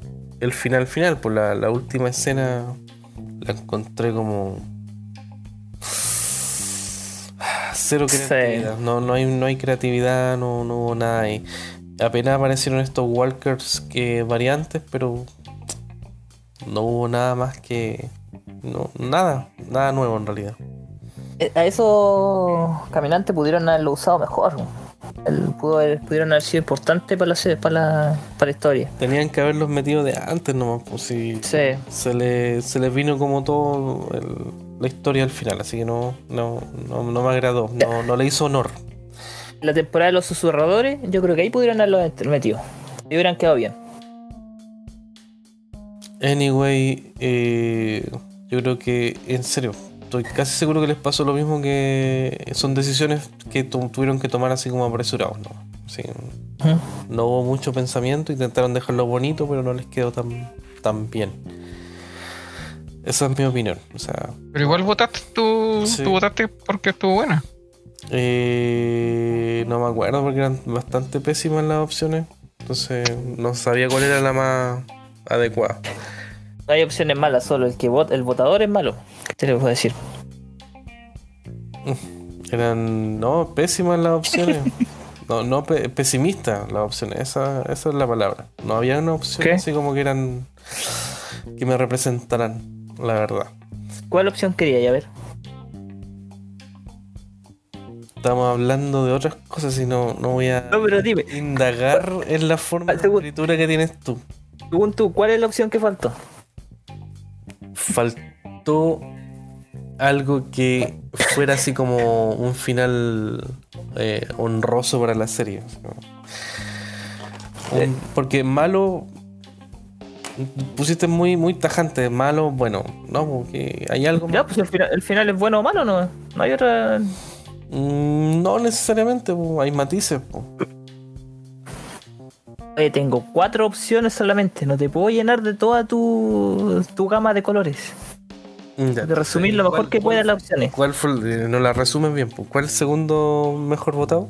S1: el final final. Por la, la última escena la encontré como. Cero
S2: Sí.
S1: creatividad. No, no, hay, no hay creatividad, no, no hubo nada ahí. Apenas aparecieron estos walkers que variantes, pero no hubo nada más que. No, nada, nada nuevo en realidad.
S2: Eh, A esos caminantes pudieron haberlo usado mejor. El- pudo haber- pudieron haber sido importantes para la, se- para la, para la historia.
S1: Tenían que haberlos metido de antes nomás, pues si
S2: Sí.
S1: se, le, se les vino como todo el- la historia al final, así que no, no, no, no me agradó, no, no le hizo honor.
S2: La temporada de los susurradores, yo creo que ahí pudieron haberlo ent- metido. Y hubieran quedado bien.
S1: Anyway, eh, yo creo que, en serio, estoy casi seguro que les pasó lo mismo que son decisiones que tu- tuvieron que tomar así como apresurados, ¿no? Sí,
S2: Ujú.
S1: no hubo mucho pensamiento, intentaron dejarlo bonito, pero no les quedó tan, tan bien. Esa es mi opinión. O sea,
S4: Pero igual votaste tú,
S1: Sí.
S4: tú votaste porque estuvo buena.
S1: eh, no me acuerdo porque eran bastante pésimas las opciones, entonces no sabía cuál era la más adecuada.
S2: No hay opciones malas, solo el que vota, el votador es malo. ¿Qué te le puedo decir?
S1: Eran, no, pésimas las
S2: [laughs]
S1: opciones. No, no, pe- pesimistas las opciones, esa, esa es la palabra. No había una opción
S2: ¿Qué?
S1: así como que eran, que me representaran, la verdad.
S2: ¿Cuál opción quería ya ver?
S1: Estamos hablando de otras cosas y no, no voy a
S2: No, pero dime,
S1: indagar en la forma
S2: Ah,
S1: de
S2: según-
S1: escritura que tienes tú.
S2: según tú, ¿cuál es la opción que faltó?
S1: Faltó algo que fuera así como un final eh, honroso para la serie. así como- Un- porque malo. Pusiste muy, muy tajante, malo, bueno. No, porque hay algo.
S2: Ya, pues el final, el final es bueno o malo, ¿no? No hay otra.
S1: Mm, No necesariamente, po, hay matices. po.
S2: Oye, tengo cuatro opciones solamente. No te puedo llenar de toda tu, tu gama de colores. De resumir lo mejor
S1: ¿Cuál-
S2: que puedas
S1: cuál-
S2: las opciones.
S1: ¿Cuál fue? el- eh, No la resumen bien. po. ¿Cuál segundo mejor votado?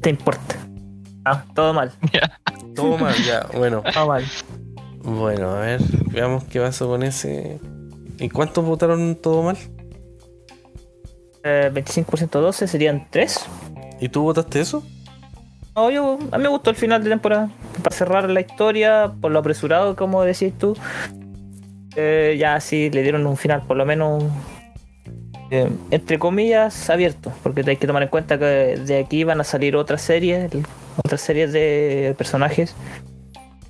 S2: Te importa. Ah, todo mal,
S1: Todo mal, ya. Bueno,
S2: todo mal.
S1: Bueno, a ver, veamos qué pasó con ese. ¿Y cuántos votaron todo mal?
S2: Eh, 25% 12 serían 3.
S1: ¿Y tú votaste eso?
S2: No, yo, a mí me gustó el final de temporada. Para cerrar la historia, por lo apresurado, como decís tú. Eh, ya sí le dieron un final, por lo menos. eh, entre comillas, abierto. Porque hay que tomar en cuenta que de aquí van a salir otras series. Otras series de personajes.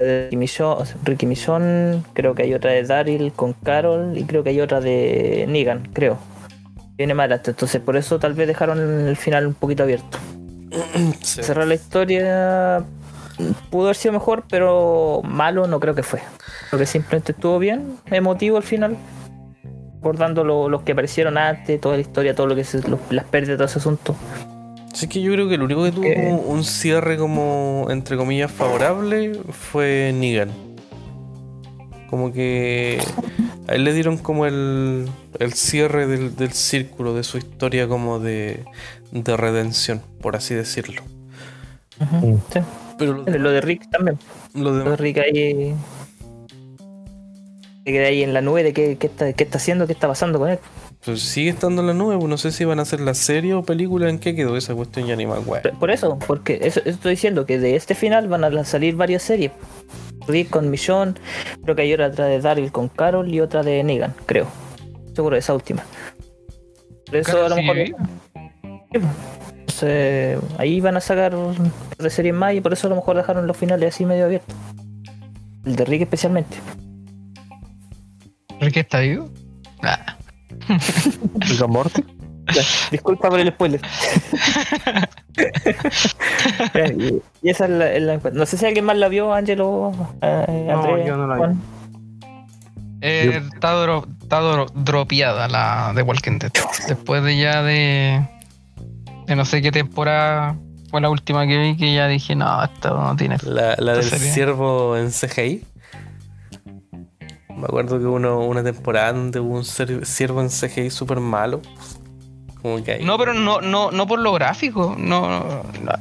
S2: Eh, Ricky Michon, Ricky Michon, creo que hay otra de Daryl con Carol. Y creo que hay otra de Negan, creo. Viene más adelante. Entonces, por eso tal vez dejaron el final un poquito abierto
S1: Sí.
S2: cerrar la historia pudo haber sido mejor, pero malo no creo que fue. Creo que simplemente estuvo bien, emotivo al final, recordando lo- los que aparecieron antes, toda la historia, todo lo que se, los- las pérdidas, todo ese asunto.
S1: Sí, que yo creo que el único que tuvo
S2: Eh.
S1: como un cierre como, entre comillas, favorable fue Negan. Como que a él le dieron como el, el cierre del, del círculo de su historia como de, de redención, por así decirlo.
S2: Sí.
S1: Pero los,
S2: Lo de Rick también.
S1: los
S2: Lo de
S1: demás...
S2: Rick ahí. Se queda ahí en la nube de qué, qué está, qué está haciendo, qué está pasando con él.
S1: pues, sigue estando en la nube, pues, no sé si van a hacer la serie o película, en qué quedó esa cuestión ya ni me acuerdo.
S2: Por- Por eso, porque eso, eso estoy diciendo que de este final van a salir varias series. Rick con Michonne, creo que hay otra de Daryl con Carol y otra de Negan, creo. Seguro esa última. Por eso
S4: Carol
S2: a lo
S4: sigue
S2: mejor. Sí, pues. Entonces, ahí van a sacar de series más y por eso a lo mejor dejaron los finales así medio abiertos. El de Rick especialmente.
S4: ¿Rick está vivo? Ah,
S3: Rick and Morty.
S2: Disculpa por el spoiler. [laughs] y esa es la, es la encuesta. No sé si alguien más la vio, Angelo. eh,
S5: No,
S2: Andrés,
S5: yo no la vi.
S2: Juan.
S4: eh, está, dro- está dro- dropeada la de Walking Dead. Después de ya de. de no sé qué temporada fue la última que vi que ya dije, no, esto no tiene.
S1: La, la del
S4: Esta serie.
S1: ciervo en CGI. Me acuerdo que uno, una temporada donde hubo un cer- ciervo en CGI súper malo. Como que ahí.
S4: No, pero no, no, no por lo gráfico. No, no.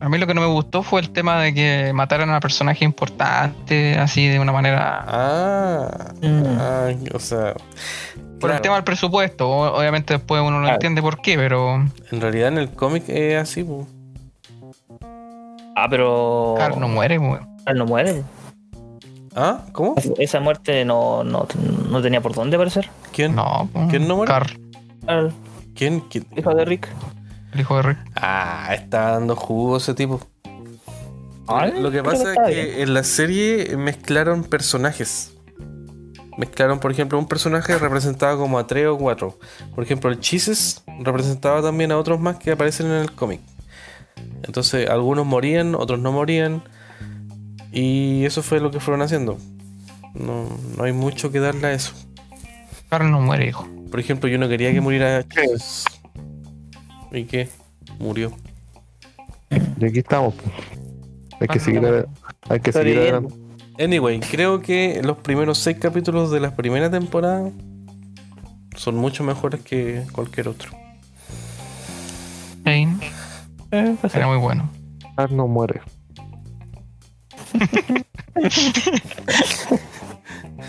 S4: a mí lo que no me gustó fue el tema de que mataran a personajes importantes, así de una manera.
S1: Ah,
S2: Mm.
S1: ah, o sea.
S4: Por el
S1: claro,
S4: tema del presupuesto, o- obviamente después uno no
S2: Claro.
S4: entiende por qué, pero.
S1: En realidad en el cómic es así, po.
S2: Ah, pero. Oh.
S4: Carl no muere, weón.
S2: Carl no muere.
S1: ¿Ah? ¿Cómo?
S7: Esa muerte no, no, no tenía por dónde parecer.
S1: ¿Quién?
S4: No, po.
S1: ¿Quién no muere?
S4: Carl,
S7: Al
S1: ¿Quién? ¿Quién?
S7: hijo de Rick.
S4: el hijo de Rick.
S1: Ah, está dando jugo ese tipo.
S2: Eh,
S1: Lo que
S7: creo
S1: pasa es
S7: está
S1: que en la serie mezclaron personajes. Mezclaron, por ejemplo, un personaje representaba como a tres o cuatro. Por ejemplo, el Chises representaba también a otros más que aparecen en el cómic. Entonces, algunos morían, otros no morían. Y eso fue lo que fueron haciendo. No, no hay mucho que darle a eso.
S4: Carl no muere, hijo.
S1: Por ejemplo, yo no quería que muriera Chises. ¿Y qué? Murió.
S3: Y aquí estamos. po. Hay que
S4: Ah,
S3: seguir,
S4: no.
S3: ade- hay que seguir
S7: Sobreviviendo.
S3: adelante.
S1: Anyway, creo que los primeros seis capítulos de la primera temporada son mucho mejores que cualquier otro.
S4: Shane
S7: Eh, pues,
S4: era muy bueno.
S3: Carl no muere.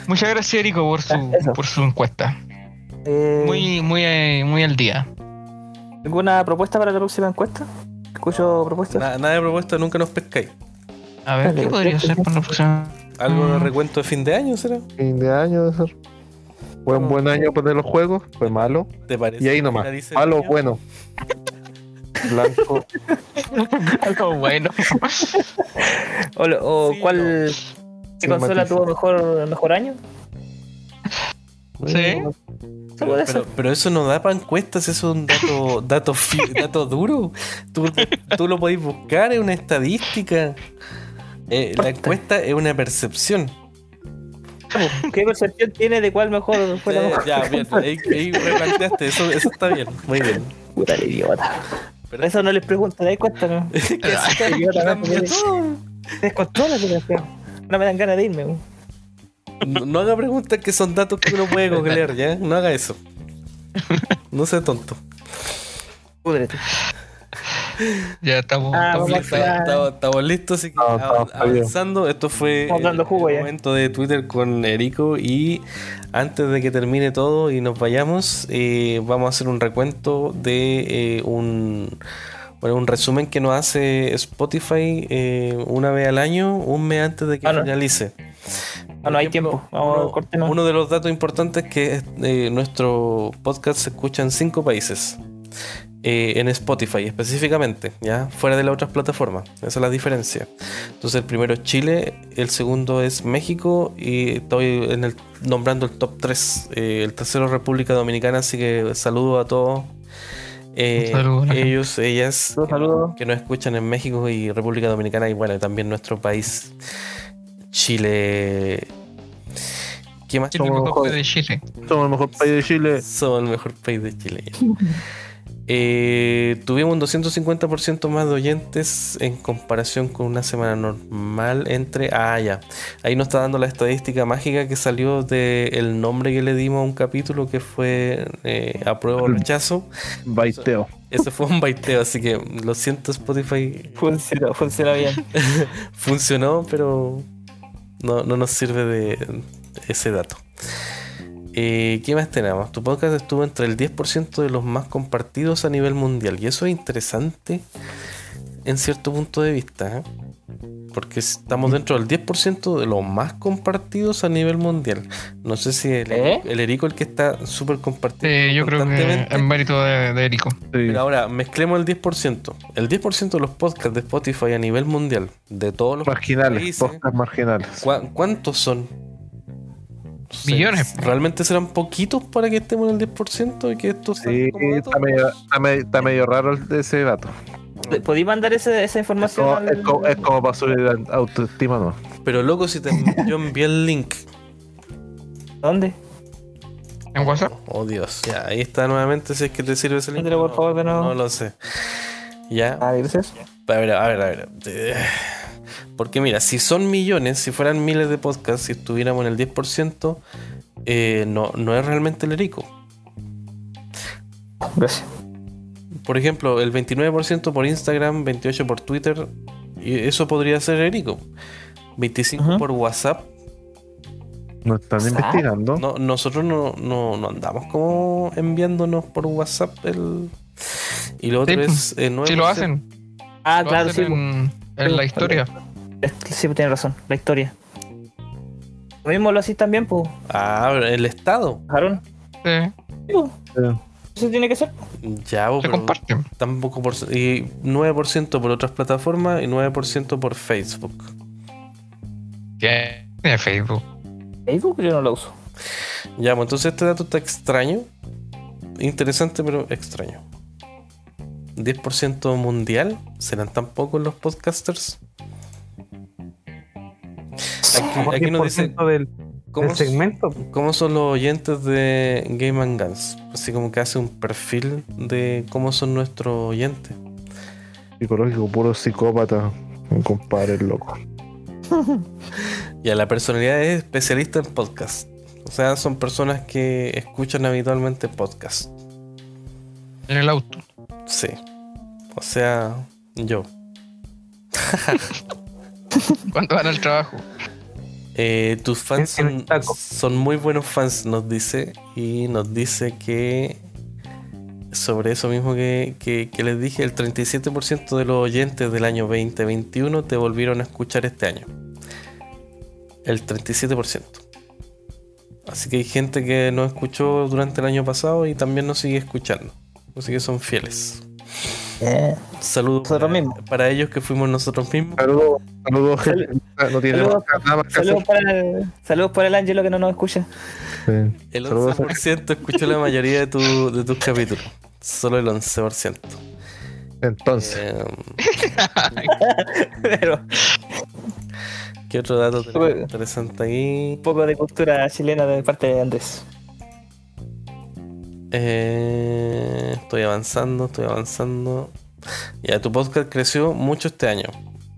S4: Muchas gracias, Erico, por su,
S7: Eso.
S4: por su encuesta.
S7: eh,
S4: Muy, muy, eh, muy al día.
S7: ¿Alguna propuesta para la próxima encuesta? Escucho propuestas.
S1: Na- nada de propuesta, nunca nos pescáis.
S4: A ver, ¿qué podría ser para la próxima? [laughs]
S1: Algo de
S4: Mm.
S1: recuento de fin de año, ¿será?
S3: Fin de año de ser. Fue un buen año para los juegos, fue malo.
S1: ¿Te parece?
S3: Y ahí nomás.
S1: Finalice el
S3: Malo,
S1: año.
S3: bueno. Blanco.
S4: Algo bueno.
S7: ¿O, o
S1: Sí,
S7: cuál qué
S3: Sin
S7: consola
S3: matices.
S7: tuvo mejor, mejor año?
S4: Sí.
S7: Algo
S1: Pero,
S7: de
S1: pero-
S7: eso.
S1: pero eso no da para encuestas, eso es un
S3: [laughs]
S1: dato, dato, fi- dato duro. Tú, tú lo podéis buscar, es una estadística. Eh, la encuesta es una percepción.
S7: ¿Qué percepción tiene de cuál
S1: [laughs]
S7: mejor fue la
S1: Eh,
S7: mejor?
S1: ya, bien, ahí, ahí replanteaste, eso, eso está bien, muy bien.
S7: [laughs] Puta el idiota. Pero eso no les pregunto, ¿te das cuenta?
S1: [laughs]
S7: No? idiota, no,
S1: Cambia
S7: porque-
S1: todo.
S7: Descontrola, desgraciado. No me dan ganas de irme. weón.
S1: No, no haga preguntas que son datos que uno puede googlear, ¿ya? No haga eso. No sea tonto.
S7: Púdrete.
S4: Ya estamos.
S7: Ah,
S4: estamos
S7: vamos a
S4: listos.
S7: hacer-
S1: Está- está- Estamos listos, así que
S3: Ah, está,
S1: av-
S3: está bien.
S1: avanzando. Esto fue
S7: Estamos dando jugo
S1: el
S7: ya.
S1: momento de Twitter con Erico. Y antes de que termine todo y nos vayamos, eh, vamos a hacer un recuento de eh, un. Bueno, un resumen que nos hace Spotify eh, una vez al año, un mes antes de que
S7: Ah, no.
S1: finalice.
S7: Ah, no hay
S1: Por
S7: tiempo. Vamos
S1: uno,
S7: a cortar más.
S1: uno de los datos importantes es que eh, nuestro podcast se escucha en cinco países. eh, en Spotify específicamente, ¿ya? Fuera de las otras plataformas. Esa es la diferencia. Entonces el primero es Chile, el segundo es México y estoy en el, nombrando el top 3. el tercero es República Dominicana, así que saludo a todos. eh,
S4: Un saludo a la gente.
S1: ellos, ellas
S7: Un saludo.
S1: que nos escuchan en México y República Dominicana y bueno, y también nuestro país Chile. ¿Qué más?
S4: Sí, el mejor fue de Chile.
S3: Somos el mejor país de Chile.
S1: Somos el mejor país de Chile. [laughs] ya. Eh, tuvimos un 250% más de oyentes en comparación con una semana normal entre... Ah, ya. Ahí nos está dando la estadística mágica que salió del el nombre que le dimos a un capítulo que fue eh, apruebo o rechazo.
S3: Baiteo.
S1: Eso fue un baiteo, así que lo siento Spotify,
S7: Funciona, funciona bien.
S1: funcionó, pero no, no nos sirve de ese dato. Eh, ¿Qué más tenemos? Tu podcast estuvo entre el 10% de los más compartidos a nivel mundial. Y eso es interesante en cierto punto de vista. ¿eh? Porque
S4: Mm.
S1: estamos dentro del 10% de los más compartidos a nivel mundial. No sé si el,
S7: ¿Eh?
S1: el Erico el que está súper compartido.
S4: Sí, yo creo que
S1: constantemente.
S4: es mérito de, de Erico.
S3: Sí.
S1: Pero ahora, mezclemos el 10%. El 10% de los podcasts de Spotify a nivel mundial, de todos los
S3: Marginales.
S1: países,
S3: Podcast marginales.
S1: ¿cuá- ¿cuántos son? No sé,
S4: Millones.
S1: ¿Realmente serán poquitos para que estemos en el 10% y que esto sea
S3: Sí,
S1: como dato?
S3: está medio, está medio- está medio raro el- ese dato.
S7: ¿Podéis mandar ese- esa
S3: Es
S7: información?
S3: como,
S7: al-
S3: es como- es como para subir la autoestima, ¿no?
S1: Pero
S7: [laughs]
S1: loco, si te, yo envié el link.
S7: ¿Dónde?
S4: ¿En WhatsApp?
S1: Oh Dios, ya, ahí está nuevamente si es que te sirve ese link.
S7: Mándalo, por
S1: No,
S7: favor, de nuevo.
S1: No lo sé. Ya,
S7: Ah, gracias.
S1: A ver, a ver, a ver. Eh, Porque mira, si son millones, si fueran miles de podcasts, si estuviéramos en el 10%, eh, no, no es realmente el erico.
S7: Gracias.
S1: Por ejemplo, el 29% por Instagram, 28% por Twitter, y eso podría ser erico. 25%
S7: Ajá.
S1: por WhatsApp.
S3: Nos están
S7: ¿Sabes?
S3: investigando.
S1: No, nosotros no, no, no andamos como enviándonos por WhatsApp el... Y lo otro
S4: Sí, pues,
S1: es eh, 9%.
S4: Sí, lo hacen.
S7: Ah,
S4: Lo
S7: claro,
S4: hacen
S7: sí.
S4: en, en la historia.
S7: Sí, tienes razón. La historia.
S2: Lo mismo lo hacís también, pues.
S1: Ah, pero el Estado.
S2: Bajaron.
S4: Se,
S2: Eso tiene que ser.
S1: Ya, bo,
S4: se
S1: pero
S4: comparten.
S1: tampoco por... Y 9% por otras plataformas y 9% por Facebook.
S4: ¿Qué? De Facebook.
S2: Facebook yo no lo uso.
S1: Ya, pues entonces este dato está extraño. Interesante, pero extraño. 10% mundial. ¿Serán tan pocos los podcasters? Aquí, aquí nos dicen
S5: 10% del,
S1: cómo,
S5: del segmento.
S1: cómo son los oyentes de Game and Guns. Así como que hace un perfil de cómo son nuestros oyentes.
S3: Psicológico, puro psicópata. Un compadre el loco.
S1: Ya, la personalidad es especialista en podcast. O sea, son personas que escuchan habitualmente podcast.
S4: En el auto.
S1: Sí. O sea, yo.
S4: Cuando van al trabajo.
S1: Eh, tus fans
S5: En- en el
S1: son,
S5: taco.
S1: son muy buenos fans, nos dice. Y nos dice que sobre eso mismo que, que- que les dije, el 37% de los oyentes del año 2021 te volvieron a escuchar este año. El 37%. Así que hay gente que nos escuchó durante el año pasado y también nos sigue escuchando. Así que son fieles.
S2: Eh,
S1: Saludos
S2: Nosotros
S1: para,
S2: mismos.
S1: para ellos que fuimos nosotros mismos.
S3: Saludos, saludos, gente. No tiene
S2: Saludos.
S3: nada más que hacer.
S2: Saludos para, el, saludos para el Ángelo que no nos escucha. [laughs]
S3: Sí.
S1: El
S3: Saludos a-
S1: 11% escuchó la mayoría de, tu- de tus capítulos. Solo el 11%.
S3: Entonces,
S1: Eh,
S2: Pero un
S1: ¿Qué otro dato tenemos interesante ahí?
S2: poco de cultura chilena de parte de Andrés.
S1: Eh, estoy avanzando, estoy avanzando. Ya, tu podcast creció mucho este año.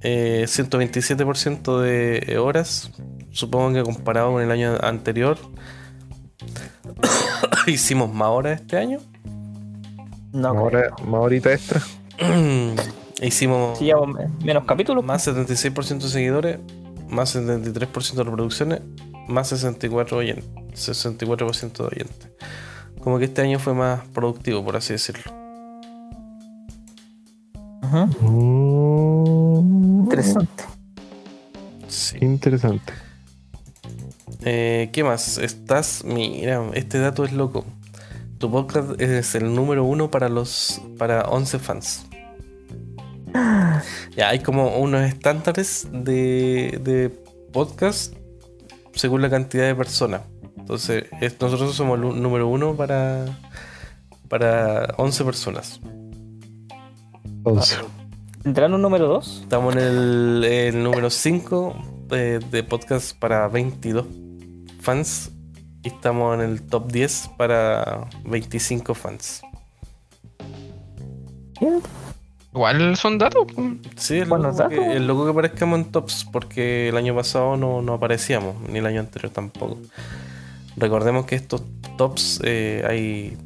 S1: Eh, 127% de horas. Supongo que comparado con el año anterior. [coughs] Hicimos más horas este año. [coughs]
S2: No,
S3: más hora- más horita extra.
S1: Hicimos...
S2: si llevamos me- menos capítulos.
S1: más 76% de seguidores, más 73% de reproducciones, más 64%, oyen- 64 de oyentes. Como que este año fue más productivo, por así decirlo.
S2: Ajá. Mm, Interesante.
S1: Sí.
S3: Interesante.
S1: Eh, ¿Qué más? Estás. Mira, este dato es loco. Tu podcast es el número uno para los. para 11 fans. Ya, hay como unos estándares de, de podcast según la cantidad de personas. Entonces, es- nosotros somos el u- número uno para. para 11 personas.
S3: Entonces,
S2: ¿Tendrán un número 2?
S1: Estamos en el, el número 5 de, de podcast para 22 fans. Y estamos en el top 10 para 25 fans.
S4: Igual son datos. pues. po.
S1: Sí, es
S2: Buenos
S1: loco, que,
S2: datos.
S1: es loco que aparezcamos en tops, porque el año pasado no, no aparecíamos, ni el año anterior tampoco. Recordemos que estos tops eh, hay,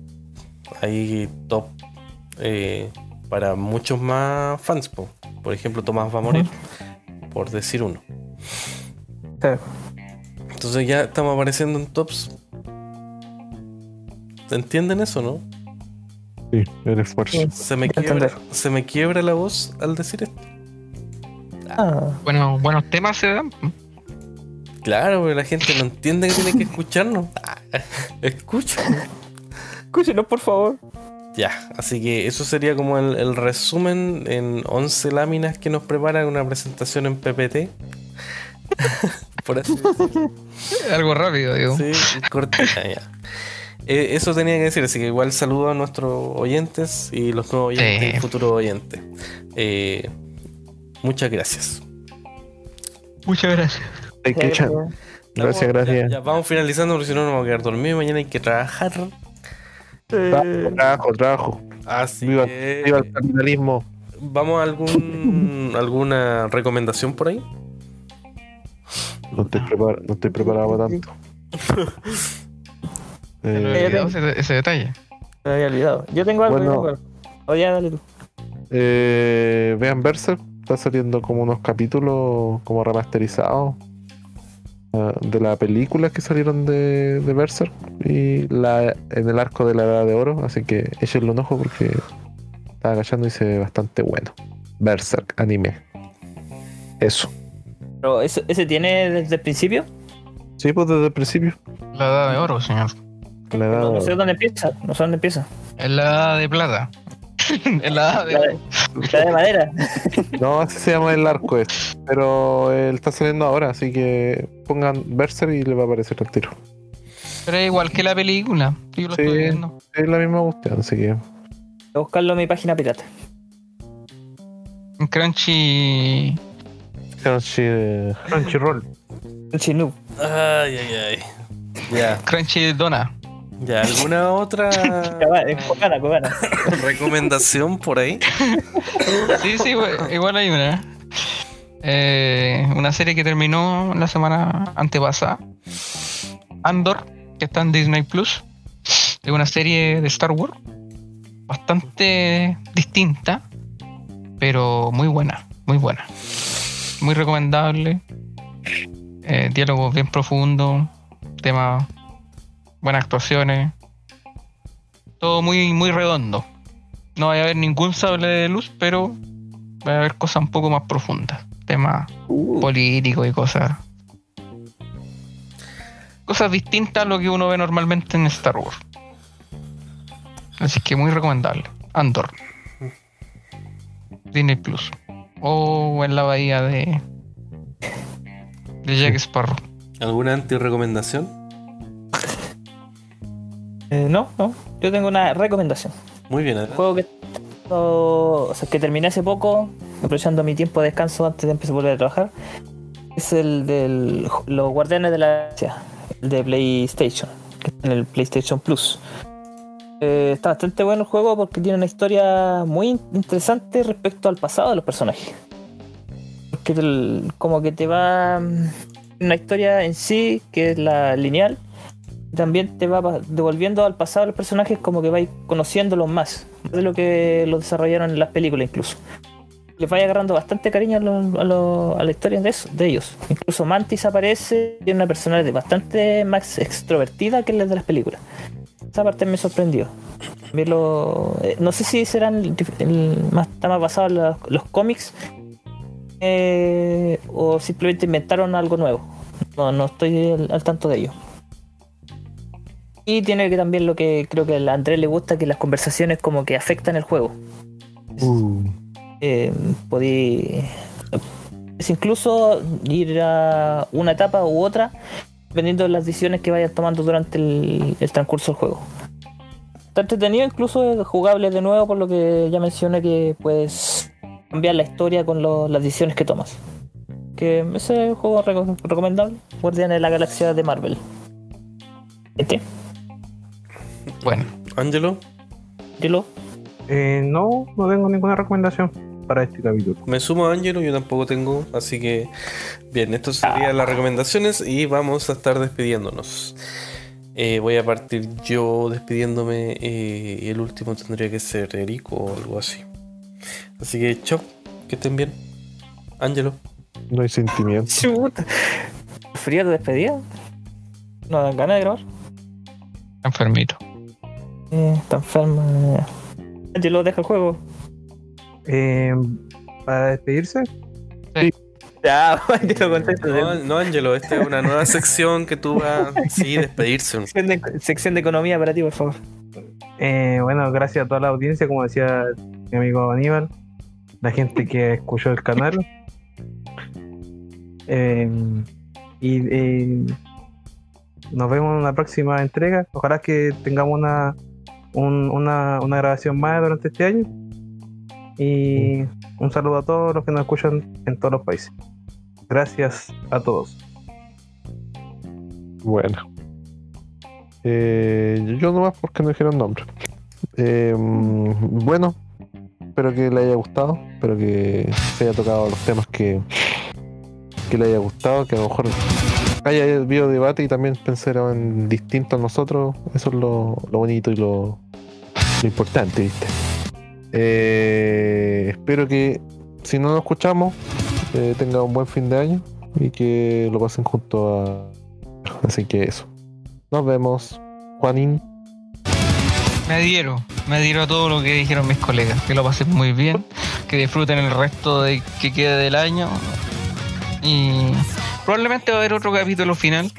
S1: hay top eh, para muchos más fans. po. Por ejemplo, Tomás va a morir, por decir uno. Entonces ya estamos apareciendo en tops. ¿Te entienden eso, no?
S3: sí, el esfuerzo.
S2: Sí.
S1: Se me,
S2: Ya
S1: quiebra,
S2: entendí.
S1: se me quiebra la voz al decir esto.
S2: Ah,
S4: Bueno, buenos temas se dan. po.
S1: Claro, pero la gente no entiende que tiene que escucharnos. [laughs] Ah, Escucha.
S2: escúchenos, por favor.
S1: Ya, así que eso sería como el, el resumen en 11 láminas que nos preparan una presentación en PPT. [laughs] Por así
S4: Algo rápido, digo.
S1: Sí, cortita, ya. Eh, eso tenía que decir, así que igual saludo a nuestros oyentes y los nuevos oyentes
S4: Sí.
S1: y futuros oyentes. Eh, muchas gracias.
S4: Muchas gracias.
S3: Hay
S2: Eh,
S3: que echar.
S1: Estamos-
S3: Gracias,
S1: ya-
S3: gracias.
S1: ya vamos finalizando porque si no nos vamos a quedar dormidos. Mañana hay que trabajar.
S2: eh.
S3: Trabajo, trabajo, trabajo.
S1: Así
S3: Viva-
S1: que,
S3: Viva el capitalismo.
S1: ¿Vamos a algún, alguna recomendación por ahí?
S3: No estoy, prepar- no estoy preparado
S2: [laughs]
S3: para tanto.
S4: Se me
S3: Eh,
S4: olvidó ese, ese detalle.
S2: Me había olvidado. Yo tengo algo.
S3: Bueno.
S2: yo tengo algo. O ya, dale tú.
S3: eh, vean Berserk, está saliendo como unos capítulos como remasterizados ah, de las películas que salieron de, de Berserk y la, en el arco de la Edad de Oro, así que échenle un ojo porque estaba cachando y se ve bastante bueno. Berserk, anime. Eso.
S2: Pero, ¿ese, ¿Ese tiene desde el principio?
S3: Sí, pues desde el principio.
S4: La edad de oro, señor.
S3: La edad
S2: No, no
S3: de
S2: sé
S3: oro.
S2: dónde empieza, no sé dónde empieza.
S4: Es la edad de plata. [laughs] es la edad de
S2: La de, la de madera.
S3: No, así se llama el arco este. Pero él está saliendo ahora, así que pongan Berser y le va a aparecer el tiro.
S4: Pero es igual que la película. Yo lo
S3: Sí.
S4: estoy viendo.
S3: Es la misma cuestión, así que.
S2: Voy a buscarlo en mi página pirata.
S4: En Crunchy.
S3: Crunchy, eh,
S5: Crunchyroll.
S2: Chinú.
S1: Ay, ay, ay. Ya,
S4: Crunchy Dona.
S1: ya, ¿alguna otra
S2: Cogana, cogana.
S1: recomendación por ahí?
S4: Sí, sí, igual- igual hay una. Eh, una serie que terminó la semana antepasada. Andor, que está en Disney Plus. Es una serie de Star Wars. Bastante distinta, pero muy buena, muy buena. Muy recomendable. Eh, diálogos bien profundos. Temas. Buenas actuaciones. Todo muy, muy redondo no va a haber ningún sable de luz, pero va a haber cosas un poco más profundas. Temas políticos y cosas. Cosas distintas a lo que uno ve normalmente en Star Wars. Así que muy recomendable. Andor. Disney Plus. O en la bahía de. de Jack Sparrow.
S1: ¿Alguna antirecomendación?
S2: Eh, no, no. Yo tengo una recomendación.
S1: Muy bien,
S2: Un
S1: adelante.
S2: juego que, o sea, que terminé hace poco, aprovechando mi tiempo de descanso antes de empezar a volver a trabajar. Es el de los Guardianes de la Galaxia, el de PlayStation, que está en el PlayStation Plus. Eh, está bastante bueno el juego porque tiene una historia muy in- interesante respecto al pasado de los personajes. Porque el- como que te va mm, una historia en sí, que es la lineal, también te va pa- devolviendo al pasado a los personajes como que vais conociéndolos más, más de lo que los desarrollaron en las películas incluso. Les vais agarrando bastante cariño a, lo- a lo- a la historia de, eso- de ellos. Incluso Mantis aparece, tiene una personalidad bastante más extrovertida que la de las películas. Esa parte me sorprendió. También lo- eh, no sé si serán dif- el- más, está más basado en los, los cómics eh, o simplemente inventaron algo nuevo. No, no estoy al- al tanto de ello. Y tiene que también lo que creo que a Andrés le gusta, que las conversaciones como que afectan el juego.
S3: uh,
S2: Eh, podí- es incluso ir a una etapa u otra, dependiendo de las decisiones que vayas tomando durante el, el transcurso del juego. Está entretenido, incluso es jugable de nuevo, por lo que ya mencioné que puedes cambiar la historia con lo- las decisiones que tomas. Que ese es un juego reco- recomendable, Guardianes de la Galaxia de Marvel. Este,
S4: Bueno,
S1: Ángelo,
S2: dilo.
S5: Eh, no, no tengo ninguna recomendación para este capítulo.
S1: me sumo a Ángelo, yo tampoco tengo, así que bien, esto serían las recomendaciones y vamos a estar despidiéndonos. Eh, voy a partir yo despidiéndome eh, y el último tendría que ser Erico o algo así. Así que chao, que estén bien. Ángelo.
S3: no hay sentimiento.
S2: [laughs] Chuta. ¿Frío de despedida? No dan ganas de grabar.
S4: enfermito.
S2: Eh, está enfermo. Yo lo deja el juego.
S5: Eh, para despedirse,
S2: [laughs] Ya, yo lo contesto. ¿eh?
S1: No, no, Ángelo, esta es una nueva sección que tú vas sí, despedirse.
S2: Sección de, sección de economía para ti, por favor.
S5: eh, bueno, gracias a toda la audiencia, como decía mi amigo Aníbal, la gente que [laughs] escuchó el canal. Eh, y eh, nos vemos en la próxima entrega. Ojalá que tengamos una, un- una, una grabación más durante este año. Y un saludo a todos los que nos escuchan en todos los países. Gracias a todos.
S3: Bueno. Eh, yo nomás porque no dijeron nombre. Eh, bueno, espero que le haya gustado, espero que se haya tocado los temas que, que le haya gustado, que a lo mejor haya habido debate y también pensaron en distinto a nosotros. Eso es lo, lo bonito y lo, lo importante, ¿viste? Eh, espero que si no nos escuchamos, eh, tenga un buen fin de año y que lo pasen junto a Así que eso. Nos vemos. Juanín.
S4: Me adhiero, me adhiero a todo lo que dijeron mis colegas. Que lo pasen muy bien, que disfruten el resto de que quede del año. Y probablemente va a haber otro capítulo final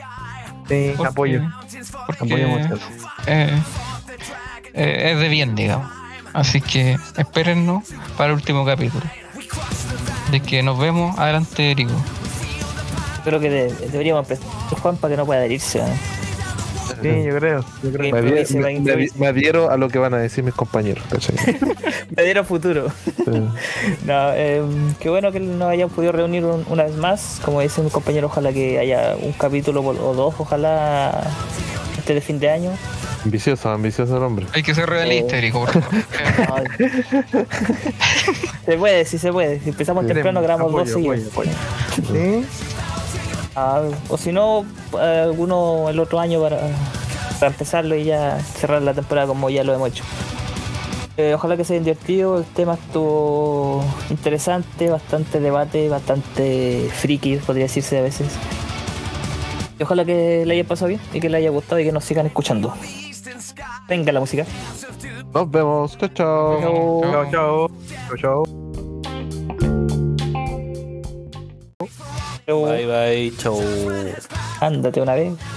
S5: Sí,
S4: Porque-
S5: apoyo.
S4: Porque eh,
S5: Apoyo mucho.
S4: eh, es de bien, digamos. Así que espérennos para el último capítulo. De que nos vemos adelante, Rico.
S2: Creo que de- deberíamos empezar por Juan para que no pueda adherirse. ¿eh? ¿no?
S5: Sí, yo creo. Yo creo.
S3: Me, adhiero-
S2: improvise, va a
S3: me- me adhi-
S2: improvisar.
S3: me adhiero a lo que van a decir mis compañeros, [laughs] ¿cachai?
S2: Verdadero futuro.
S3: Eh,
S2: [laughs] No, eh, qué bueno que nos hayan podido reunir un- una vez más. Como dice mi compañero, ojalá que haya un capítulo por- o dos, ojalá este de fin de año.
S3: ambicioso, ambicioso el hombre.
S4: Hay que ser
S5: Eh.
S4: realista, Rico, por favor.
S2: No. se puede, sí se puede. Si empezamos
S5: Queremos
S2: temprano, grabamos
S5: apoyo,
S2: dos seguidos.
S5: apoyo, Sí,
S2: Ah, o si no, eh, alguno el otro año para, para empezarlo y ya cerrar la temporada como ya lo hemos hecho. Eh, ojalá que sea divertido, el tema estuvo interesante, bastante debate, bastante friki, podría decirse a veces. Y ojalá que le haya pasado bien y que le haya gustado y que nos sigan escuchando. Venga la música.
S3: Nos vemos, chao, chao.
S5: [laughs] chao, chao. Chao, chao.
S2: Pero
S1: Bye bye, chau.
S2: ándate una vez.